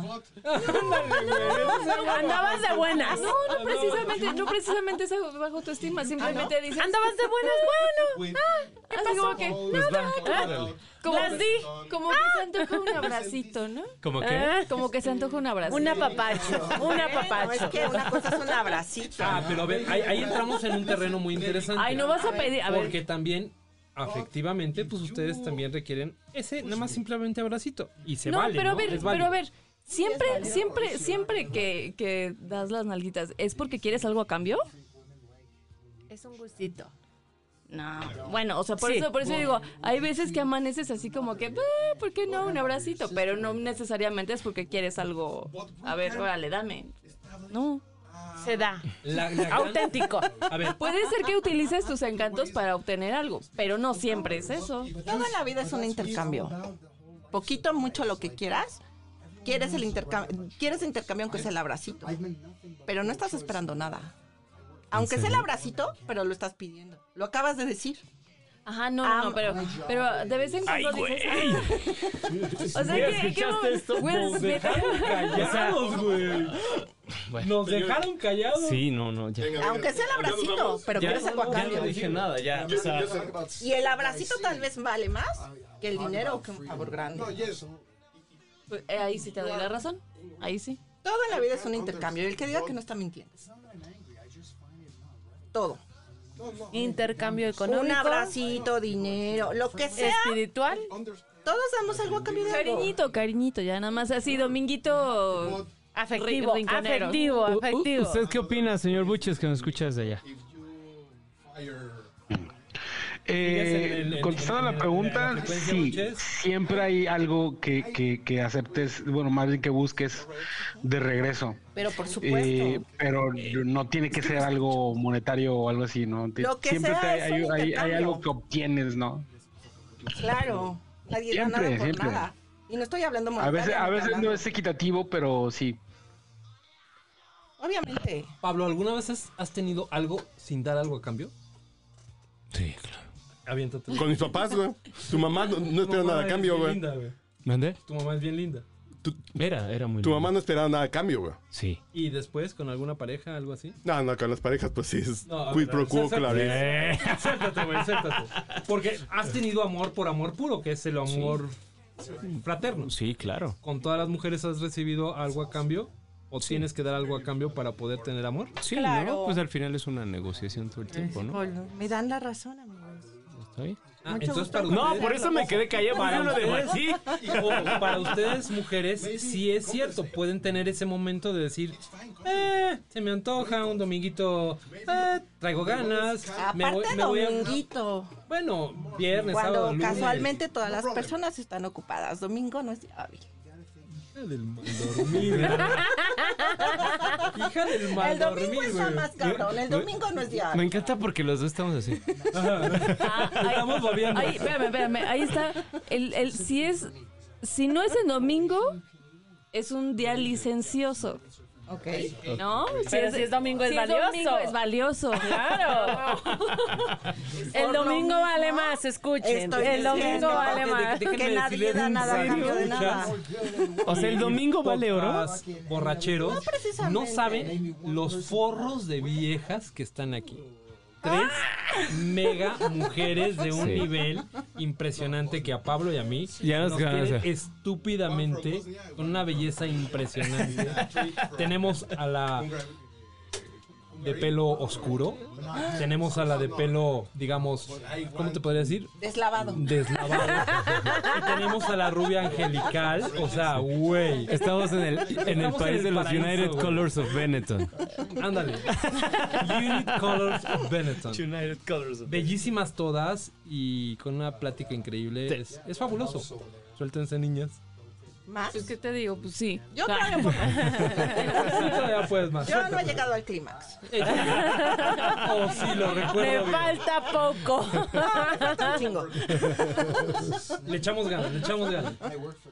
[SPEAKER 6] Andabas de buenas.
[SPEAKER 3] no, no precisamente, no precisamente Ah, es bajo tu estima, simplemente dices,
[SPEAKER 6] Andabas de buenas, bueno.
[SPEAKER 3] así como que,
[SPEAKER 5] Pues va.
[SPEAKER 3] Como,
[SPEAKER 6] Las
[SPEAKER 3] que,
[SPEAKER 6] di.
[SPEAKER 3] como que se antoja un abracito, ¿no?
[SPEAKER 5] ¿Cómo qué?
[SPEAKER 6] Ah,
[SPEAKER 3] Como que se antoja un abracito.
[SPEAKER 6] un apapacho, un
[SPEAKER 4] No, es
[SPEAKER 6] apapacho.
[SPEAKER 4] que una cosa es un abracito.
[SPEAKER 2] Ah, pero a ver, ahí, ahí entramos en un terreno muy interesante.
[SPEAKER 3] Ay, no vas a pedir. A ver,
[SPEAKER 2] Porque también, afectivamente, pues ustedes también requieren ese, nada más simplemente abracito. Y se
[SPEAKER 3] no,
[SPEAKER 2] vale.
[SPEAKER 3] pero a ver,
[SPEAKER 2] Es
[SPEAKER 3] pero
[SPEAKER 2] válido.
[SPEAKER 3] a ver, siempre, siempre, siempre que, que das las nalguitas, ¿es porque quieres algo a cambio?
[SPEAKER 6] Es un gustito.
[SPEAKER 3] No. Bueno, o sea, por
[SPEAKER 6] Sí.
[SPEAKER 3] eso, por eso digo, hay veces que amaneces así como que, "Ah, ¿por qué no? Un abracito, pero no necesariamente es porque quieres algo. A ver, órale, dame. No.
[SPEAKER 6] Se da.
[SPEAKER 2] La- la gran-
[SPEAKER 6] Auténtico.
[SPEAKER 2] a ver,
[SPEAKER 3] Puede ser que utilices tus encantos para obtener algo, pero no siempre es eso.
[SPEAKER 5] Pues
[SPEAKER 4] Toda la vida es un intercambio. Poquito, mucho, lo que quieras. Quieres el intercambio, quieres intercambio aunque sea el abracito, pero no estás esperando nada. Aunque sea el
[SPEAKER 5] serio?
[SPEAKER 4] abracito, pero lo estás pidiendo. Lo acabas de decir.
[SPEAKER 3] Ajá, no, no,
[SPEAKER 4] Am-
[SPEAKER 3] no, pero, pero de vez en cuando dices. "Ah". O sea,
[SPEAKER 2] Güey,
[SPEAKER 3] que- que
[SPEAKER 2] ¿escuchaste esto?
[SPEAKER 3] Will
[SPEAKER 2] Nos
[SPEAKER 3] Smith-
[SPEAKER 2] dejaron callados, güey.
[SPEAKER 5] Bueno.
[SPEAKER 2] Nos dejaron callados.
[SPEAKER 5] Sí, no, no, ya.
[SPEAKER 1] Venga,
[SPEAKER 4] Aunque sea el abracito, pero
[SPEAKER 5] Ya,
[SPEAKER 4] quieres algo a
[SPEAKER 5] ya no
[SPEAKER 4] cambio.
[SPEAKER 5] dije nada, ya. o sea,
[SPEAKER 4] Y el abracito tal vez vale más que el dinero o que un favor grande.
[SPEAKER 3] eh, ahí sí te doy la razón. Ahí sí.
[SPEAKER 4] Todo en la vida es un intercambio. Y el que diga que no está mintiendo. Todo.
[SPEAKER 6] Intercambio económico.
[SPEAKER 4] Un abracito, dinero, lo que sea.
[SPEAKER 6] Espiritual.
[SPEAKER 4] Todos damos algo a cambio de algo.
[SPEAKER 3] Cariñito, cariñito, ya nada más así, dominguito. Uh,
[SPEAKER 6] Afectivo.
[SPEAKER 3] Rinconero.
[SPEAKER 6] Afectivo,
[SPEAKER 5] u- u-
[SPEAKER 6] afectivo.
[SPEAKER 5] ¿Usted qué opina, señor Buches, que nos escuchas de allá?
[SPEAKER 2] Fíjate, en
[SPEAKER 7] Eh,
[SPEAKER 2] el- en-
[SPEAKER 7] contestando
[SPEAKER 2] en-
[SPEAKER 7] a la
[SPEAKER 2] en la
[SPEAKER 7] pregunta,
[SPEAKER 2] frecuencia
[SPEAKER 7] sí,
[SPEAKER 2] Buches.
[SPEAKER 7] siempre hay algo que, que- que aceptes, bueno, más bien que busques de regreso.
[SPEAKER 4] Pero por supuesto.
[SPEAKER 7] Eh, pero no tiene que ser algo monetario o algo así, ¿no? Te-
[SPEAKER 4] Lo que
[SPEAKER 7] siempre
[SPEAKER 4] sea
[SPEAKER 7] te-
[SPEAKER 4] es
[SPEAKER 7] hay,
[SPEAKER 4] un
[SPEAKER 7] hay- hay
[SPEAKER 4] intercambio.
[SPEAKER 7] algo que obtienes, ¿no?
[SPEAKER 4] Claro,
[SPEAKER 7] pues,
[SPEAKER 4] nadie da
[SPEAKER 7] Siempre,
[SPEAKER 4] nada por
[SPEAKER 7] siempre.
[SPEAKER 4] nada. Y no estoy hablando
[SPEAKER 7] A veces, a veces
[SPEAKER 4] monetariamente
[SPEAKER 7] no es equitativo, pero sí.
[SPEAKER 4] hablando. Obviamente.
[SPEAKER 2] Pablo, ¿alguna vez has- has tenido algo sin dar algo a cambio?
[SPEAKER 5] Sí, claro.
[SPEAKER 2] Aviéntate.
[SPEAKER 1] Con mis papás, güey. Tu mamá no, no
[SPEAKER 2] Tu
[SPEAKER 1] esperaba
[SPEAKER 2] mamá
[SPEAKER 1] nada a
[SPEAKER 2] es
[SPEAKER 1] cambio,
[SPEAKER 2] bien
[SPEAKER 1] güey.
[SPEAKER 2] linda, güey.
[SPEAKER 5] ¿Mandé?
[SPEAKER 2] Tu mamá es bien linda.
[SPEAKER 5] Era, era muy
[SPEAKER 1] Tu
[SPEAKER 5] lindo.
[SPEAKER 1] mamá no esperaba nada a cambio, güey.
[SPEAKER 5] Sí.
[SPEAKER 2] ¿Y después con alguna pareja, algo así?
[SPEAKER 1] No, no, con las parejas, pues sí. Es
[SPEAKER 2] No, a
[SPEAKER 1] quid
[SPEAKER 2] ver,
[SPEAKER 1] pro quo,
[SPEAKER 2] exacto.
[SPEAKER 1] claro. es.
[SPEAKER 5] Eh,
[SPEAKER 2] Acéptate, güey, acéptate. Porque has tenido amor por amor puro, que es el amor fraterno.
[SPEAKER 5] Sí, claro.
[SPEAKER 2] ¿Con todas las mujeres has recibido algo a cambio? ¿O tienes que dar algo a cambio para poder tener amor?
[SPEAKER 5] Sí,
[SPEAKER 4] Claro.
[SPEAKER 5] ¿no? Pues al final es una negociación todo el tiempo, ¿no?
[SPEAKER 4] Me dan la razón, amigos.
[SPEAKER 5] ¿Está bien?
[SPEAKER 2] Ah,
[SPEAKER 4] Mucho
[SPEAKER 2] entonces
[SPEAKER 4] gusto.
[SPEAKER 2] para
[SPEAKER 5] No,
[SPEAKER 2] ustedes-
[SPEAKER 5] por eso me quedé callado. Para
[SPEAKER 2] Para
[SPEAKER 5] uno de
[SPEAKER 2] ustedes-
[SPEAKER 5] sí.
[SPEAKER 2] Ojo, para ustedes, mujeres, sí es cierto. Pueden tener ese momento de decir, eh, se me antoja un dominguito, eh, traigo ganas, me voy,
[SPEAKER 4] Aparte,
[SPEAKER 2] me voy a-
[SPEAKER 4] dominguito.
[SPEAKER 2] Bueno, viernes, sábado,
[SPEAKER 4] Cuando
[SPEAKER 2] lunes.
[SPEAKER 4] casualmente todas las personas están ocupadas. Domingo no es día hábil.
[SPEAKER 2] Hija del mal dormido. Hija del mal
[SPEAKER 4] El domingo es
[SPEAKER 2] dormido.
[SPEAKER 4] más cabrón. El domingo no es día
[SPEAKER 5] Me
[SPEAKER 4] hábil.
[SPEAKER 5] encanta porque los dos estamos así.
[SPEAKER 3] Ah, ahí-
[SPEAKER 2] Estamos babeando.
[SPEAKER 3] Ahí, espérame, espérame. Ahí está. El, el- si es. Si no es en domingo, es un día licencioso.
[SPEAKER 4] Ok.
[SPEAKER 3] ¿No?
[SPEAKER 6] Pero si es domingo es
[SPEAKER 3] si
[SPEAKER 6] valioso.
[SPEAKER 3] domingo es valioso.
[SPEAKER 6] Claro. El
[SPEAKER 4] Por lo
[SPEAKER 6] domingo
[SPEAKER 4] mismo,
[SPEAKER 6] vale más, escuchen.
[SPEAKER 4] estoy
[SPEAKER 6] el domingo
[SPEAKER 4] diciendo
[SPEAKER 6] vale
[SPEAKER 4] que-
[SPEAKER 6] más.
[SPEAKER 4] que nadie da nada a cambio de nada.
[SPEAKER 5] O sea, el domingo vale oro.
[SPEAKER 2] Podcast Borracheros. No,
[SPEAKER 4] precisamente.
[SPEAKER 2] saben los forros de viejas que están aquí. Tres
[SPEAKER 4] Ah.
[SPEAKER 2] mega mujeres de un
[SPEAKER 5] Sí.
[SPEAKER 2] nivel impresionante que a Pablo y a mí
[SPEAKER 5] Ya nos
[SPEAKER 2] quieren
[SPEAKER 5] ganas.
[SPEAKER 2] estúpidamente con una belleza impresionante. Tenemos a la de pelo oscuro,
[SPEAKER 4] Ah.
[SPEAKER 2] tenemos a la de pelo, digamos, ¿cómo te podría decir?
[SPEAKER 4] Deslavado.
[SPEAKER 2] Deslavado. Y tenemos a la rubia angelical, o sea, güey.
[SPEAKER 5] Estamos en el, en el
[SPEAKER 2] Estamos en
[SPEAKER 5] país
[SPEAKER 2] el
[SPEAKER 5] de los
[SPEAKER 2] paraíso,
[SPEAKER 5] United
[SPEAKER 2] güey.
[SPEAKER 5] Colors of Benetton.
[SPEAKER 2] Ándale. Unit Colors of Benetton.
[SPEAKER 5] United Colors of
[SPEAKER 2] Bellísimas todas y con una plática increíble. Es, es fabuloso. Suéltense, niñas.
[SPEAKER 4] ¿Más?
[SPEAKER 3] Pues, ¿qué te digo? Pues sí.
[SPEAKER 4] Yo todavía poco.
[SPEAKER 2] Ya puedes más.
[SPEAKER 4] Yo no he llegado al clímax.
[SPEAKER 2] Oh, sí, lo
[SPEAKER 6] Me
[SPEAKER 2] recuerdo. bien.
[SPEAKER 6] falta poco.
[SPEAKER 4] Un chingo.
[SPEAKER 2] Le echamos ganas, le echamos ganas.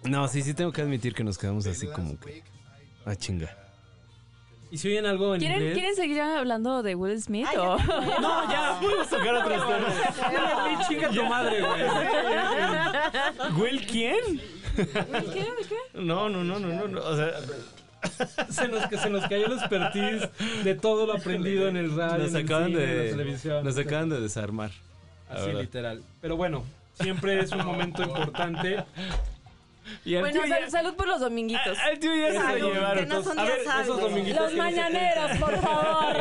[SPEAKER 5] No, sí, sí tengo que admitir que nos quedamos así como que. Ah, chinga.
[SPEAKER 2] ¿Y si oyen algo en
[SPEAKER 3] ¿Quieren,
[SPEAKER 2] inglés?
[SPEAKER 3] ¿Quieren seguir hablando de Will Smith?
[SPEAKER 4] Ay,
[SPEAKER 3] o-
[SPEAKER 5] No, ya, podemos tocar otros temas.
[SPEAKER 2] Ay, chinga tu madre, güey.
[SPEAKER 5] ¿Will quién?
[SPEAKER 3] ¿De qué? ¿De qué?
[SPEAKER 5] No, no, no, no, no. no, O sea,
[SPEAKER 2] Se nos, que se nos cayó el expertise de todo lo aprendido en el radio,
[SPEAKER 5] nos
[SPEAKER 2] en el
[SPEAKER 5] acaban
[SPEAKER 2] cine, en la
[SPEAKER 5] de.
[SPEAKER 2] televisión.
[SPEAKER 5] Nos acaban de desarmar. la
[SPEAKER 2] Así
[SPEAKER 5] verdad.
[SPEAKER 2] literal. Pero bueno, Siempre es un momento importante. Y al
[SPEAKER 3] Bueno,
[SPEAKER 2] tío
[SPEAKER 3] sal-
[SPEAKER 2] ya-
[SPEAKER 3] salud por los dominguitos.
[SPEAKER 2] a- al tío ya se lo
[SPEAKER 4] Salud,
[SPEAKER 2] llevaron.
[SPEAKER 4] que no son
[SPEAKER 2] a ver,
[SPEAKER 4] días hábiles.
[SPEAKER 2] esos dominguitos
[SPEAKER 3] Los
[SPEAKER 2] que no se-
[SPEAKER 3] mañaneros, por favor.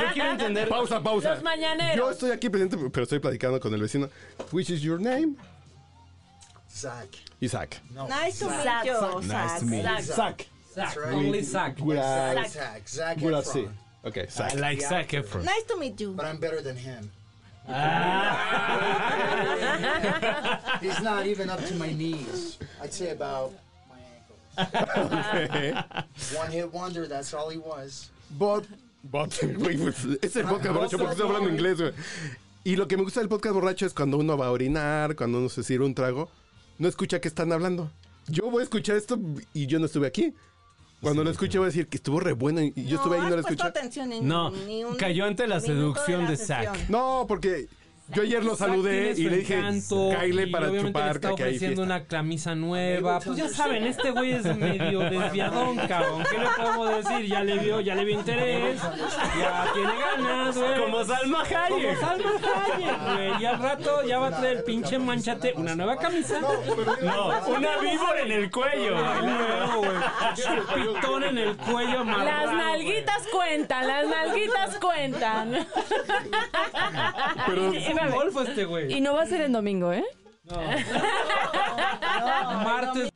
[SPEAKER 5] Yo quiero entender.
[SPEAKER 1] Pausa, pausa.
[SPEAKER 3] Los mañaneros.
[SPEAKER 1] Yo estoy aquí presente, pero estoy platicando con el vecino. Which is your name?
[SPEAKER 8] Zach.
[SPEAKER 1] Isaac.
[SPEAKER 8] No.
[SPEAKER 4] Nice to meet you, Zach.
[SPEAKER 1] Zach.
[SPEAKER 2] Zach,
[SPEAKER 8] right.
[SPEAKER 2] only Zach.
[SPEAKER 1] Zach.
[SPEAKER 8] Zach. Zach. Zac
[SPEAKER 1] Zach.
[SPEAKER 8] Efron.
[SPEAKER 1] Ok,
[SPEAKER 5] I
[SPEAKER 1] Zach.
[SPEAKER 5] like Zac Efron.
[SPEAKER 4] Nice to meet you.
[SPEAKER 8] But I'm better than him.
[SPEAKER 5] Ah,
[SPEAKER 8] He's not even up to my knees. I'd say about my ankles. One hit wonder, that's all he was.
[SPEAKER 1] Bot. Bot. Güey, pues, es el podcast borracho porque estoy hablando inglés, güey. Y lo que me gusta del podcast borracho es cuando uno va a orinar, cuando uno se sirve un trago, no escucha qué están hablando. Yo voy a escuchar esto y yo no estuve aquí. Cuando lo escuché voy a decir que estuvo re bueno y yo estuve ahí y no
[SPEAKER 4] has
[SPEAKER 1] lo
[SPEAKER 4] puesto
[SPEAKER 1] escuché.
[SPEAKER 4] atención en-
[SPEAKER 5] No,
[SPEAKER 4] ni un
[SPEAKER 5] cayó ante la
[SPEAKER 4] minuto
[SPEAKER 5] seducción
[SPEAKER 4] la
[SPEAKER 5] de Zac.
[SPEAKER 4] sesión.
[SPEAKER 1] No, porque yo ayer lo
[SPEAKER 2] Zach tiene
[SPEAKER 1] saludé
[SPEAKER 2] su
[SPEAKER 1] y le dije,
[SPEAKER 2] encanto,
[SPEAKER 1] caile
[SPEAKER 2] y
[SPEAKER 1] para
[SPEAKER 2] obviamente le
[SPEAKER 1] chupar,
[SPEAKER 2] está
[SPEAKER 1] que hay
[SPEAKER 2] ofreciendo
[SPEAKER 1] fiesta.
[SPEAKER 2] una camisa nueva. Pues ya saben, este güey es medio desviadón, cabrón. ¿Qué le podemos decir? Ya le vio, ya le vio interés. Ya tiene ganas, güey.
[SPEAKER 5] Como Salma Hayek.
[SPEAKER 2] Como Salma Hayek, güey. Y al rato ya va a traer el pinche manchate una nueva camisa.
[SPEAKER 5] No, una víbora en el cuello.
[SPEAKER 2] No, güey. Su pitón en el cuello amarrado.
[SPEAKER 3] Las
[SPEAKER 2] güey.
[SPEAKER 3] nalguitas cuentan, las nalguitas cuentan.
[SPEAKER 1] Pero
[SPEAKER 2] Es un golfo este güey.
[SPEAKER 3] Y no va a ser en domingo, ¿eh?
[SPEAKER 2] Martes.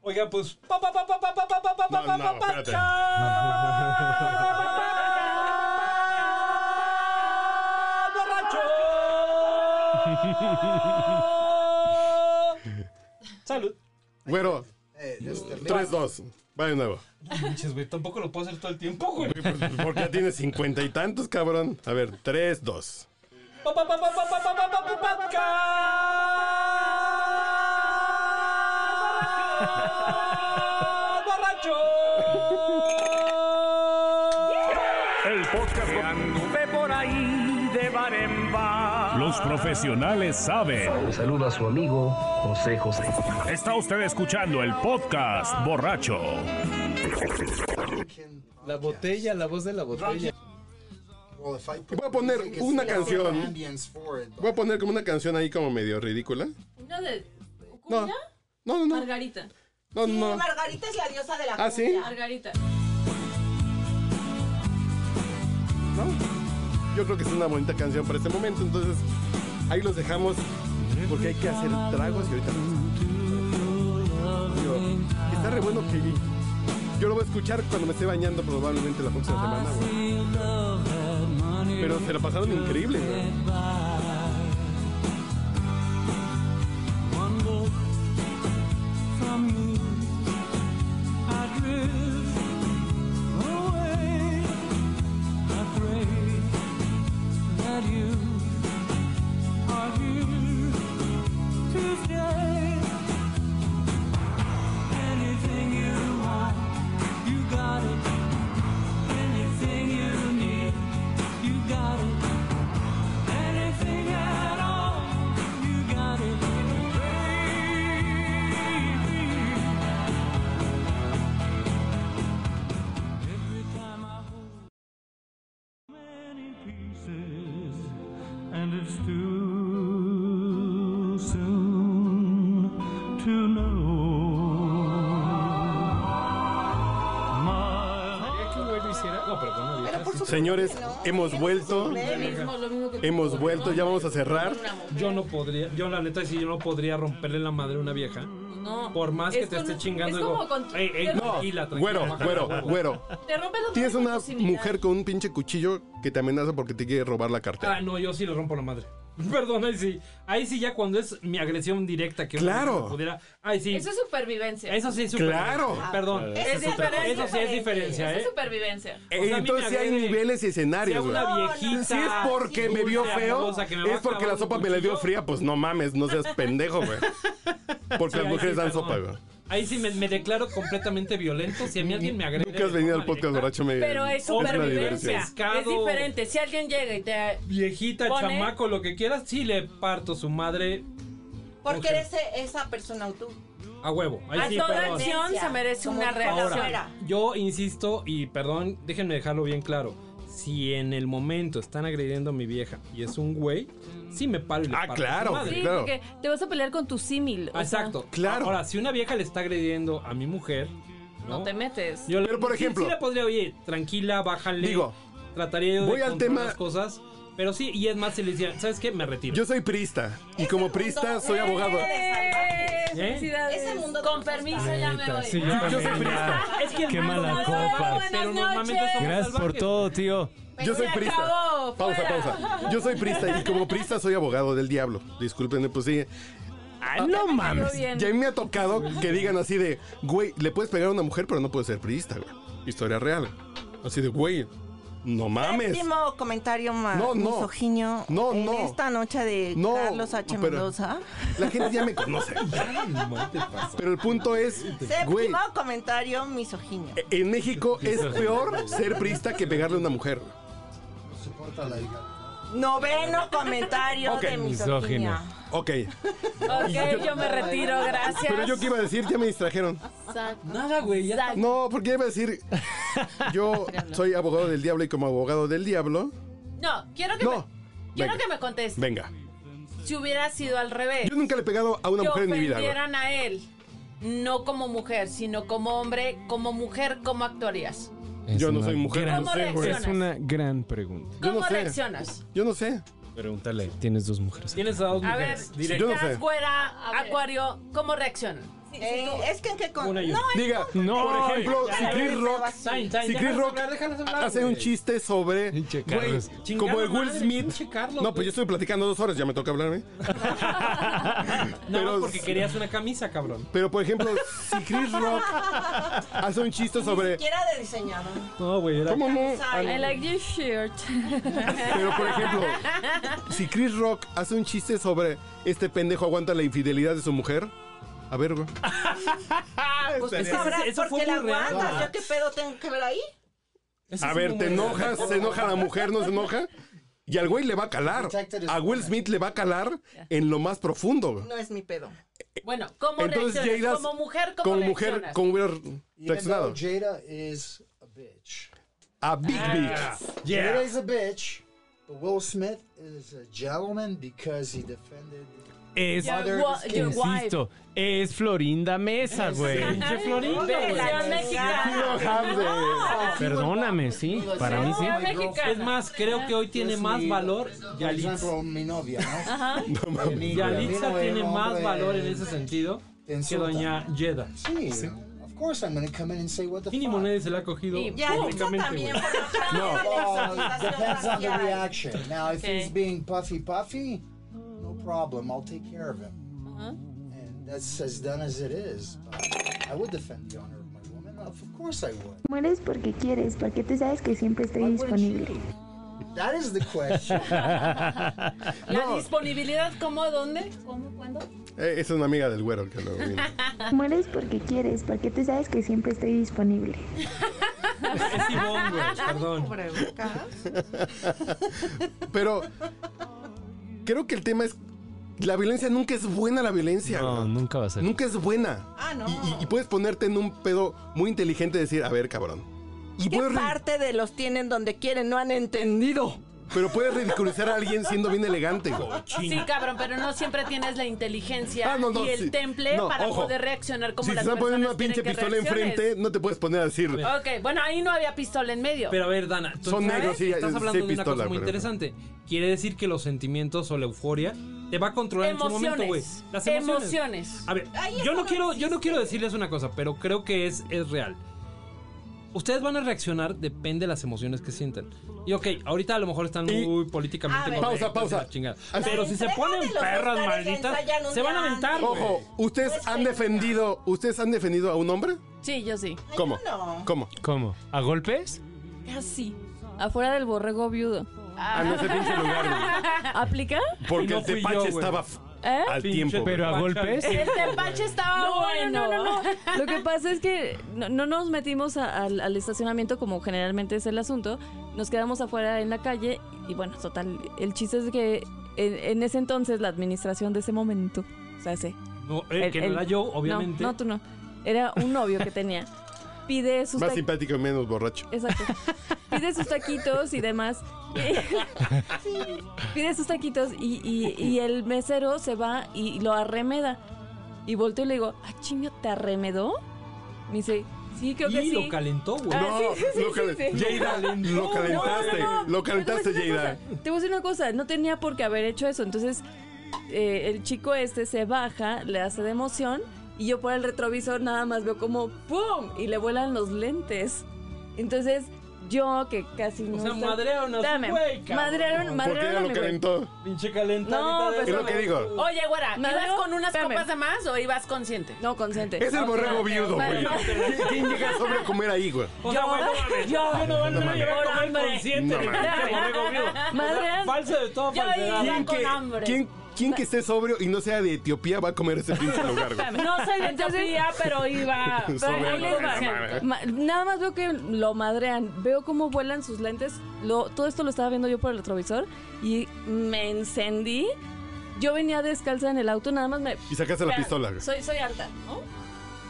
[SPEAKER 2] Oiga, pues. pa, pa, pa, pa, pa, pa, pa, pa, pa,
[SPEAKER 1] No,
[SPEAKER 2] pa,
[SPEAKER 1] no,
[SPEAKER 2] pa, pa,
[SPEAKER 1] espérate.
[SPEAKER 2] cha- ¡Borracho! Salud.
[SPEAKER 1] Bueno,
[SPEAKER 8] Hey, that's the
[SPEAKER 1] 3-2. Va de nuevo.
[SPEAKER 2] Pinches, güey, tampoco lo puedo hacer todo el tiempo, güey.
[SPEAKER 1] Porque ya tienes cincuenta y tantos, cabrón. A ver, 3-2.
[SPEAKER 2] Pa, pa, pa, pa, pa, pa, pa, pa, pa, pa, pa, cha- ¡Borracho!
[SPEAKER 9] El podcast
[SPEAKER 10] Anduve por ahí de bar en bar.
[SPEAKER 9] Los profesionales saben.
[SPEAKER 10] Saluda a su amigo José José.
[SPEAKER 9] Está usted escuchando el podcast borracho.
[SPEAKER 8] freaking-
[SPEAKER 5] La botella, la voz de la botella.
[SPEAKER 8] Well, if I put
[SPEAKER 1] Voy a poner
[SPEAKER 8] music, it's
[SPEAKER 1] una
[SPEAKER 8] the
[SPEAKER 1] canción.
[SPEAKER 8] ambience for it, but-
[SPEAKER 1] Voy a poner como una canción ahí como medio ridícula.
[SPEAKER 3] ¿Una de
[SPEAKER 1] No. No, no, no.
[SPEAKER 3] Margarita.
[SPEAKER 1] No,
[SPEAKER 4] Sí,
[SPEAKER 1] no.
[SPEAKER 4] Margarita es la diosa de la
[SPEAKER 1] Ah, ¿sí?
[SPEAKER 4] cumbia.
[SPEAKER 3] Margarita.
[SPEAKER 1] Yo creo que es una bonita canción para este momento. Entonces, ahí los dejamos. Porque hay que hacer tragos y ahorita. Digo, Está re bueno que. Yo lo voy a escuchar cuando me esté bañando probablemente la próxima semana, güey. Pero se la pasaron increíble, güey.
[SPEAKER 10] And it's too soon to know.
[SPEAKER 1] Señores, hemos vuelto. Hemos vuelto, ya vamos a cerrar.
[SPEAKER 2] Yo no podría, yo la neta sí, yo no podría romperle la madre a una vieja.
[SPEAKER 3] No.
[SPEAKER 2] Por más que
[SPEAKER 3] Es
[SPEAKER 2] te
[SPEAKER 3] con-
[SPEAKER 2] esté chingando,
[SPEAKER 3] es
[SPEAKER 2] digo,
[SPEAKER 3] como con-
[SPEAKER 2] "Ey, ey,
[SPEAKER 3] No,
[SPEAKER 2] tranquila, tranquila,
[SPEAKER 1] Güero,
[SPEAKER 2] bájale
[SPEAKER 1] güero,
[SPEAKER 2] la huevo".
[SPEAKER 1] güero.
[SPEAKER 3] Te rompe los
[SPEAKER 1] Tienes una
[SPEAKER 3] huevos,
[SPEAKER 1] mujer con un pinche cuchillo que te amenaza porque te quiere robar la
[SPEAKER 2] Ah,
[SPEAKER 1] cartera.
[SPEAKER 2] no, yo sí le rompo la madre. Perdón, ahí sí. Ahí sí ya cuando es mi agresión directa que una
[SPEAKER 1] Claro.
[SPEAKER 2] vieja me pudiera. Ahí sí.
[SPEAKER 3] Eso es supervivencia.
[SPEAKER 2] Eso sí es
[SPEAKER 1] Claro. Ah,
[SPEAKER 2] supervivencia. Perdón.
[SPEAKER 4] Es
[SPEAKER 2] Eso,
[SPEAKER 4] diferente.
[SPEAKER 2] eso sí es diferencia,
[SPEAKER 3] Eso
[SPEAKER 2] ¿eh?
[SPEAKER 3] es
[SPEAKER 2] o
[SPEAKER 3] supervivencia.
[SPEAKER 2] sea, a mí me
[SPEAKER 1] Entonces sí hay
[SPEAKER 2] agrede.
[SPEAKER 1] niveles
[SPEAKER 2] Eh, Si
[SPEAKER 1] y
[SPEAKER 2] a
[SPEAKER 1] escenarios, güey.
[SPEAKER 2] una viejita.
[SPEAKER 1] Si es porque me
[SPEAKER 2] dulce,
[SPEAKER 1] vio feo,
[SPEAKER 2] amorosa, que me va
[SPEAKER 1] es porque la
[SPEAKER 2] clavando
[SPEAKER 1] sopa
[SPEAKER 2] un
[SPEAKER 1] me la dio
[SPEAKER 2] cuchillo,
[SPEAKER 1] fría, pues no mames, no seas pendejo, güey. Porque
[SPEAKER 2] sí,
[SPEAKER 1] las
[SPEAKER 2] ahí
[SPEAKER 1] mujeres
[SPEAKER 2] sí,
[SPEAKER 1] dan
[SPEAKER 2] perdón.
[SPEAKER 1] sopa, güey.
[SPEAKER 2] Ahí sí me, me declaro completamente violento. Si a mí alguien me agrede.
[SPEAKER 1] Nunca has
[SPEAKER 2] de
[SPEAKER 1] venido
[SPEAKER 2] forma
[SPEAKER 1] al podcast
[SPEAKER 2] directa,
[SPEAKER 1] borracho, me
[SPEAKER 11] Pero es
[SPEAKER 1] una
[SPEAKER 11] supervivencia.
[SPEAKER 1] diversión.
[SPEAKER 2] diversión.
[SPEAKER 11] Es diferente. Si alguien llega y te.
[SPEAKER 2] Viejita,
[SPEAKER 11] Pone-
[SPEAKER 2] chamaco, lo que quieras, sí le parto su madre
[SPEAKER 4] Porque
[SPEAKER 2] Ok.
[SPEAKER 4] eres esa persona o tú.
[SPEAKER 2] a huevo. Ahí
[SPEAKER 11] A
[SPEAKER 2] sí,
[SPEAKER 11] toda
[SPEAKER 2] perdón.
[SPEAKER 11] acción se merece
[SPEAKER 4] Como
[SPEAKER 11] una
[SPEAKER 4] dijo la
[SPEAKER 11] reacción.
[SPEAKER 4] abuela.
[SPEAKER 2] Yo insisto y perdón, déjenme dejarlo bien claro. si en el momento están agrediendo a mi vieja y es un güey, sí me paro y le
[SPEAKER 1] Ah,
[SPEAKER 2] paro su
[SPEAKER 1] claro,
[SPEAKER 2] madre.
[SPEAKER 3] Sí, porque te vas a pelear con tu símil. o
[SPEAKER 2] Ah, Exacto.
[SPEAKER 3] sea,
[SPEAKER 2] Claro. Ahora, si una vieja le está agrediendo a mi mujer,
[SPEAKER 3] No,
[SPEAKER 2] ¿no?
[SPEAKER 3] te metes.
[SPEAKER 2] Yo le-
[SPEAKER 1] Pero, por
[SPEAKER 2] sí-
[SPEAKER 1] ejemplo-
[SPEAKER 2] sí le podría, oye, tranquila, bájale.
[SPEAKER 1] Digo,
[SPEAKER 2] trataría yo de
[SPEAKER 1] voy al
[SPEAKER 2] controlar
[SPEAKER 1] tema-
[SPEAKER 2] las cosas. Pero sí, y es más, si le decía, ¿sabes qué? Me retiro.
[SPEAKER 1] Yo soy priista y como priista soy abogado.
[SPEAKER 3] ¡Eh!
[SPEAKER 2] ¿Eh?
[SPEAKER 3] Felicidades.
[SPEAKER 11] Con permiso, ya me voy.
[SPEAKER 5] Sí, yo también, ya.
[SPEAKER 2] Es que es
[SPEAKER 5] Qué
[SPEAKER 2] malo,
[SPEAKER 5] mala
[SPEAKER 2] malo,
[SPEAKER 5] copa.
[SPEAKER 2] Pero normalmente somos
[SPEAKER 5] Gracias por
[SPEAKER 2] salvajes.
[SPEAKER 5] todo, tío.
[SPEAKER 1] Yo soy
[SPEAKER 11] Se
[SPEAKER 1] priista.
[SPEAKER 11] acabó,
[SPEAKER 1] Pausa,
[SPEAKER 11] fuera.
[SPEAKER 1] pausa. Yo soy priista y como priista soy abogado del diablo. Discúlpenme, pues sí.
[SPEAKER 5] Ah, no mames.
[SPEAKER 3] eh, bien.
[SPEAKER 1] Ya me ha tocado que digan así de, güey, le puedes pegar a una mujer, pero no puedes ser priista, güey. Historia real. Así de, güey, no mames.
[SPEAKER 4] Último comentario más
[SPEAKER 1] No, no.
[SPEAKER 4] misoginio
[SPEAKER 1] No,
[SPEAKER 4] en
[SPEAKER 1] no.
[SPEAKER 4] esta noche de
[SPEAKER 1] No,
[SPEAKER 4] Carlos H.
[SPEAKER 1] pero-
[SPEAKER 4] Mendoza.
[SPEAKER 1] La gente ya me conoce. Pero el punto es, güey,
[SPEAKER 4] Séptimo comentario misoginio.
[SPEAKER 1] en México es peor ser priista que pegarle a una mujer. güey.
[SPEAKER 8] Soporta la hija.
[SPEAKER 4] Noveno comentario
[SPEAKER 1] Ok.
[SPEAKER 4] de misoginia.
[SPEAKER 1] Ok,
[SPEAKER 3] Ok, yo me retiro, gracias.
[SPEAKER 1] pero yo qué iba a decir, ya me distrajeron.
[SPEAKER 2] Nada, güey, ya.
[SPEAKER 1] No, porque iba a decir, yo soy abogado del diablo y como abogado del diablo,
[SPEAKER 11] No, quiero que
[SPEAKER 1] No.
[SPEAKER 11] me, quiero
[SPEAKER 1] Venga.
[SPEAKER 11] que me contestes.
[SPEAKER 1] venga.
[SPEAKER 11] Si hubiera sido al revés,
[SPEAKER 1] Yo nunca le he pegado a una
[SPEAKER 11] que
[SPEAKER 1] mujer en mi vida, güey.
[SPEAKER 11] ofendieran a él, no como mujer, sino como hombre, como mujer, ¿cómo actuarías?
[SPEAKER 5] Es
[SPEAKER 1] Yo no
[SPEAKER 5] una
[SPEAKER 1] soy mujer,
[SPEAKER 5] gran-
[SPEAKER 1] no sé, güey.
[SPEAKER 5] Es una gran pregunta.
[SPEAKER 1] Yo no
[SPEAKER 11] ¿Cómo
[SPEAKER 1] sé.
[SPEAKER 11] reaccionas?
[SPEAKER 1] Yo no sé.
[SPEAKER 5] Pregúntale, tienes dos mujeres.
[SPEAKER 2] Tienes a dos
[SPEAKER 11] A ver,
[SPEAKER 2] mujeres. directo.
[SPEAKER 1] Yo no
[SPEAKER 11] estás
[SPEAKER 1] sé.
[SPEAKER 11] güera, acuario, ¿cómo reaccionan?
[SPEAKER 4] Eh, es que en qué con...
[SPEAKER 2] Una y
[SPEAKER 4] No,
[SPEAKER 2] una.
[SPEAKER 1] Diga,
[SPEAKER 5] No,
[SPEAKER 1] por ejemplo, si Chris Rock
[SPEAKER 2] Time, time,
[SPEAKER 1] Si
[SPEAKER 2] déjanos
[SPEAKER 1] Chris Rock
[SPEAKER 2] hablar, déjanos hablar,
[SPEAKER 1] hace un
[SPEAKER 2] güey.
[SPEAKER 1] chiste sobre
[SPEAKER 5] Pinche
[SPEAKER 1] güey,
[SPEAKER 5] Carlos.
[SPEAKER 1] como
[SPEAKER 2] Chingada
[SPEAKER 1] el Will
[SPEAKER 2] madre,
[SPEAKER 1] Smith.
[SPEAKER 2] pinche Carlos,
[SPEAKER 1] No, pues
[SPEAKER 2] güey.
[SPEAKER 1] yo estoy platicando dos horas, ya me toca hablarme.
[SPEAKER 2] Nada más
[SPEAKER 1] pero-
[SPEAKER 2] porque querías una camisa, cabrón.
[SPEAKER 1] Pero por ejemplo, si Chris Rock hace un chiste sobre.
[SPEAKER 4] Quiera de diseñador.
[SPEAKER 2] No, güey, era.
[SPEAKER 1] ¿Cómo no?
[SPEAKER 3] I like your shirt.
[SPEAKER 1] Pero por ejemplo, si Chris Rock hace un chiste sobre este pendejo aguanta la infidelidad de su mujer. A ver, güey.
[SPEAKER 4] Pues
[SPEAKER 2] Eso-
[SPEAKER 4] sabrás
[SPEAKER 2] eso
[SPEAKER 4] por
[SPEAKER 2] fue
[SPEAKER 4] qué la
[SPEAKER 2] muy real.
[SPEAKER 4] aguantas. ¿Yo qué pedo tengo que ver ahí?
[SPEAKER 1] A ver, te enojas, se enoja la mujer, no se enoja. Y al güey le va a calar. A Will Smith le va a calar en lo más profundo. güey.
[SPEAKER 4] No es mi pedo.
[SPEAKER 11] Bueno, ¿cómo
[SPEAKER 1] Entonces,
[SPEAKER 11] reaccionas?
[SPEAKER 1] Jada,
[SPEAKER 11] como mujer, ¿cómo
[SPEAKER 1] Como mujer,
[SPEAKER 11] reaccionas?
[SPEAKER 1] como hubiera
[SPEAKER 8] Even though
[SPEAKER 1] reaccionado.
[SPEAKER 8] Jada is a bitch.
[SPEAKER 1] A Big
[SPEAKER 4] Ah.
[SPEAKER 1] Bitch.
[SPEAKER 8] Jada is a bitch. But Will Smith is a gentleman because he defended.
[SPEAKER 5] Es,
[SPEAKER 8] Mother
[SPEAKER 11] wa-
[SPEAKER 8] is
[SPEAKER 11] your
[SPEAKER 8] king.
[SPEAKER 11] wife.
[SPEAKER 5] insisto, es Florinda Mesa, güey.
[SPEAKER 2] Pinche Florinda,
[SPEAKER 11] Ve
[SPEAKER 2] güey.
[SPEAKER 11] la mexicana.
[SPEAKER 5] Perdóname, sí. Para mí sí.
[SPEAKER 11] Ve mexicana.
[SPEAKER 2] Es más, creo que hoy tiene más valor
[SPEAKER 8] Por
[SPEAKER 2] Yalitza.
[SPEAKER 8] ejemplo, mi novia, ¿no?
[SPEAKER 1] No mames.
[SPEAKER 8] Mi- mi
[SPEAKER 2] Yalitza
[SPEAKER 8] novia,
[SPEAKER 2] tiene
[SPEAKER 8] un
[SPEAKER 2] más
[SPEAKER 8] hombre
[SPEAKER 2] valor en ese sentido
[SPEAKER 8] te
[SPEAKER 2] que
[SPEAKER 8] insulta.
[SPEAKER 2] doña Jeda.
[SPEAKER 8] Sí. Of course I'm gonna come in and say what the
[SPEAKER 2] Mínimo
[SPEAKER 8] fuck.
[SPEAKER 2] nadie se la ha cogido
[SPEAKER 11] Y
[SPEAKER 4] Ya, eso
[SPEAKER 2] públicamente,
[SPEAKER 4] también.
[SPEAKER 2] güey.
[SPEAKER 4] No.
[SPEAKER 8] Well, depends on the reaction. Now, if
[SPEAKER 11] Okay.
[SPEAKER 8] he's being puffy puffy, no problem. I'll take care of him. And that's as done as it is. But I would defend the honor of my woman. Of course I would.
[SPEAKER 12] Mueres porque quieres, porque tú sabes que siempre estoy
[SPEAKER 8] Why wouldn't
[SPEAKER 12] disponible.
[SPEAKER 8] you? That is the question.
[SPEAKER 11] La disponibilidad, ¿cómo, dónde? ¿Cómo, cuándo?
[SPEAKER 1] Eh, esa es una amiga del güero que lo vino.
[SPEAKER 12] Mueres porque quieres, porque tú sabes que siempre estoy disponible.
[SPEAKER 2] Es Ivonne, güey, perdón.
[SPEAKER 1] Pero creo que el tema es la violencia nunca es buena la violencia.
[SPEAKER 5] No,
[SPEAKER 1] güey.
[SPEAKER 5] nunca va a ser.
[SPEAKER 1] Nunca es buena.
[SPEAKER 4] Ah, no.
[SPEAKER 1] Y, y- y puedes ponerte en un pedo muy inteligente y decir, a ver, cabrón. Y
[SPEAKER 4] ¿Qué
[SPEAKER 1] puedes ri-
[SPEAKER 4] parte de los tienen donde quieren no han entendido?
[SPEAKER 1] pero puedes ridiculizar a alguien siendo bien elegante. güey.
[SPEAKER 11] Sí, cabrón, pero no siempre tienes la inteligencia
[SPEAKER 1] Ah, no, no,
[SPEAKER 11] y el
[SPEAKER 1] sí.
[SPEAKER 11] temple
[SPEAKER 1] No,
[SPEAKER 11] para
[SPEAKER 1] ojo.
[SPEAKER 11] poder reaccionar como
[SPEAKER 1] Si te
[SPEAKER 11] las
[SPEAKER 1] están
[SPEAKER 11] personas
[SPEAKER 1] poniendo una pinche
[SPEAKER 11] quieren que
[SPEAKER 1] pistola
[SPEAKER 11] reacciones.
[SPEAKER 1] enfrente, no te puedes poner a decir.
[SPEAKER 11] Ok, bueno, ahí no había pistola en medio.
[SPEAKER 2] Pero a ver, Dana, tú
[SPEAKER 1] Son
[SPEAKER 2] sabes
[SPEAKER 1] negros, sí, eh,
[SPEAKER 2] que estás
[SPEAKER 1] sí,
[SPEAKER 2] hablando de una
[SPEAKER 1] pistola,
[SPEAKER 2] cosa muy
[SPEAKER 1] pero-
[SPEAKER 2] interesante. Quiere decir que los sentimientos o la euforia te va a controlar en su momento, güey.
[SPEAKER 11] emociones.
[SPEAKER 2] Las emociones.
[SPEAKER 11] emociones.
[SPEAKER 2] A ver, yo no quiero, yo no quiero decirles una cosa, pero creo que es, es real. Ustedes van a reaccionar depende de las emociones que sientan. Y ok, ahorita a lo mejor están
[SPEAKER 1] Y-
[SPEAKER 2] muy políticamente
[SPEAKER 4] A ver.
[SPEAKER 2] correctos,
[SPEAKER 1] Pausa, pausa.
[SPEAKER 2] la chingada.
[SPEAKER 1] La
[SPEAKER 2] Pero si se
[SPEAKER 4] entrega de
[SPEAKER 2] ponen
[SPEAKER 4] los
[SPEAKER 2] perras
[SPEAKER 4] Óscares la
[SPEAKER 2] malditas,
[SPEAKER 4] ensayan un
[SPEAKER 2] se van a
[SPEAKER 4] día
[SPEAKER 2] aventar.
[SPEAKER 4] antes.
[SPEAKER 2] güey.
[SPEAKER 1] Ojo, ¿ustedes
[SPEAKER 11] pues,
[SPEAKER 1] han defendido, ¿ustedes han defendido a un hombre?
[SPEAKER 3] Sí, yo sí.
[SPEAKER 1] ¿Cómo?
[SPEAKER 4] no.
[SPEAKER 1] ¿Cómo?
[SPEAKER 5] ¿Cómo? ¿A golpes?
[SPEAKER 3] Casi. Afuera del borrego viudo.
[SPEAKER 1] Ah, no ese pinche lugar, güey.
[SPEAKER 3] ¿Aplica?
[SPEAKER 1] Porque
[SPEAKER 2] No
[SPEAKER 1] el
[SPEAKER 2] fui yo,
[SPEAKER 1] tepache
[SPEAKER 2] güey.
[SPEAKER 1] estaba f-
[SPEAKER 3] ¿Eh?
[SPEAKER 1] al
[SPEAKER 2] Pinche
[SPEAKER 1] tiempo. güey.
[SPEAKER 5] ¿Pero a golpes?
[SPEAKER 11] El tepache estaba
[SPEAKER 3] No,
[SPEAKER 6] Ah,
[SPEAKER 11] bueno.
[SPEAKER 3] no, no, no. Lo que pasa es que no, no nos metimos a- al, al estacionamiento como generalmente es el asunto. Nos quedamos afuera en la calle y bueno, total, el chiste es que en, en ese entonces la administración de ese momento, o sea, ese,
[SPEAKER 2] No, eh,
[SPEAKER 3] El-
[SPEAKER 2] que no
[SPEAKER 3] el-
[SPEAKER 2] era yo,
[SPEAKER 3] no,
[SPEAKER 2] obviamente.
[SPEAKER 3] No, tú no. Era un novio que tenía. pide sus
[SPEAKER 1] Más
[SPEAKER 3] ta-
[SPEAKER 1] simpático y menos borracho.
[SPEAKER 3] Exacto. Pide sus taquitos y demás. Pide sus taquitos y, y- y el mesero se va y lo arremeda. Y volteo y le digo, ah, chinga, ¿te arremedó? Me dice, sí, creo que
[SPEAKER 2] Y
[SPEAKER 3] sí.
[SPEAKER 2] lo calentó, güey.
[SPEAKER 3] Ah, sí, sí, sí,
[SPEAKER 1] lo,
[SPEAKER 3] sí,
[SPEAKER 1] calen-
[SPEAKER 3] sí.
[SPEAKER 1] Lleida, lo calentaste. Lo calentaste,
[SPEAKER 11] pues,
[SPEAKER 1] Lleida.
[SPEAKER 3] Te voy a decir una cosa, no tenía por qué haber hecho eso. Entonces, eh, el chico este se baja, le hace de emoción, y yo por el retrovisor nada más veo como ¡pum! y le vuelan los lentes. Entonces, yo que casi no.
[SPEAKER 2] O sea,
[SPEAKER 3] estoy-
[SPEAKER 2] madrearon a su
[SPEAKER 3] Dame,
[SPEAKER 2] güey, cabrón.
[SPEAKER 3] Madrearon,
[SPEAKER 1] Porque
[SPEAKER 3] madrearon
[SPEAKER 1] ya lo
[SPEAKER 3] a mi güey.
[SPEAKER 1] calentó.
[SPEAKER 2] Pinche calentadita.
[SPEAKER 3] No, pues,
[SPEAKER 1] Es lo que digo.
[SPEAKER 11] Oye, güera, ¿ibas
[SPEAKER 3] ¿Madreo?
[SPEAKER 11] con unas
[SPEAKER 3] Espérame.
[SPEAKER 11] copas de más o ibas consciente?
[SPEAKER 3] No, consciente.
[SPEAKER 1] Es el borrego viudo, güey. ¿Quién- ¿Quién llega sobre a comer ahí, güey?
[SPEAKER 2] O sea, güey, no mames. Yo no van a llegar a comer consciente.
[SPEAKER 1] No
[SPEAKER 2] ni
[SPEAKER 1] mames.
[SPEAKER 2] pinche borrego viudo. O sea, Falso de todo,
[SPEAKER 11] Yo
[SPEAKER 2] falsedad.
[SPEAKER 11] iba con
[SPEAKER 1] que-
[SPEAKER 11] hambre.
[SPEAKER 1] ¿Quién, quién que esté sobrio y no sea de Etiopía va a comer ese pinche lugar, güey?
[SPEAKER 11] No soy de
[SPEAKER 3] Entonces-
[SPEAKER 11] Etiopía, pero iba.
[SPEAKER 1] Sobre
[SPEAKER 11] pero ahí
[SPEAKER 1] la
[SPEAKER 11] les va.
[SPEAKER 1] mesa,
[SPEAKER 3] Ma- nada más veo que lo madrean, veo cómo vuelan sus lentes. Lo, todo esto lo estaba viendo yo por el retrovisor y me encendí. Yo venía descalza en el auto, nada más me.
[SPEAKER 1] Y sacaste la
[SPEAKER 3] Espera,
[SPEAKER 1] pistola, güey.
[SPEAKER 3] Soy, soy alta, ¿no?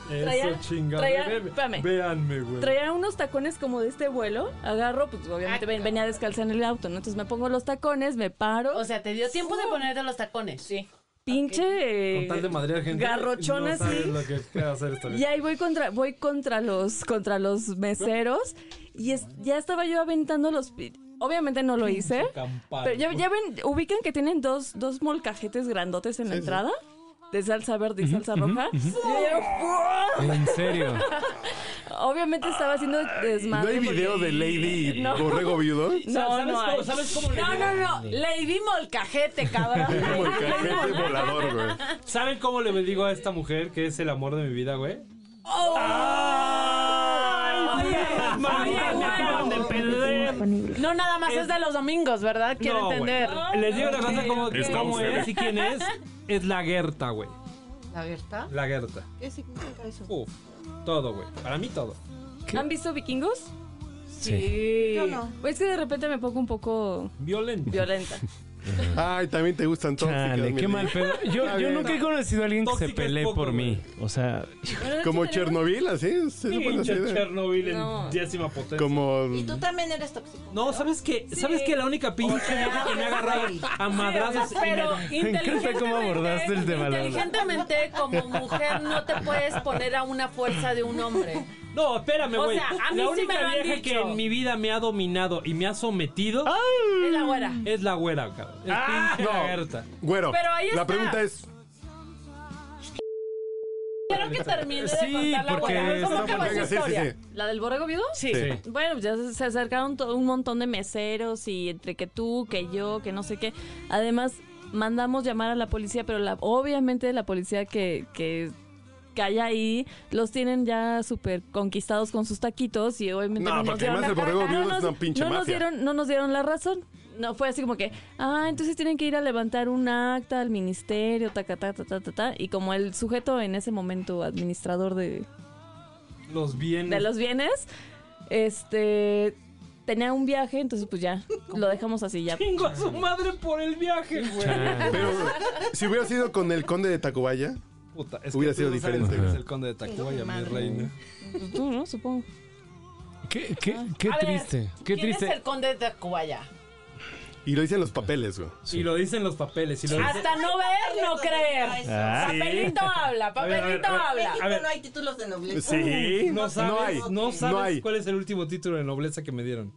[SPEAKER 2] Eso,
[SPEAKER 3] Traía-
[SPEAKER 2] chingada.
[SPEAKER 3] traía-
[SPEAKER 2] Ve- ve-
[SPEAKER 3] espérame.
[SPEAKER 2] Véanme, güey.
[SPEAKER 3] Traía unos tacones como de este vuelo. Agarro, pues obviamente ven- venía descalza en el auto, ¿no? Entonces me pongo los tacones, me paro.
[SPEAKER 11] Ah, O sea, te dio tiempo de ponerte los tacones. Sí.
[SPEAKER 3] pinche.
[SPEAKER 2] Con tal de madrear gente.
[SPEAKER 3] garrochón
[SPEAKER 2] no sabes
[SPEAKER 3] así.
[SPEAKER 2] lo que puede hacer esta vez.
[SPEAKER 3] Y ahí voy contra, voy contra los, contra los meseros. Y es- ya estaba yo aventando los. pi- Obviamente no lo hice.
[SPEAKER 2] Campana.
[SPEAKER 3] Pero ya, ya ven, ubican que tienen dos, dos molcajetes grandotes en la entrada. De salsa verde y salsa roja. Y yo, ¡fua!
[SPEAKER 5] En serio.
[SPEAKER 3] Obviamente estaba haciendo
[SPEAKER 1] ¿No
[SPEAKER 3] desmadre.
[SPEAKER 1] hay video de Lady
[SPEAKER 3] No.
[SPEAKER 1] Borrego Viudo?
[SPEAKER 3] No,
[SPEAKER 2] ¿Sabes
[SPEAKER 3] no
[SPEAKER 2] cómo-
[SPEAKER 3] hay.
[SPEAKER 2] sabes cómo le
[SPEAKER 11] No,
[SPEAKER 2] dio?
[SPEAKER 11] no, no. Lady Molcajete, cabrón.
[SPEAKER 1] Como el cajete volador, güey.
[SPEAKER 2] ¿Saben cómo le digo a esta mujer que es el amor de mi vida, güey?
[SPEAKER 11] Oh, Oye, oye, güero. No, nada más es de los domingos, ¿verdad? Quiero
[SPEAKER 2] No, güey.
[SPEAKER 11] entender.
[SPEAKER 2] Les digo una cosa como
[SPEAKER 9] Está
[SPEAKER 2] cómo
[SPEAKER 9] usted.
[SPEAKER 2] es y quién es. Es la Gerta, güey.
[SPEAKER 11] ¿La verdad?
[SPEAKER 2] La Gerta.
[SPEAKER 4] ¿Qué significa eso?
[SPEAKER 2] Uf. Todo, güey. Para mí todo.
[SPEAKER 3] ¿Han visto vikingos?
[SPEAKER 11] Sí.
[SPEAKER 4] Yo no.
[SPEAKER 3] Pues es que de repente me pongo un poco
[SPEAKER 2] Violento.
[SPEAKER 3] violenta.
[SPEAKER 1] Ay, también te gustan tóxicas.
[SPEAKER 5] Chale,
[SPEAKER 1] mi
[SPEAKER 5] qué mal
[SPEAKER 1] Lady.
[SPEAKER 5] pedo. Yo,
[SPEAKER 1] Está
[SPEAKER 5] yo
[SPEAKER 1] bien.
[SPEAKER 5] nunca he conocido a alguien que se
[SPEAKER 2] Tóxico es
[SPEAKER 5] pelee
[SPEAKER 2] poco,
[SPEAKER 5] por
[SPEAKER 2] güey.
[SPEAKER 5] mí. O sea,
[SPEAKER 1] Como Chernobyl, así. es una buena
[SPEAKER 2] Pinche
[SPEAKER 1] idea.
[SPEAKER 2] Chernobyl en
[SPEAKER 3] No.
[SPEAKER 2] décima potencia.
[SPEAKER 1] Como...
[SPEAKER 4] Y tú también eres tóxico.
[SPEAKER 2] No, ¿sabes qué? ¿Sabes qué? La única pinche vieja que me ha agarrado a madrazos. y me-
[SPEAKER 11] Pero inteligentemente,
[SPEAKER 5] cómo abordaste el tema, la verdad.
[SPEAKER 11] inteligentemente como mujer no te puedes poner a una fuerza de un hombre.
[SPEAKER 2] No, espérame,
[SPEAKER 11] O
[SPEAKER 2] güey.
[SPEAKER 11] sea, a mí
[SPEAKER 2] La
[SPEAKER 11] sí me lo
[SPEAKER 2] única
[SPEAKER 11] han
[SPEAKER 2] vieja que
[SPEAKER 11] dicho.
[SPEAKER 2] en mi vida me ha dominado y me ha sometido
[SPEAKER 11] Es la güera.
[SPEAKER 2] es la güera, cabrón. Es
[SPEAKER 1] Ah,
[SPEAKER 2] pinche
[SPEAKER 1] no.
[SPEAKER 2] la Gerta.
[SPEAKER 1] Güero,
[SPEAKER 11] Pero ahí
[SPEAKER 1] la
[SPEAKER 11] está.
[SPEAKER 1] pregunta es...
[SPEAKER 11] Quiero que termine de
[SPEAKER 5] Sí,
[SPEAKER 11] contar la
[SPEAKER 5] porque
[SPEAKER 11] güera. ¿Cómo
[SPEAKER 5] está-
[SPEAKER 11] que va su
[SPEAKER 1] Venga, sí, sí,
[SPEAKER 11] historia?
[SPEAKER 1] sí.
[SPEAKER 3] ¿La del borrego viudo?
[SPEAKER 11] Sí.
[SPEAKER 1] Sí.
[SPEAKER 3] Bueno, pues ya se- se acercaron to- un montón de meseros y entre que tú, que yo, que no sé qué. Además, mandamos llamar a la policía, pero la, obviamente la policía que, que, que hay ahí los tienen ya súper conquistados con sus taquitos y obviamente
[SPEAKER 1] No,
[SPEAKER 3] no nos
[SPEAKER 1] porque
[SPEAKER 3] dieron
[SPEAKER 1] además
[SPEAKER 3] la
[SPEAKER 1] el borrego
[SPEAKER 3] no
[SPEAKER 1] viudo es
[SPEAKER 3] nos-
[SPEAKER 1] una pinche
[SPEAKER 3] no nos
[SPEAKER 1] mafia.
[SPEAKER 3] dieron, no nos dieron la razón. No, fue así como que, ah, entonces tienen que ir a levantar un acta al ministerio, ta, ta, ta, ta, ta, ta, ta. Y como el sujeto en ese momento administrador de,
[SPEAKER 2] Los bienes.
[SPEAKER 3] de los bienes, este tenía un viaje, entonces pues ya lo dejamos así ya.
[SPEAKER 2] Chingo a su madre por el viaje, güey.
[SPEAKER 1] Pero si hubiera sido con el conde de Tacubaya...
[SPEAKER 2] Puta, es
[SPEAKER 1] Hubiera
[SPEAKER 2] tú
[SPEAKER 1] sido
[SPEAKER 2] no sabes
[SPEAKER 1] diferente.
[SPEAKER 2] quién Es el conde de Tacubaya, mi
[SPEAKER 4] madre.
[SPEAKER 2] reina.
[SPEAKER 3] Pues, tú, ¿no? Supongo.
[SPEAKER 5] qué, qué, qué
[SPEAKER 11] A ver,
[SPEAKER 5] triste. Qué
[SPEAKER 11] ¿Quién es
[SPEAKER 5] triste.
[SPEAKER 11] el conde de Tacubaya?
[SPEAKER 1] Y lo dicen los papeles, güey.
[SPEAKER 2] Y lo dicen los papeles. Y lo dice-
[SPEAKER 11] Hasta no ver, no creer.
[SPEAKER 5] Ah,
[SPEAKER 11] Papelito habla,
[SPEAKER 2] A ver, a ver,
[SPEAKER 11] papelito
[SPEAKER 2] a ver.
[SPEAKER 11] habla.
[SPEAKER 4] México
[SPEAKER 2] A ver.
[SPEAKER 4] no hay títulos de nobleza.
[SPEAKER 1] Sí.
[SPEAKER 2] No sabes, no
[SPEAKER 1] hay.
[SPEAKER 2] sabes
[SPEAKER 1] No hay.
[SPEAKER 2] cuál es el último título de nobleza que me dieron.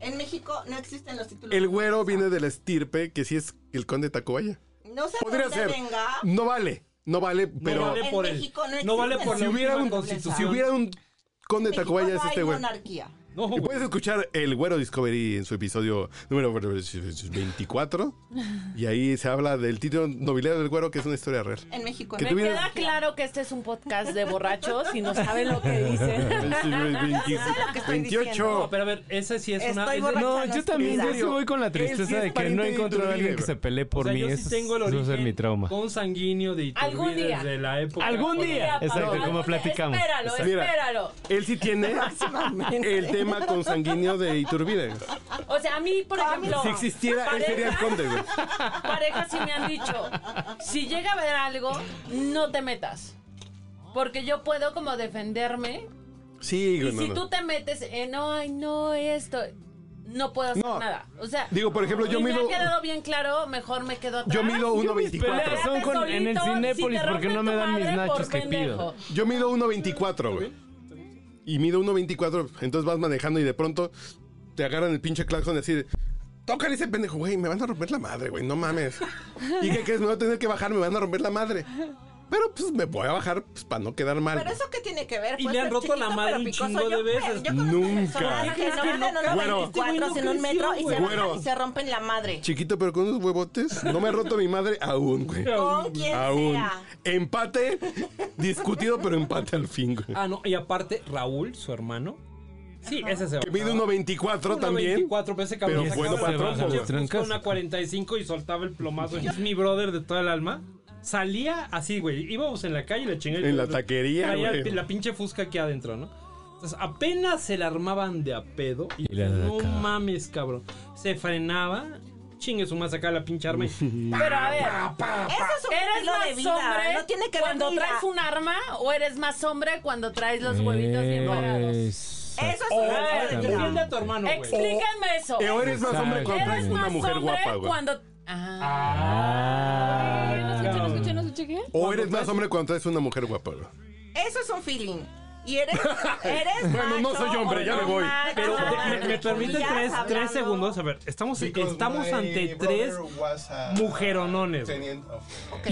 [SPEAKER 4] En México no existen los títulos.
[SPEAKER 1] El
[SPEAKER 4] de
[SPEAKER 1] güero
[SPEAKER 4] nobleza.
[SPEAKER 1] viene de la estirpe que sí es el conde de Tacubaya.
[SPEAKER 4] No sé
[SPEAKER 1] Podría
[SPEAKER 4] dónde
[SPEAKER 1] ser.
[SPEAKER 4] venga.
[SPEAKER 1] No vale, no vale, pero
[SPEAKER 2] no vale
[SPEAKER 4] en
[SPEAKER 2] por el-
[SPEAKER 4] México no existe
[SPEAKER 2] no vale por
[SPEAKER 4] esa
[SPEAKER 2] la
[SPEAKER 1] hubiera
[SPEAKER 2] última
[SPEAKER 1] un-
[SPEAKER 2] constitución.
[SPEAKER 1] si hubiera un conde de
[SPEAKER 4] En México
[SPEAKER 1] Tacubaya
[SPEAKER 4] no
[SPEAKER 1] es
[SPEAKER 4] hay
[SPEAKER 1] este güey.
[SPEAKER 4] monarquía.
[SPEAKER 2] No,
[SPEAKER 1] Y
[SPEAKER 2] güey.
[SPEAKER 1] puedes escuchar el Güero Discovery en su episodio número 24. y ahí se habla del título nobiliario del Güero, que es una historia real.
[SPEAKER 4] En México
[SPEAKER 1] Que
[SPEAKER 4] no
[SPEAKER 11] Me
[SPEAKER 1] tú
[SPEAKER 4] hay
[SPEAKER 1] vienes-
[SPEAKER 11] queda claro que este es un podcast de borrachos y no saben lo que dicen.
[SPEAKER 4] que estoy
[SPEAKER 1] 28.
[SPEAKER 4] diciendo.
[SPEAKER 2] No, pero a ver, esa sí es una.
[SPEAKER 4] Estoy
[SPEAKER 2] es de-
[SPEAKER 4] borracha.
[SPEAKER 5] No, yo también
[SPEAKER 4] Mira.
[SPEAKER 5] yo sí voy con la tristeza
[SPEAKER 1] es
[SPEAKER 5] de que
[SPEAKER 1] pariente
[SPEAKER 5] no he
[SPEAKER 1] de
[SPEAKER 5] encontrado a alguien
[SPEAKER 1] Iturbide,
[SPEAKER 5] que se pelee por
[SPEAKER 2] o sea,
[SPEAKER 5] mí.
[SPEAKER 2] yo sí
[SPEAKER 5] Eso
[SPEAKER 2] tengo el
[SPEAKER 5] es- eso
[SPEAKER 2] origen
[SPEAKER 5] es mi trauma.
[SPEAKER 2] Con sanguíneo de Iturbide
[SPEAKER 11] Algún día.
[SPEAKER 2] desde la época.
[SPEAKER 5] Algún día. Exacto,
[SPEAKER 11] papá,
[SPEAKER 5] como platicamos.
[SPEAKER 11] Espéralo,
[SPEAKER 1] Mira.
[SPEAKER 11] espéralo.
[SPEAKER 1] Él sí tiene el tema con sanguíneo de Iturbide.
[SPEAKER 11] O sea, a mí, por ejemplo,
[SPEAKER 1] Si existiera, él sería el conde, güey.
[SPEAKER 11] parejas sí me han dicho, si llega a haber algo, no te metas. Porque yo puedo como defenderme
[SPEAKER 1] Sí,
[SPEAKER 6] Y
[SPEAKER 1] güey, no,
[SPEAKER 6] si
[SPEAKER 1] no.
[SPEAKER 6] tú te metes en, ay, no, esto, no puedo hacer
[SPEAKER 1] No.
[SPEAKER 6] nada. O sea,
[SPEAKER 1] Digo, por ejemplo, yo
[SPEAKER 6] y
[SPEAKER 1] mido-
[SPEAKER 6] me ha quedado bien claro, mejor me quedo atrás.
[SPEAKER 1] Yo mido 1.24.
[SPEAKER 6] Quédate solito, si te rompe tu madre por pendejo.
[SPEAKER 1] Yo mido 1.24, güey. Y mido 1.24, entonces vas manejando y de pronto te agarran el pinche claxon y así de... Tócale ese pendejo, güey, me van a romper la madre, güey, no mames. ¿Y qué crees? Me voy a tener que bajar, me van a romper la madre. Pero pues me voy a bajar pues, para no quedar mal.
[SPEAKER 4] Pero eso qué tiene que ver.
[SPEAKER 2] Y
[SPEAKER 4] Puede
[SPEAKER 2] le han
[SPEAKER 4] ser
[SPEAKER 2] roto
[SPEAKER 4] chiquito,
[SPEAKER 2] la madre
[SPEAKER 4] pero
[SPEAKER 2] un
[SPEAKER 4] picoso.
[SPEAKER 2] chingo de
[SPEAKER 4] Yo-
[SPEAKER 2] veces.
[SPEAKER 4] Yo
[SPEAKER 1] Nunca.
[SPEAKER 4] personas que se bajan en
[SPEAKER 1] Bueno.
[SPEAKER 4] unos
[SPEAKER 2] Este
[SPEAKER 4] 24 en un metro y se
[SPEAKER 1] Güero.
[SPEAKER 4] bajan y se rompen la madre.
[SPEAKER 1] Chiquito, pero con unos huevotes. No me ha roto mi madre aún, güey.
[SPEAKER 4] Con quien
[SPEAKER 1] Aún.
[SPEAKER 4] sea.
[SPEAKER 1] Empate. Discutido, pero empate al fin, güey.
[SPEAKER 2] Ah, no, y aparte, Raúl, su hermano. Sí, ese se va.
[SPEAKER 1] Que mide 1.24 también.
[SPEAKER 2] 24, ese cabrón.
[SPEAKER 1] Pero bueno, pues, para trompo, güey.
[SPEAKER 2] Con una 45 y soltaba el plomazo. Es mi brother de toda el alma. Salía así, güey. Íbamos en la calle y le chingué.
[SPEAKER 1] En la taquería,
[SPEAKER 2] Traía
[SPEAKER 1] güey.
[SPEAKER 2] la pinche fusca aquí adentro, ¿no? Entonces, apenas se la armaban de a pedo. Y
[SPEAKER 5] Y la
[SPEAKER 2] no
[SPEAKER 5] acá.
[SPEAKER 2] mames, cabrón. Se frenaba. Chingue su más acá la pinche arma. y-
[SPEAKER 6] Pero a ver,
[SPEAKER 4] Eso es un
[SPEAKER 6] ¿eres
[SPEAKER 4] estilo
[SPEAKER 6] más
[SPEAKER 4] de vida,
[SPEAKER 6] hombre
[SPEAKER 4] no tiene que ver
[SPEAKER 6] cuando
[SPEAKER 4] vida.
[SPEAKER 6] traes un arma o eres más hombre cuando traes
[SPEAKER 5] Eh,
[SPEAKER 6] los huevitos bien parados?
[SPEAKER 4] Eso
[SPEAKER 2] Oh,
[SPEAKER 6] O-
[SPEAKER 4] es
[SPEAKER 6] a ver,
[SPEAKER 4] un estilo de
[SPEAKER 2] defiende
[SPEAKER 4] vida.
[SPEAKER 2] a tu hermano, güey.
[SPEAKER 6] Explícame eso.
[SPEAKER 1] Eh, o eres más hombre cuando
[SPEAKER 6] Eres
[SPEAKER 1] traes una
[SPEAKER 6] más
[SPEAKER 1] mujer
[SPEAKER 6] hombre
[SPEAKER 1] guapa, güey.
[SPEAKER 6] Cuando... Ah.
[SPEAKER 3] No escuché, no escuché, no escuché qué.
[SPEAKER 1] O eres más hombre cuando traes una mujer guapa, güey.
[SPEAKER 4] Eso es un feeling. Y eres, eres
[SPEAKER 1] Bueno, no
[SPEAKER 4] macho
[SPEAKER 1] soy hombre,
[SPEAKER 4] o
[SPEAKER 1] ya me
[SPEAKER 4] no
[SPEAKER 1] voy.
[SPEAKER 4] macho.
[SPEAKER 2] Pero ¿me- me, me permiten
[SPEAKER 4] Ya
[SPEAKER 2] tres,
[SPEAKER 4] hablando.
[SPEAKER 2] tres segundos. A ver, estamos, estamos ante tres mujeronones. güey.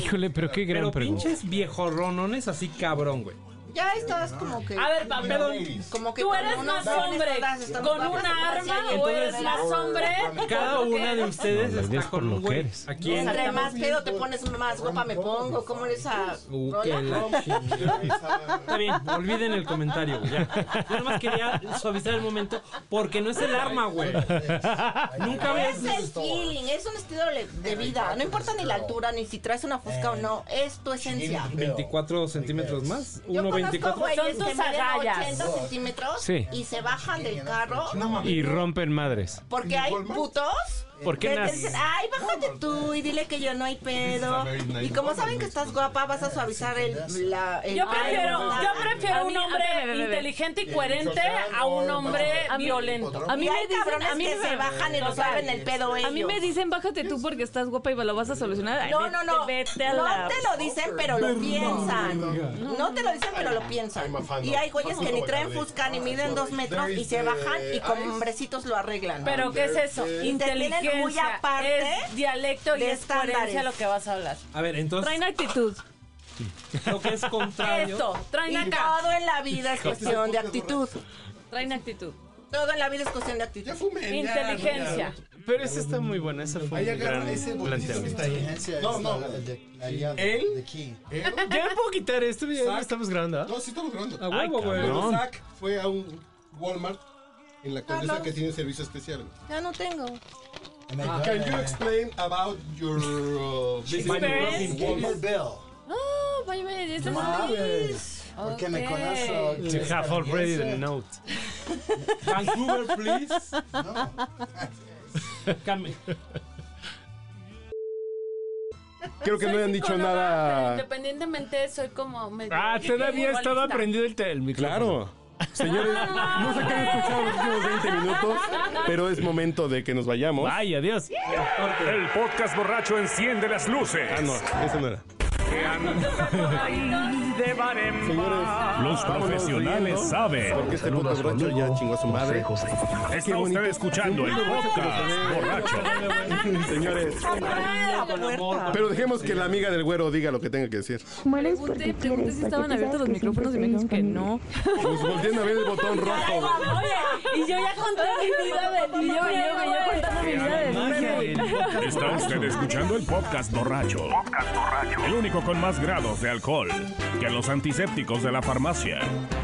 [SPEAKER 5] Híjole, pero qué gran
[SPEAKER 2] Pero
[SPEAKER 5] pregunta.
[SPEAKER 2] pinches viejorronones así cabrón, güey.
[SPEAKER 4] Ya estás como que.
[SPEAKER 6] A ver, pa- perdón.
[SPEAKER 4] Como que
[SPEAKER 6] ¿Tú
[SPEAKER 4] con
[SPEAKER 6] eres
[SPEAKER 4] unos
[SPEAKER 6] más
[SPEAKER 4] varones
[SPEAKER 6] hombre
[SPEAKER 4] todas estamos
[SPEAKER 6] con
[SPEAKER 4] bajas,
[SPEAKER 6] una
[SPEAKER 4] como
[SPEAKER 6] arma
[SPEAKER 4] si
[SPEAKER 6] o
[SPEAKER 4] alguien-
[SPEAKER 6] eres más hombre?
[SPEAKER 2] Cada
[SPEAKER 6] con lo que
[SPEAKER 2] una de
[SPEAKER 6] eres?
[SPEAKER 2] ustedes
[SPEAKER 5] No, las diez
[SPEAKER 2] está
[SPEAKER 5] por
[SPEAKER 2] con
[SPEAKER 5] lo
[SPEAKER 2] un
[SPEAKER 5] que
[SPEAKER 2] güey.
[SPEAKER 5] eres.
[SPEAKER 2] ¿A quién?
[SPEAKER 4] Entre más pedo te pones más guapa me pongo. ¿Cómo eres a.?
[SPEAKER 2] Uh, qué la chingada. Está bien, olviden el comentario, güey. ya. Yo nada más quería suavizar el momento porque no es el arma, güey. Nunca
[SPEAKER 4] Es
[SPEAKER 2] ves.
[SPEAKER 4] el feeling, es un estilo de- de vida. No importa ni la altura, ni si traes una fusca o no. Es tu esencia.
[SPEAKER 2] 24 centímetros más.
[SPEAKER 4] Yo conozco
[SPEAKER 2] 1.24.
[SPEAKER 4] güeyes
[SPEAKER 6] Son
[SPEAKER 4] que
[SPEAKER 6] tus
[SPEAKER 4] miden
[SPEAKER 6] agallas.
[SPEAKER 4] 80 centímetros
[SPEAKER 5] Sí.
[SPEAKER 4] y se bajan del carro
[SPEAKER 5] Y rompen madres.
[SPEAKER 4] porque hay putos.
[SPEAKER 5] ¿Por qué
[SPEAKER 4] que te
[SPEAKER 5] nas-
[SPEAKER 4] dicen, ay, bájate tú y dile que yo no hay pedo. Y como saben que estás guapa, vas a suavizar el... La, el
[SPEAKER 6] Yo prefiero,
[SPEAKER 4] Ay,
[SPEAKER 6] yo
[SPEAKER 4] no.
[SPEAKER 6] prefiero un hombre
[SPEAKER 3] a ver, a ver, a ver.
[SPEAKER 6] inteligente y coherente a un hombre violento.
[SPEAKER 3] A mí
[SPEAKER 4] Y hay
[SPEAKER 3] me dicen,
[SPEAKER 4] cabrones
[SPEAKER 3] a mí
[SPEAKER 4] que
[SPEAKER 3] me-
[SPEAKER 4] se bajan y nos saben el pedo ellos.
[SPEAKER 3] A mí me dicen, bájate tú porque estás guapa y lo vas a solucionar. Ay,
[SPEAKER 4] No,
[SPEAKER 3] vete,
[SPEAKER 4] no, no.
[SPEAKER 3] Vete a la...
[SPEAKER 4] No te lo dicen, pero lo piensan. No te lo dicen, pero lo piensan. Y hay güeyes que ni traen fusca ni miden dos metros y se bajan y con hombrecitos lo arreglan.
[SPEAKER 6] Pero ¿qué es eso?
[SPEAKER 4] Y te tienen muy
[SPEAKER 6] Inteligencia
[SPEAKER 4] aparte
[SPEAKER 6] es dialecto y
[SPEAKER 4] de
[SPEAKER 6] es coherencia
[SPEAKER 4] estándares.
[SPEAKER 6] lo que vas a hablar.
[SPEAKER 2] A ver, entonces
[SPEAKER 3] Traen actitud.
[SPEAKER 2] lo que es contrario.
[SPEAKER 6] Esto, traen
[SPEAKER 4] Y
[SPEAKER 6] acá.
[SPEAKER 4] todo en la vida es cuestión de actitud.
[SPEAKER 3] Traen actitud.
[SPEAKER 4] Todo en la vida es cuestión de actitud.
[SPEAKER 6] Inteligencia.
[SPEAKER 5] Pero esa está muy buena, esa fue un gran planteamiento.
[SPEAKER 1] ¿eh?
[SPEAKER 8] No, no. Él. The key.
[SPEAKER 5] Ya puedo quitar esto, ya lo estamos grabando. ¿ah?
[SPEAKER 1] No, sí estamos grabando.
[SPEAKER 2] A huevo, güey.
[SPEAKER 5] cabrón.
[SPEAKER 1] Zach fue a un Walmart en
[SPEAKER 6] Ah,
[SPEAKER 1] la condesa
[SPEAKER 4] no.
[SPEAKER 1] que tiene servicio especial.
[SPEAKER 4] Ya no tengo.
[SPEAKER 8] And they
[SPEAKER 1] Ah,
[SPEAKER 8] go
[SPEAKER 1] Can you
[SPEAKER 8] there.
[SPEAKER 1] explain about your uh, visit
[SPEAKER 6] Experience.
[SPEAKER 1] in
[SPEAKER 8] Give your
[SPEAKER 1] Walmart?
[SPEAKER 8] bill.
[SPEAKER 3] Oh, vaya, vaya,
[SPEAKER 8] No mames. Porque me
[SPEAKER 6] Ok.
[SPEAKER 8] conozco. que
[SPEAKER 5] You
[SPEAKER 8] es
[SPEAKER 5] have already the
[SPEAKER 8] canadiense.
[SPEAKER 5] note.
[SPEAKER 2] Vancouver, please. Cam-
[SPEAKER 1] Creo que no
[SPEAKER 6] Soy
[SPEAKER 1] le han dicho
[SPEAKER 6] psicóloga, pero
[SPEAKER 1] nada.
[SPEAKER 6] Independientemente, soy como. medio-
[SPEAKER 5] Ah, todavía estaba
[SPEAKER 6] igualista.
[SPEAKER 5] prendido el, tel- el micrófono.
[SPEAKER 1] Claro. Señores, no sé qué han escuchado los últimos 20 minutos, pero es momento de que nos vayamos.
[SPEAKER 5] Vaya, adiós.
[SPEAKER 9] El podcast borracho enciende las luces.
[SPEAKER 1] Ah, no, esa no era.
[SPEAKER 9] Que han-
[SPEAKER 10] de bar en
[SPEAKER 1] Señores,
[SPEAKER 9] Los
[SPEAKER 1] vámonos
[SPEAKER 9] profesionales
[SPEAKER 1] riendo,
[SPEAKER 9] saben.
[SPEAKER 1] Porque este puto borracho ya chingó a su madre. Ah,
[SPEAKER 9] Está
[SPEAKER 1] bonito.
[SPEAKER 9] usted escuchando el podcast borracho.
[SPEAKER 1] Señores,
[SPEAKER 4] La puerta.
[SPEAKER 1] pero dejemos que la amiga del güero diga lo que tenga que decir.
[SPEAKER 13] Mueres
[SPEAKER 3] Pregunté,
[SPEAKER 13] porque
[SPEAKER 3] pregunté
[SPEAKER 13] quieres.
[SPEAKER 3] si
[SPEAKER 13] porque
[SPEAKER 3] estaban
[SPEAKER 13] tú sabes
[SPEAKER 3] abiertos los
[SPEAKER 13] que
[SPEAKER 3] micrófonos y
[SPEAKER 13] siempre
[SPEAKER 3] me dijeron
[SPEAKER 13] estoy
[SPEAKER 3] que no.
[SPEAKER 1] Pues volteen a ver el botón rojo.
[SPEAKER 6] Oye, y yo ya conté mi vida de
[SPEAKER 3] Y yo, y yo,
[SPEAKER 6] niño,
[SPEAKER 3] y yo contando mi vida de
[SPEAKER 5] Magia del podcast
[SPEAKER 9] Está usted escuchando el podcast borracho. El único con más grados de alcohol que los antisépticos de la farmacia.